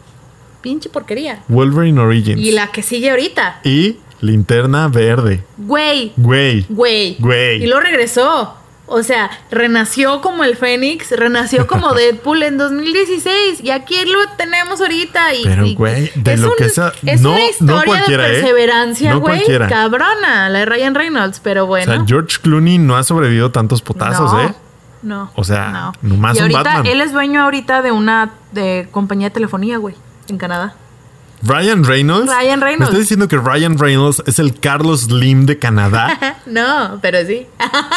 [SPEAKER 1] Pinche porquería.
[SPEAKER 2] Wolverine Origins
[SPEAKER 1] Y la que sigue ahorita.
[SPEAKER 2] y Linterna Verde.
[SPEAKER 1] Güey.
[SPEAKER 2] Güey.
[SPEAKER 1] Güey.
[SPEAKER 2] Güey.
[SPEAKER 1] Y lo regresó. O sea, renació como el Fénix, renació
[SPEAKER 2] *laughs*
[SPEAKER 1] como Deadpool en 2016. Y aquí lo tenemos ahorita. Y,
[SPEAKER 2] Pero,
[SPEAKER 1] y-
[SPEAKER 2] güey, de
[SPEAKER 1] es
[SPEAKER 2] lo
[SPEAKER 1] un-
[SPEAKER 2] que sea-
[SPEAKER 1] Es
[SPEAKER 2] no-
[SPEAKER 1] una
[SPEAKER 2] no
[SPEAKER 1] historia
[SPEAKER 2] cualquiera, ¿eh?
[SPEAKER 1] de perseverancia,
[SPEAKER 2] No
[SPEAKER 1] güey.
[SPEAKER 2] cualquiera.
[SPEAKER 1] cabrona, la de Ryan Reynolds. Pero
[SPEAKER 2] O
[SPEAKER 1] bueno.
[SPEAKER 2] sea, George Clooney no ha sobrevivido tantos potazos,
[SPEAKER 1] no,
[SPEAKER 2] ¿eh?
[SPEAKER 1] No.
[SPEAKER 2] O sea,
[SPEAKER 1] no.
[SPEAKER 2] nomás
[SPEAKER 1] Y
[SPEAKER 2] un
[SPEAKER 1] ahorita
[SPEAKER 2] Batman.
[SPEAKER 1] él es dueño ahorita de una de compañía de telefonía, güey, en Canadá. *laughs*
[SPEAKER 2] Ryan Reynolds.
[SPEAKER 1] Ryan Reynolds.
[SPEAKER 2] ¿Me estás diciendo que Ryan Reynolds es el Carlos Slim
[SPEAKER 1] *laughs*
[SPEAKER 2] de Canadá?
[SPEAKER 1] no, pero sí. *laughs*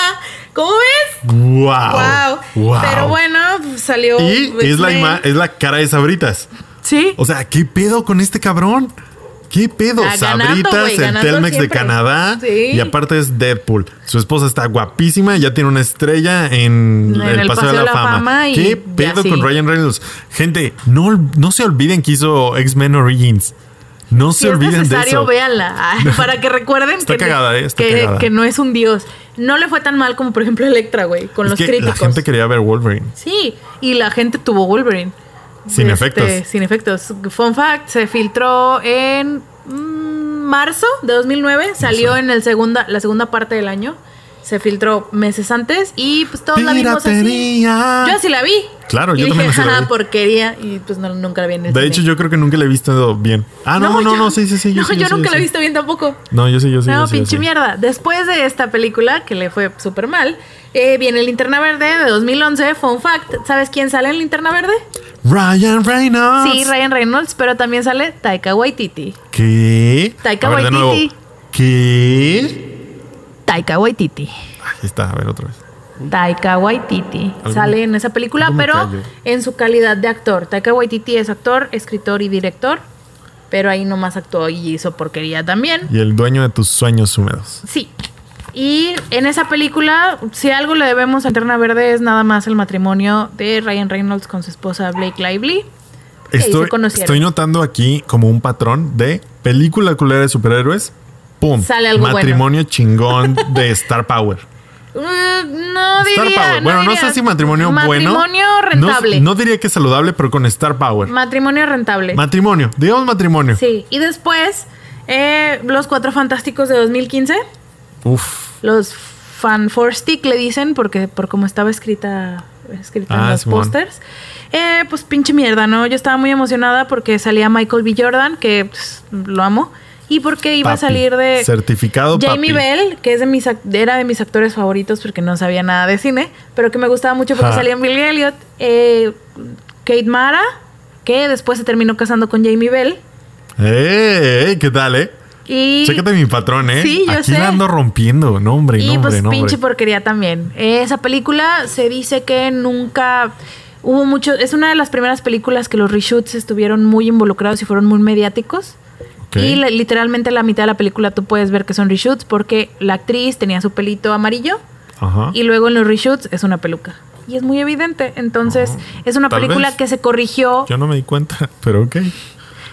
[SPEAKER 1] ¿Cómo ves?
[SPEAKER 2] ¡Wow!
[SPEAKER 1] Wow. Pero bueno, pues, salió.
[SPEAKER 2] Y es la,
[SPEAKER 1] X-Men.
[SPEAKER 2] ima- es la cara de Sabritas.
[SPEAKER 1] Sí.
[SPEAKER 2] O sea, ¿qué pedo con este cabrón? ¿Qué pedo?
[SPEAKER 1] Ah, ganando,
[SPEAKER 2] Sabritas,
[SPEAKER 1] güey,
[SPEAKER 2] el
[SPEAKER 1] ganando
[SPEAKER 2] Telmex de
[SPEAKER 1] siempre.
[SPEAKER 2] Canadá.
[SPEAKER 1] Sí.
[SPEAKER 2] Y aparte es Deadpool. Su esposa está guapísima, ya tiene una estrella en,
[SPEAKER 1] En
[SPEAKER 2] el, Paseo de la, Fama.
[SPEAKER 1] y
[SPEAKER 2] ¿Qué
[SPEAKER 1] ya
[SPEAKER 2] pedo
[SPEAKER 1] sí.
[SPEAKER 2] con Ryan Reynolds? Gente, no, ol- no se olviden que hizo X-Men Origins. No
[SPEAKER 1] Si
[SPEAKER 2] se
[SPEAKER 1] es
[SPEAKER 2] olviden de
[SPEAKER 1] necesario,
[SPEAKER 2] eso.
[SPEAKER 1] véanla.
[SPEAKER 2] *laughs*
[SPEAKER 1] ah, Para que recuerden
[SPEAKER 2] Está
[SPEAKER 1] que,
[SPEAKER 2] cagada, eh, está
[SPEAKER 1] que-
[SPEAKER 2] cagada.
[SPEAKER 1] que no es un dios. No le fue tan mal como, por ejemplo, Electra, güey, con
[SPEAKER 2] Es
[SPEAKER 1] los
[SPEAKER 2] que
[SPEAKER 1] críticos.
[SPEAKER 2] La gente quería ver Wolverine.
[SPEAKER 1] Sí, y la gente tuvo Wolverine. Este,
[SPEAKER 2] Sin efectos.
[SPEAKER 1] Sin efectos. Fun fact, se filtró en mm, marzo de 2009, salió en el segunda, la segunda parte del año. Se filtró meses antes y pues todos la vimos así.
[SPEAKER 2] Piratería.
[SPEAKER 1] Yo así la vi.
[SPEAKER 2] Claro,
[SPEAKER 1] Y
[SPEAKER 2] yo
[SPEAKER 1] dije,
[SPEAKER 2] también así la
[SPEAKER 1] "Ja,
[SPEAKER 2] vi".
[SPEAKER 1] porquería. Y pues no, nunca la vi en el
[SPEAKER 2] De
[SPEAKER 1] cine.
[SPEAKER 2] hecho, yo creo que nunca la he visto bien. Ah, no, no, no,
[SPEAKER 1] yo-
[SPEAKER 2] sí, sí, sí.
[SPEAKER 1] No,
[SPEAKER 2] sí,
[SPEAKER 1] yo
[SPEAKER 2] sí,
[SPEAKER 1] nunca
[SPEAKER 2] sí.
[SPEAKER 1] la he visto bien tampoco.
[SPEAKER 2] No, yo sí, yo sí.
[SPEAKER 1] No,
[SPEAKER 2] yo sí, yo
[SPEAKER 1] pinche
[SPEAKER 2] sí.
[SPEAKER 1] mierda. Después de esta película, que le fue súper mal, eh, viene Linterna Verde de 2011. Fun fact, ¿sabes quién sale en Linterna Verde?
[SPEAKER 2] Ryan Reynolds.
[SPEAKER 1] Sí, Ryan Reynolds, pero también sale Taika Waititi.
[SPEAKER 2] ¿Qué?
[SPEAKER 1] Taika
[SPEAKER 2] A ver, de nuevo.
[SPEAKER 1] Waititi.
[SPEAKER 2] ¿Qué?
[SPEAKER 1] Taika Waititi.
[SPEAKER 2] Ahí está, a ver otra vez.
[SPEAKER 1] Taika Waititi
[SPEAKER 2] Algo-
[SPEAKER 1] sale en esa película,
[SPEAKER 2] algo me
[SPEAKER 1] pero
[SPEAKER 2] cayó.
[SPEAKER 1] en su calidad de actor. Taika Waititi es actor, escritor y director, pero ahí nomás actuó y hizo porquería también.
[SPEAKER 2] Y el dueño de tus sueños húmedos.
[SPEAKER 1] Sí. Y en esa película, si algo le debemos a Linterna Verde es nada más el matrimonio de Ryan Reynolds con su esposa Blake Lively. Que ahí se
[SPEAKER 2] Estoy,
[SPEAKER 1] conocieron.
[SPEAKER 2] estoy notando aquí como un patrón de película culera de superhéroes. Pum.
[SPEAKER 1] Sale algo bueno.
[SPEAKER 2] Matrimonio chingón de Star Power.
[SPEAKER 1] Mm, *laughs* no diría,
[SPEAKER 2] Star Power. Bueno, no,
[SPEAKER 1] diría.
[SPEAKER 2] sé si matrimonio, bueno.
[SPEAKER 1] Matrimonio
[SPEAKER 2] No-
[SPEAKER 1] rentable.
[SPEAKER 2] No, diría que saludable, pero con Star Power.
[SPEAKER 1] Matrimonio rentable.
[SPEAKER 2] matrimonio. Digamos matrimonio.
[SPEAKER 1] sí. Y después, eh, Los Cuatro Fantásticos de 2015.
[SPEAKER 2] Uf.
[SPEAKER 1] Los Fan Four Stick le dicen, porque por cómo estaba escrita, escrita
[SPEAKER 2] Ah,
[SPEAKER 1] en los
[SPEAKER 2] Simón.
[SPEAKER 1] pósters. Eh, pues pinche mierda, ¿no? Yo estaba muy emocionada porque salía Michael B. Jordan, que pues, lo amo. Y porque iba a
[SPEAKER 2] Papi.
[SPEAKER 1] salir de.
[SPEAKER 2] Certificado
[SPEAKER 1] Jamie
[SPEAKER 2] papi.
[SPEAKER 1] Bell, que es de mis ac- era de mis actores favoritos porque no sabía nada de cine, pero que me gustaba mucho porque
[SPEAKER 2] Ja.
[SPEAKER 1] salía en Billy Elliot. Eh, Kate Mara, que después se terminó casando con Jamie Bell.
[SPEAKER 2] ¡Eh! eh, ¿Qué tal, eh?
[SPEAKER 1] Y.
[SPEAKER 2] Chécate mi patrón, ¿eh?
[SPEAKER 1] Sí, yo
[SPEAKER 2] Aquí
[SPEAKER 1] sé.
[SPEAKER 2] la ando rompiendo. No, hombre, no,
[SPEAKER 1] Y
[SPEAKER 2] hombre,
[SPEAKER 1] pues
[SPEAKER 2] no, hombre.
[SPEAKER 1] pinche porquería también. Eh, Esa película se dice que nunca hubo mucho. Es una de las primeras películas que los reshoots estuvieron muy involucrados y fueron muy mediáticos.
[SPEAKER 2] Ok.
[SPEAKER 1] Y le- literalmente la mitad de la película tú puedes ver que son reshoots porque la actriz tenía su pelito amarillo
[SPEAKER 2] Ajá.
[SPEAKER 1] y luego en los reshoots es una peluca. Y es muy evidente. Entonces, es una
[SPEAKER 2] Tal
[SPEAKER 1] película
[SPEAKER 2] vez.
[SPEAKER 1] que se corrigió.
[SPEAKER 2] Yo no me di cuenta, *laughs* pero ok.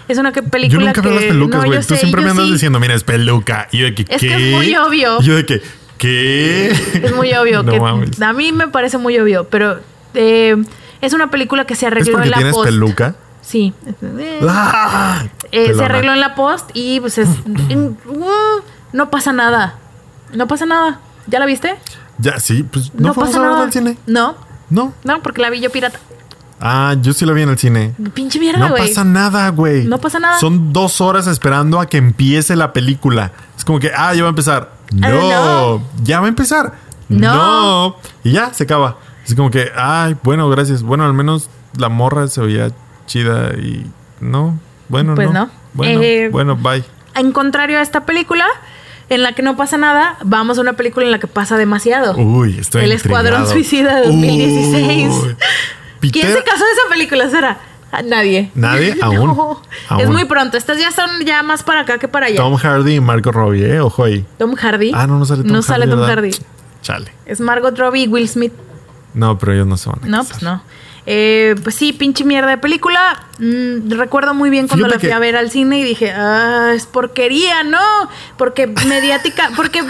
[SPEAKER 1] Es una que-
[SPEAKER 2] Yo
[SPEAKER 1] película
[SPEAKER 2] nunca
[SPEAKER 1] que.
[SPEAKER 2] veo las
[SPEAKER 1] no,
[SPEAKER 2] pelucas,
[SPEAKER 1] yo
[SPEAKER 2] güey. Tú
[SPEAKER 1] sé,
[SPEAKER 2] siempre
[SPEAKER 1] yo
[SPEAKER 2] me andas
[SPEAKER 1] sí.
[SPEAKER 2] diciendo, mira, es peluca. Y yo de que,
[SPEAKER 1] Es que
[SPEAKER 2] ¿qué?
[SPEAKER 1] es muy obvio.
[SPEAKER 2] Y yo de que, ¿qué?
[SPEAKER 1] Es muy obvio.
[SPEAKER 2] *laughs* No
[SPEAKER 1] que
[SPEAKER 2] mames.
[SPEAKER 1] A mí me parece muy obvio, pero eh, es una película que se
[SPEAKER 2] ¿Es
[SPEAKER 1] arregló
[SPEAKER 2] porque
[SPEAKER 1] en la
[SPEAKER 2] tienes
[SPEAKER 1] post.
[SPEAKER 2] peluca?
[SPEAKER 1] Sí. Eh,
[SPEAKER 2] ¡Ah!
[SPEAKER 1] eh, se
[SPEAKER 2] Pelona.
[SPEAKER 1] arregló en la post y pues
[SPEAKER 2] *laughs*
[SPEAKER 1] es, en- uh, no pasa nada. No pasa nada. ¿Ya la viste?
[SPEAKER 2] Ya, sí, pues no, fuimos
[SPEAKER 1] pasa
[SPEAKER 2] a verla
[SPEAKER 1] nada.
[SPEAKER 2] al cine.
[SPEAKER 1] No,
[SPEAKER 2] No.
[SPEAKER 1] no, porque la vi yo pirata.
[SPEAKER 2] Ah, yo sí la vi en el cine.
[SPEAKER 1] Pinche mierda,
[SPEAKER 2] No
[SPEAKER 1] güey.
[SPEAKER 2] pasa nada, güey.
[SPEAKER 1] No pasa nada.
[SPEAKER 2] Son dos horas esperando a que empiece la película. Es como que, ah, ya va a empezar.
[SPEAKER 1] Ah,
[SPEAKER 2] No,
[SPEAKER 1] no.
[SPEAKER 2] ya va a empezar.
[SPEAKER 1] No.
[SPEAKER 2] No. Y ya se acaba. Es como que, ay, bueno, gracias. Bueno, al menos la morra se veía chida y no. Bueno,
[SPEAKER 1] Pues no.
[SPEAKER 2] Bueno,
[SPEAKER 1] Eh,
[SPEAKER 2] bueno, bye.
[SPEAKER 1] En contrario a esta película, en la que no pasa nada, vamos a una película en la que pasa demasiado.
[SPEAKER 2] Uy, estoy
[SPEAKER 1] El Escuadrón
[SPEAKER 2] intrigado.
[SPEAKER 1] Suicida de 2016.
[SPEAKER 2] Uy.
[SPEAKER 1] ¿Quién se
[SPEAKER 2] Peter-
[SPEAKER 1] casó en esa película, Sara? Ah, Nadie.
[SPEAKER 2] Nadie,
[SPEAKER 1] *laughs*
[SPEAKER 2] aún,
[SPEAKER 1] No. Es
[SPEAKER 2] aún.
[SPEAKER 1] muy pronto. Estas ya son ya más para acá que para allá. Tom,
[SPEAKER 2] Tom Hardy y Marco Robbie, ¿eh? Ojo ahí.
[SPEAKER 1] Hardy.
[SPEAKER 2] Ah, no, no sale Tom
[SPEAKER 1] No
[SPEAKER 2] Hardy,
[SPEAKER 1] sale Tom
[SPEAKER 2] ¿verdad?
[SPEAKER 1] Hardy.
[SPEAKER 2] Chale.
[SPEAKER 1] Es Margot Robbie y Will Smith.
[SPEAKER 2] No, pero ellos no se van a
[SPEAKER 1] No,
[SPEAKER 2] casar.
[SPEAKER 1] pues no. Eh, pues sí, pinche mierda de película. Mm, recuerdo muy bien cuando
[SPEAKER 2] Fíjate
[SPEAKER 1] la fui
[SPEAKER 2] que-
[SPEAKER 1] a ver al cine y dije, ah, es porquería, no. Porque mediática, *laughs* porque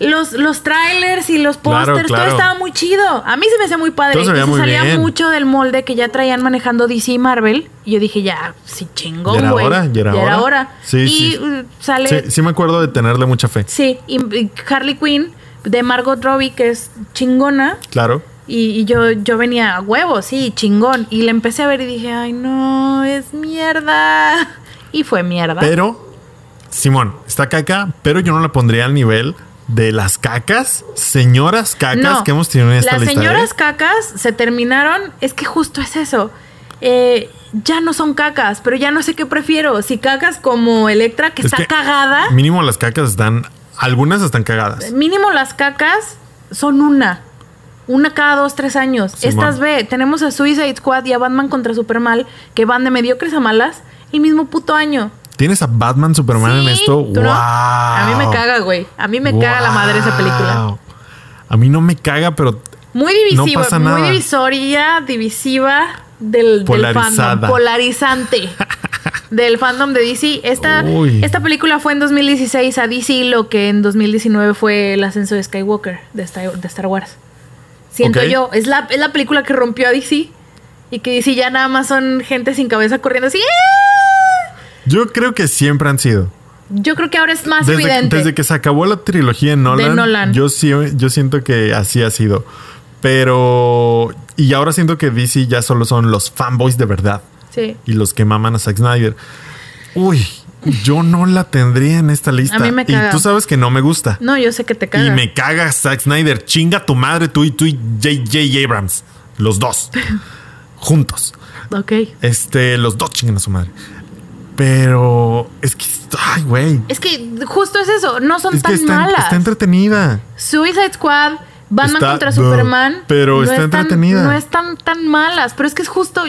[SPEAKER 1] los, los trailers y los
[SPEAKER 2] Claro,
[SPEAKER 1] pósters,
[SPEAKER 2] claro.
[SPEAKER 1] todo estaba muy chido. A mí se me hacía muy padre.
[SPEAKER 2] Todo se veía
[SPEAKER 1] Entonces
[SPEAKER 2] muy
[SPEAKER 1] salía
[SPEAKER 2] bien.
[SPEAKER 1] mucho del molde que ya traían manejando DC y Marvel. Y yo dije, ya, sí,
[SPEAKER 2] Ya
[SPEAKER 1] chingón,
[SPEAKER 2] era
[SPEAKER 1] güey.
[SPEAKER 2] hora, ya era hora. Sí,
[SPEAKER 1] y
[SPEAKER 2] sí.
[SPEAKER 1] uh, sale.
[SPEAKER 2] Sí, sí me acuerdo de tenerle mucha fe.
[SPEAKER 1] Sí, y, y Harley Quinn de Margot Robbie, que es chingona.
[SPEAKER 2] Claro.
[SPEAKER 1] Y, y yo, yo venía a huevo, sí, chingón. Y la empecé a ver y dije, ay, no, es mierda. *laughs* Y fue mierda.
[SPEAKER 2] Pero, Simón, está caca, pero yo no la pondría al nivel de las cacas, señoras cacas
[SPEAKER 1] No,
[SPEAKER 2] que hemos tenido en esta
[SPEAKER 1] Las
[SPEAKER 2] lista. ¿eh?
[SPEAKER 1] señoras cacas se terminaron. Es que justo es eso. Eh, ya no son cacas, pero ya no sé qué prefiero. Si cacas como Electra, que
[SPEAKER 2] Es
[SPEAKER 1] está
[SPEAKER 2] que
[SPEAKER 1] cagada,
[SPEAKER 2] Mínimo las cacas están. Algunas están cagadas.
[SPEAKER 1] mínimo las cacas son una. Una cada dos, tres años.
[SPEAKER 2] Simón.
[SPEAKER 1] Estas ve, tenemos a Suicide Squad y a Batman contra Superman, que van de mediocres a malas, el mismo puto año.
[SPEAKER 2] Tienes a Batman, Superman en
[SPEAKER 1] Sí,
[SPEAKER 2] esto.
[SPEAKER 1] ¿tú no?
[SPEAKER 2] ¡Wow!
[SPEAKER 1] A mí me caga, güey. A mí me caga la madre esa película.
[SPEAKER 2] ¡Wow! A mí no me caga, pero
[SPEAKER 1] Muy divisiva,
[SPEAKER 2] No pasa
[SPEAKER 1] muy
[SPEAKER 2] nada.
[SPEAKER 1] divisoria, divisiva del, del fandom.
[SPEAKER 2] Polarizada. *laughs*
[SPEAKER 1] Polarizante. del fandom de DC. Esta,
[SPEAKER 2] Uy.
[SPEAKER 1] esta película fue en 2016 a DC, lo que en 2019 fue el ascenso de Skywalker de Star, de Star Wars. Siento
[SPEAKER 2] Ok.
[SPEAKER 1] yo, es la, es la película que rompió a DC. Y que DC ya nada más son gente sin cabeza corriendo así. ¡ah!
[SPEAKER 2] yo creo que siempre han sido.
[SPEAKER 1] Yo creo que ahora es más
[SPEAKER 2] Desde,
[SPEAKER 1] evidente.
[SPEAKER 2] desde que se acabó la trilogía en Nolan,
[SPEAKER 1] Nolan.
[SPEAKER 2] Yo, sí, yo siento que así ha sido. Pero. Y ahora siento que DC ya solo son los fanboys de verdad
[SPEAKER 1] Sí.
[SPEAKER 2] y los que maman a Zack Snyder. Uy, yo no la tendría en esta lista.
[SPEAKER 1] A mí me caga.
[SPEAKER 2] Y tú sabes que no me gusta.
[SPEAKER 1] No, yo sé que te caga.
[SPEAKER 2] Y me caga Zack Snyder. Chinga tu madre, tú y tú y J.J. Abrams.
[SPEAKER 1] *laughs*
[SPEAKER 2] Los dos. Juntos.
[SPEAKER 1] Ok.
[SPEAKER 2] Este, los dos chingan a su madre. Pero es que. Ay, güey.
[SPEAKER 1] Es que justo es eso, no son
[SPEAKER 2] Es que
[SPEAKER 1] tan
[SPEAKER 2] está,
[SPEAKER 1] malas.
[SPEAKER 2] está entretenida.
[SPEAKER 1] Suicide Squad, Batman
[SPEAKER 2] Está-
[SPEAKER 1] contra
[SPEAKER 2] no,
[SPEAKER 1] Superman.
[SPEAKER 2] pero está
[SPEAKER 1] están-
[SPEAKER 2] entretenida.
[SPEAKER 1] No están tan malas, pero es que es justo,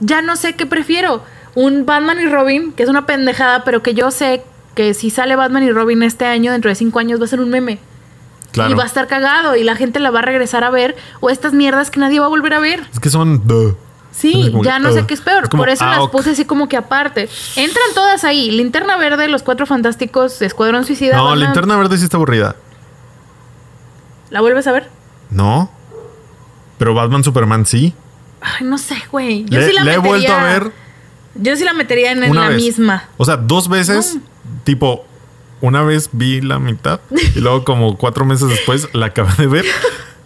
[SPEAKER 1] ya no sé qué prefiero. Un Batman y Robin, que es una pendejada, pero que yo sé que si sale Batman y Robin este año, dentro de cinco años va a ser un meme.
[SPEAKER 2] Claro.
[SPEAKER 1] Y va a estar cagado y la gente la va a regresar a ver. O estas mierdas que nadie va a volver a ver.
[SPEAKER 2] Es que son. duh.
[SPEAKER 1] Sí,
[SPEAKER 2] Es como
[SPEAKER 1] ya
[SPEAKER 2] que,
[SPEAKER 1] no sé
[SPEAKER 2] "Ugh".
[SPEAKER 1] qué es peor.
[SPEAKER 2] Es como,
[SPEAKER 1] Por eso
[SPEAKER 2] "Ah,
[SPEAKER 1] las
[SPEAKER 2] ok".
[SPEAKER 1] puse así como que aparte. Entran todas ahí. Linterna Verde, Los Cuatro Fantásticos, Escuadrón Suicida.
[SPEAKER 2] No,
[SPEAKER 1] Batman.
[SPEAKER 2] la interna verde sí está aburrida.
[SPEAKER 1] ¿La vuelves a ver?
[SPEAKER 2] No. Pero Batman Superman sí.
[SPEAKER 1] Ay, no sé, güey. Yo
[SPEAKER 2] Le,
[SPEAKER 1] sí la
[SPEAKER 2] la he
[SPEAKER 1] metería.
[SPEAKER 2] vuelto a ver
[SPEAKER 1] Yo sí la metería en, en
[SPEAKER 2] una
[SPEAKER 1] la
[SPEAKER 2] vez.
[SPEAKER 1] misma.
[SPEAKER 2] O sea, dos veces, tipo, una vez vi la mitad y luego como cuatro meses después la acabé de ver.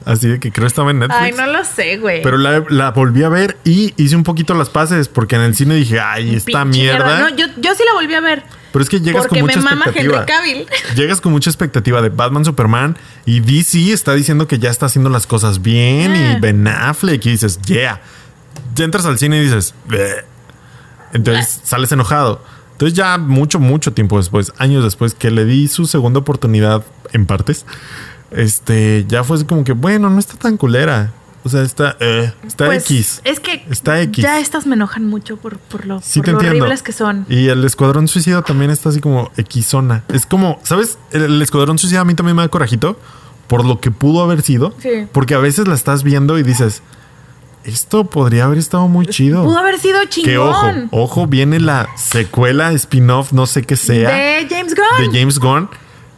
[SPEAKER 2] Así de que creo estaba en Netflix.
[SPEAKER 1] Ay, no lo sé, güey.
[SPEAKER 2] Pero la, la volví a ver y hice un poquito las paces porque en el cine dije, ay, esta
[SPEAKER 1] Pinche
[SPEAKER 2] mierda.
[SPEAKER 1] No, yo, yo sí la volví a ver.
[SPEAKER 2] Pero es que llegas
[SPEAKER 1] Porque
[SPEAKER 2] con mucha
[SPEAKER 1] me mama
[SPEAKER 2] expectativa.
[SPEAKER 1] Henry
[SPEAKER 2] *laughs*
[SPEAKER 1] Cavill.
[SPEAKER 2] Llegas con mucha expectativa de Batman, Superman y DC está diciendo que ya está haciendo las cosas bien
[SPEAKER 1] Ah.
[SPEAKER 2] y Ben Affleck y dices, yeah. Ya entras al cine y dices, "Bleh".
[SPEAKER 1] Ah.
[SPEAKER 2] entonces sales enojado. Entonces ya mucho, mucho tiempo después, años después que le di su segunda oportunidad en partes, este, ya fue así como que, bueno, no está tan culera. O sea, está, eh, está
[SPEAKER 1] Pues,
[SPEAKER 2] X.
[SPEAKER 1] Es que
[SPEAKER 2] Está X.
[SPEAKER 1] ya estas me enojan mucho por, por lo,
[SPEAKER 2] Sí
[SPEAKER 1] por
[SPEAKER 2] te
[SPEAKER 1] lo
[SPEAKER 2] entiendo.
[SPEAKER 1] horribles que son.
[SPEAKER 2] Y el Escuadrón Suicida también está así como equizona. Es como, ¿sabes? El, el Escuadrón Suicida a mí también me da corajito por lo que pudo haber sido.
[SPEAKER 1] Sí.
[SPEAKER 2] Porque a veces la estás viendo y dices, esto podría haber estado muy chido.
[SPEAKER 1] Pudo haber sido
[SPEAKER 2] que ojo,
[SPEAKER 1] chingón.
[SPEAKER 2] ojo, viene la secuela, spin-off, no sé qué sea, de,
[SPEAKER 1] de James Gunn.
[SPEAKER 2] James Gunn.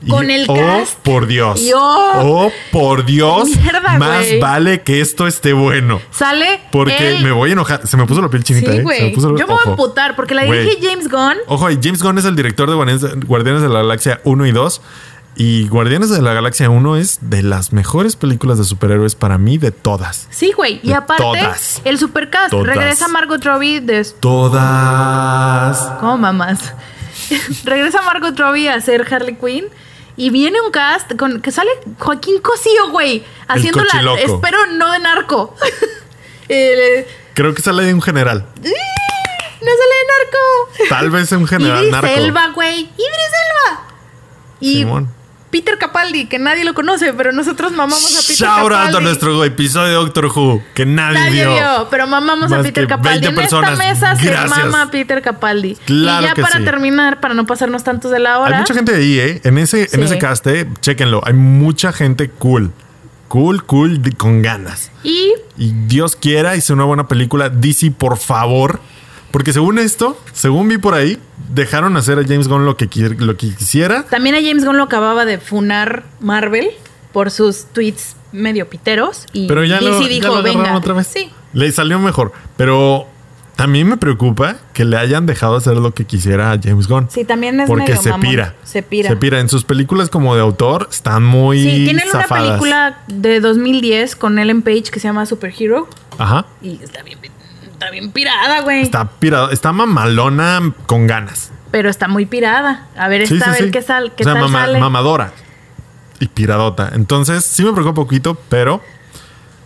[SPEAKER 2] Y,
[SPEAKER 1] Con el
[SPEAKER 2] oh,
[SPEAKER 1] cast.
[SPEAKER 2] por Dios.
[SPEAKER 1] Y oh.
[SPEAKER 2] oh, por Dios.
[SPEAKER 1] Mierda,
[SPEAKER 2] más
[SPEAKER 1] güey.
[SPEAKER 2] vale que esto esté bueno.
[SPEAKER 1] Sale.
[SPEAKER 2] Porque
[SPEAKER 1] él-
[SPEAKER 2] me voy a enojar. Se me puso la piel chinita,
[SPEAKER 1] Sí,
[SPEAKER 2] ¿eh? Se me
[SPEAKER 1] güey.
[SPEAKER 2] puso la-
[SPEAKER 1] Yo me voy a
[SPEAKER 2] ojo.
[SPEAKER 1] emputar porque la
[SPEAKER 2] Güey.
[SPEAKER 1] dirige James Gunn.
[SPEAKER 2] Ojo, y James Gunn es el director de Guardianes, Guardianes de la Galaxia 1 y 2. Y Guardianes de la Galaxia 1 es de las mejores películas de superhéroes para mí de todas.
[SPEAKER 1] Sí, güey. Y
[SPEAKER 2] De
[SPEAKER 1] aparte,
[SPEAKER 2] todas.
[SPEAKER 1] el supercast.
[SPEAKER 2] Todas.
[SPEAKER 1] Regresa Margot Robbie de
[SPEAKER 2] Todas.
[SPEAKER 1] ¿Cómo mamás? *laughs* Regresa Margot Robbie a ser Harley Quinn. Y viene un cast con que sale Joaquín Cosío, güey. Haciéndola.
[SPEAKER 2] cochiloco.
[SPEAKER 1] Espero no de narco. *laughs* El-
[SPEAKER 2] Creo que sale de un general.
[SPEAKER 1] no sale de narco.
[SPEAKER 2] Tal vez
[SPEAKER 1] *laughs*
[SPEAKER 2] un general
[SPEAKER 1] Idris
[SPEAKER 2] narco.
[SPEAKER 1] Elba, güey. Idris Elba. Y
[SPEAKER 2] Simón.
[SPEAKER 1] Peter Capaldi, que nadie lo conoce, pero nosotros mamamos a Peter
[SPEAKER 2] Shout out
[SPEAKER 1] Capaldi.
[SPEAKER 2] a nuestro episodio de Doctor Who que nadie,
[SPEAKER 1] Nadie
[SPEAKER 2] vio.
[SPEAKER 1] vio, pero mamamos a
[SPEAKER 2] Más
[SPEAKER 1] Peter
[SPEAKER 2] que
[SPEAKER 1] Capaldi.
[SPEAKER 2] 20
[SPEAKER 1] En
[SPEAKER 2] personas.
[SPEAKER 1] esta mesa
[SPEAKER 2] Gracias.
[SPEAKER 1] se mama a Peter Capaldi.
[SPEAKER 2] Claro
[SPEAKER 1] y ya
[SPEAKER 2] que
[SPEAKER 1] para
[SPEAKER 2] sí.
[SPEAKER 1] terminar, para no pasarnos tantos de la hora.
[SPEAKER 2] Hay mucha gente ahí, ¿eh? En ese,
[SPEAKER 1] Sí.
[SPEAKER 2] en ese cast, ¿eh? Chéquenlo. Hay mucha gente cool. Cool, cool, de- con ganas.
[SPEAKER 1] Y
[SPEAKER 2] y Dios quiera hice una buena película. DC, por favor. Porque según esto, según vi por ahí, dejaron hacer a James Gunn lo que, quier- lo que quisiera.
[SPEAKER 1] También a James Gunn lo acababa de funar Marvel por sus tweets medio piteros. Y
[SPEAKER 2] Pero ya
[SPEAKER 1] DC
[SPEAKER 2] lo, ya
[SPEAKER 1] dijo,
[SPEAKER 2] lo agarraron
[SPEAKER 1] venga.
[SPEAKER 2] otra vez.
[SPEAKER 1] Sí.
[SPEAKER 2] Le salió mejor. Pero también me preocupa que le hayan dejado hacer lo que quisiera a James Gunn.
[SPEAKER 1] Sí, también es
[SPEAKER 2] porque
[SPEAKER 1] medio
[SPEAKER 2] se
[SPEAKER 1] mamón.
[SPEAKER 2] pira.
[SPEAKER 1] Se pira.
[SPEAKER 2] Se pira. En sus películas como de autor están muy
[SPEAKER 1] Sí, tienen
[SPEAKER 2] zafadas.
[SPEAKER 1] una película de 2010 con Ellen Page que se llama Superhero.
[SPEAKER 2] Ajá.
[SPEAKER 1] Y está bien, está bien pirada, güey.
[SPEAKER 2] Está pirado, está mamalona con ganas.
[SPEAKER 1] Pero está muy pirada. A ver,
[SPEAKER 2] Sí,
[SPEAKER 1] esta, a
[SPEAKER 2] sí,
[SPEAKER 1] ver
[SPEAKER 2] sí.
[SPEAKER 1] qué, sal, qué
[SPEAKER 2] O sea,
[SPEAKER 1] tal
[SPEAKER 2] mama-
[SPEAKER 1] sale.
[SPEAKER 2] mamadora y piradota. Entonces, sí me preocupa un poquito, pero.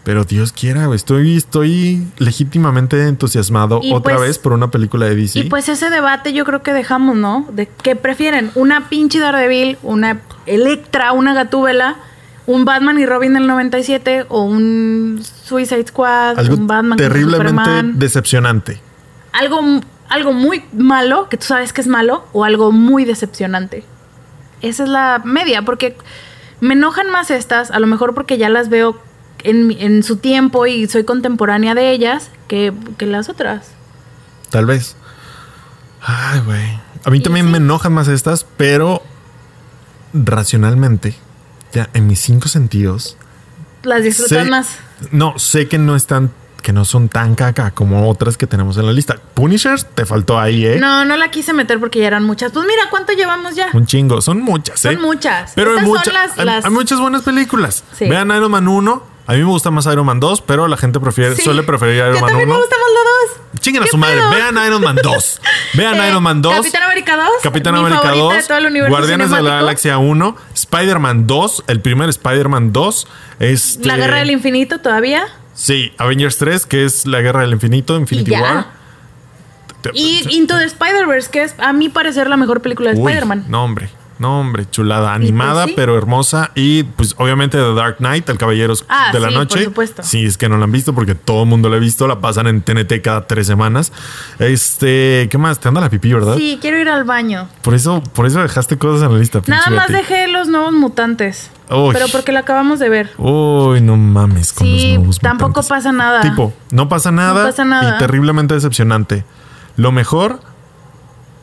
[SPEAKER 2] Pero Dios quiera, güey, estoy, estoy legítimamente entusiasmado
[SPEAKER 1] Y
[SPEAKER 2] otra
[SPEAKER 1] pues-
[SPEAKER 2] vez por una película de DC.
[SPEAKER 1] Y pues ese debate yo creo que dejamos, ¿no? De qué prefieren, una pinche Daredevil, una Electra, una Gatúbela, un Batman y Robin del 97 o un Suicide Squad,
[SPEAKER 2] algo
[SPEAKER 1] un Batman contra
[SPEAKER 2] terriblemente
[SPEAKER 1] Superman.
[SPEAKER 2] decepcionante.
[SPEAKER 1] algo m- algo muy malo, que tú sabes que es malo, o algo muy decepcionante. Esa es la media, porque me enojan más estas, a lo mejor porque ya las veo en, mi- en su tiempo y soy contemporánea de ellas, que, que las otras.
[SPEAKER 2] Tal vez. Ay, güey. A mí
[SPEAKER 1] Y
[SPEAKER 2] también
[SPEAKER 1] así.
[SPEAKER 2] me enojan más estas, pero racionalmente, ya en mis cinco sentidos,
[SPEAKER 1] Las disfrutas
[SPEAKER 2] sé-
[SPEAKER 1] más.
[SPEAKER 2] No, sé que no están, que no son tan caca como otras que tenemos en la lista. Punisher, te faltó ahí, ¿eh?
[SPEAKER 1] No, no la quise meter porque ya eran muchas. Pues mira, ¿cuánto llevamos ya?
[SPEAKER 2] Un chingo. Son muchas, ¿eh?
[SPEAKER 1] Son muchas.
[SPEAKER 2] Pero hay,
[SPEAKER 1] Estas son
[SPEAKER 2] mucha-
[SPEAKER 1] las-
[SPEAKER 2] hay-
[SPEAKER 1] las-
[SPEAKER 2] hay muchas buenas películas.
[SPEAKER 1] Sí.
[SPEAKER 2] Vean Iron Man 1. A mí me gusta más Iron Man 2, pero la gente prefiere,
[SPEAKER 1] Sí.
[SPEAKER 2] suele preferir Iron
[SPEAKER 1] Yo
[SPEAKER 2] Man
[SPEAKER 1] también
[SPEAKER 2] 1.
[SPEAKER 1] me gusta más la dos.
[SPEAKER 2] Chinguen a
[SPEAKER 1] ¿Qué
[SPEAKER 2] su madre.
[SPEAKER 1] pedo?
[SPEAKER 2] Vean Iron Man
[SPEAKER 1] *laughs*
[SPEAKER 2] 2. Vean
[SPEAKER 1] Eh,
[SPEAKER 2] Iron Man 2.
[SPEAKER 1] Capitán América 2,
[SPEAKER 2] Capitán
[SPEAKER 1] mi
[SPEAKER 2] América
[SPEAKER 1] favorita
[SPEAKER 2] 2.
[SPEAKER 1] de todo el universo
[SPEAKER 2] Guardianes de la
[SPEAKER 1] cinemático.
[SPEAKER 2] Galaxia 1. Spider-Man 2. El primer Spider-Man 2. Este,
[SPEAKER 1] La Guerra del Infinito todavía.
[SPEAKER 2] Sí, Avengers 3, que es la Guerra del Infinito, Infinity
[SPEAKER 1] Y ya.
[SPEAKER 2] War. Te-
[SPEAKER 1] Y
[SPEAKER 2] se-
[SPEAKER 1] Into the Spider-Verse, que es a mi parecer la mejor película de
[SPEAKER 2] Uy,
[SPEAKER 1] Spider-Man. pues
[SPEAKER 2] No, hombre. No, hombre, chulada, animada,
[SPEAKER 1] sí.
[SPEAKER 2] pero hermosa. Y pues obviamente The Dark Knight, El Caballero
[SPEAKER 1] Ah,
[SPEAKER 2] de la
[SPEAKER 1] sí, por
[SPEAKER 2] Noche.
[SPEAKER 1] supuesto.
[SPEAKER 2] Sí, es que no la han visto porque todo el mundo la ha visto. La pasan en TNT cada tres semanas. Este, ¿qué más? Te anda la pipí, ¿verdad?
[SPEAKER 1] Sí, quiero ir al baño.
[SPEAKER 2] Por eso, por eso dejaste cosas en la lista.
[SPEAKER 1] Nada
[SPEAKER 2] pinche
[SPEAKER 1] más
[SPEAKER 2] Betty.
[SPEAKER 1] dejé los nuevos mutantes.
[SPEAKER 2] Uy.
[SPEAKER 1] Pero porque la acabamos de ver.
[SPEAKER 2] Uy, no mames. Con los
[SPEAKER 1] Sí,
[SPEAKER 2] nuevos
[SPEAKER 1] tampoco
[SPEAKER 2] mutantes.
[SPEAKER 1] pasa nada.
[SPEAKER 2] Tipo, no pasa nada.
[SPEAKER 1] Ah. pasa nada.
[SPEAKER 2] Y terriblemente decepcionante. Lo mejor,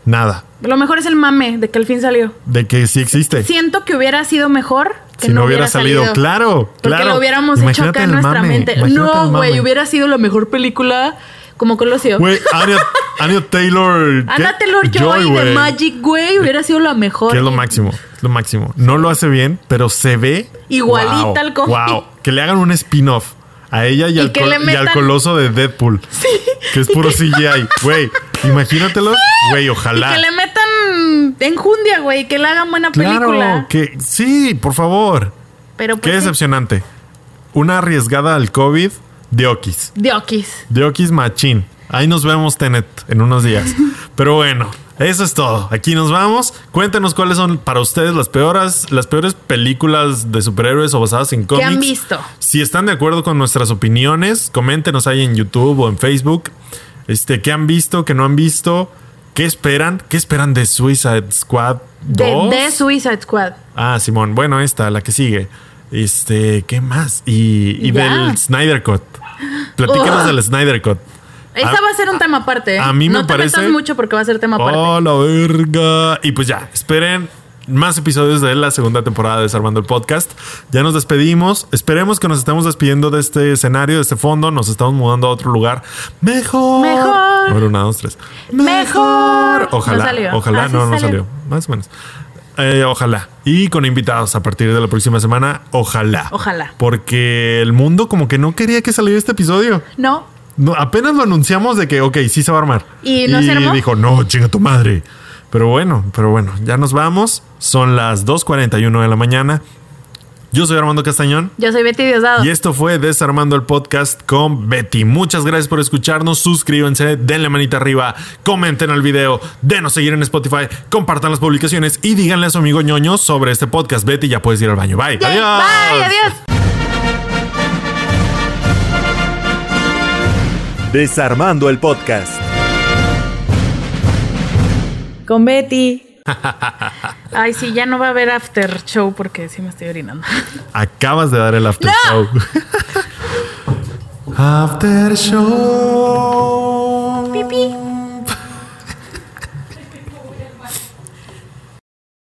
[SPEAKER 2] nada.
[SPEAKER 1] Lo mejor es el mame de que al fin salió.
[SPEAKER 2] De que sí existe.
[SPEAKER 1] Siento que hubiera sido mejor que
[SPEAKER 2] si no, hubiera salido. Claro,
[SPEAKER 1] Porque
[SPEAKER 2] claro.
[SPEAKER 1] lo hubiéramos hecho acá
[SPEAKER 2] Imagínate
[SPEAKER 1] en
[SPEAKER 2] el
[SPEAKER 1] nuestra
[SPEAKER 2] mame,
[SPEAKER 1] mente.
[SPEAKER 2] imagínate el
[SPEAKER 1] No,
[SPEAKER 2] mame.
[SPEAKER 1] güey, hubiera sido la mejor película como Colosio.
[SPEAKER 2] Güey, Anya, Anya Taylor.
[SPEAKER 1] Ana
[SPEAKER 2] ¿qué?
[SPEAKER 1] Taylor Joy de
[SPEAKER 2] güey,
[SPEAKER 1] Magic, güey, hubiera sido la mejor.
[SPEAKER 2] Que es lo máximo. Es lo máximo. No lo hace bien, pero se ve.
[SPEAKER 1] Igualita
[SPEAKER 2] wow,
[SPEAKER 1] al cómic.
[SPEAKER 2] Wow. Que le hagan un spin-off a ella y,
[SPEAKER 1] Y
[SPEAKER 2] al,
[SPEAKER 1] que
[SPEAKER 2] col-
[SPEAKER 1] le
[SPEAKER 2] y
[SPEAKER 1] metan-
[SPEAKER 2] al coloso
[SPEAKER 1] *laughs*
[SPEAKER 2] de Deadpool. Sí. Que es puro CGI. Güey, imagínatelo. Güey,
[SPEAKER 1] Y
[SPEAKER 2] ojalá.
[SPEAKER 1] que le metan enjundia, güey, que le hagan buena
[SPEAKER 2] claro.
[SPEAKER 1] película.
[SPEAKER 2] Que, sí, por favor.
[SPEAKER 1] Pero
[SPEAKER 2] Qué
[SPEAKER 1] pues, sí,
[SPEAKER 2] decepcionante. Una arriesgada al COVID de Okis.
[SPEAKER 1] Diokis.
[SPEAKER 2] Diokis Machín. Ahí nos vemos, Tenet, en
[SPEAKER 1] *laughs*
[SPEAKER 2] unos días. Pero bueno, eso es todo. Aquí nos vamos. Cuéntenos cuáles son para ustedes las peores, las peores películas de superhéroes o basadas en cómics.
[SPEAKER 1] han visto?
[SPEAKER 2] Si están de acuerdo con nuestras opiniones, coméntenos ahí en YouTube o en Facebook. Este, ¿qué han visto? ¿Qué no han visto? ¿Qué esperan? ¿Qué esperan de Suicide Squad
[SPEAKER 1] De,
[SPEAKER 2] 2?
[SPEAKER 1] de Suicide Squad.
[SPEAKER 2] Ah, Simón. Bueno, esta, la que sigue. Este, ¿qué más? Y, y
[SPEAKER 1] Ya.
[SPEAKER 2] del Snyder Cut. Platícanos
[SPEAKER 1] Ugh.
[SPEAKER 2] del Snyder Cut.
[SPEAKER 1] Esa
[SPEAKER 2] Ah,
[SPEAKER 1] va a ser un tema aparte. ¿eh?
[SPEAKER 2] a mí me
[SPEAKER 1] no te
[SPEAKER 2] parece-
[SPEAKER 1] metas mucho porque va a ser tema aparte.
[SPEAKER 2] ¡Oh, la verga! Y pues ya, esperen más episodios de la segunda temporada de Desarmando el Podcast. Ya nos despedimos. Esperemos que nos estemos despidiendo de este escenario, de este fondo. Nos estamos mudando a otro lugar. ¡Mejor!
[SPEAKER 1] Mejor.
[SPEAKER 2] A ver, una, dos, tres.
[SPEAKER 1] Mejor.
[SPEAKER 2] Ojalá,
[SPEAKER 1] No salió.
[SPEAKER 2] ojalá,
[SPEAKER 1] Ah, sí
[SPEAKER 2] no, no
[SPEAKER 1] salió.
[SPEAKER 2] salió. Más o menos. Eh, ojalá. Y con invitados a partir de la próxima semana. Ojalá.
[SPEAKER 1] Ojalá.
[SPEAKER 2] Porque el mundo como que no quería que saliera este episodio.
[SPEAKER 1] No,
[SPEAKER 2] No, apenas lo anunciamos de que, ok, sí se va a armar.
[SPEAKER 1] ¿Y no se armó?
[SPEAKER 2] dijo, no, chinga tu madre. Pero bueno, pero bueno, ya nos vamos. Son las 2.41 de la mañana. Yo soy Armando Castañón.
[SPEAKER 1] yo soy Betty Diosdado.
[SPEAKER 2] Y esto fue Desarmando el Podcast con Betty. Muchas gracias por escucharnos. Suscríbanse, denle manita arriba, comenten al video, denos seguir en Spotify, compartan las publicaciones y díganle a su amigo ñoño sobre este podcast. Betty, ya puedes ir al baño. Bye.
[SPEAKER 1] Yay, Bye, adiós.
[SPEAKER 3] Desarmando el podcast.
[SPEAKER 4] Con Betty.
[SPEAKER 1] Ay, sí, ya no va a haber after show porque sí me estoy orinando.
[SPEAKER 2] Acabas de dar el after show. after show.
[SPEAKER 1] Pipi.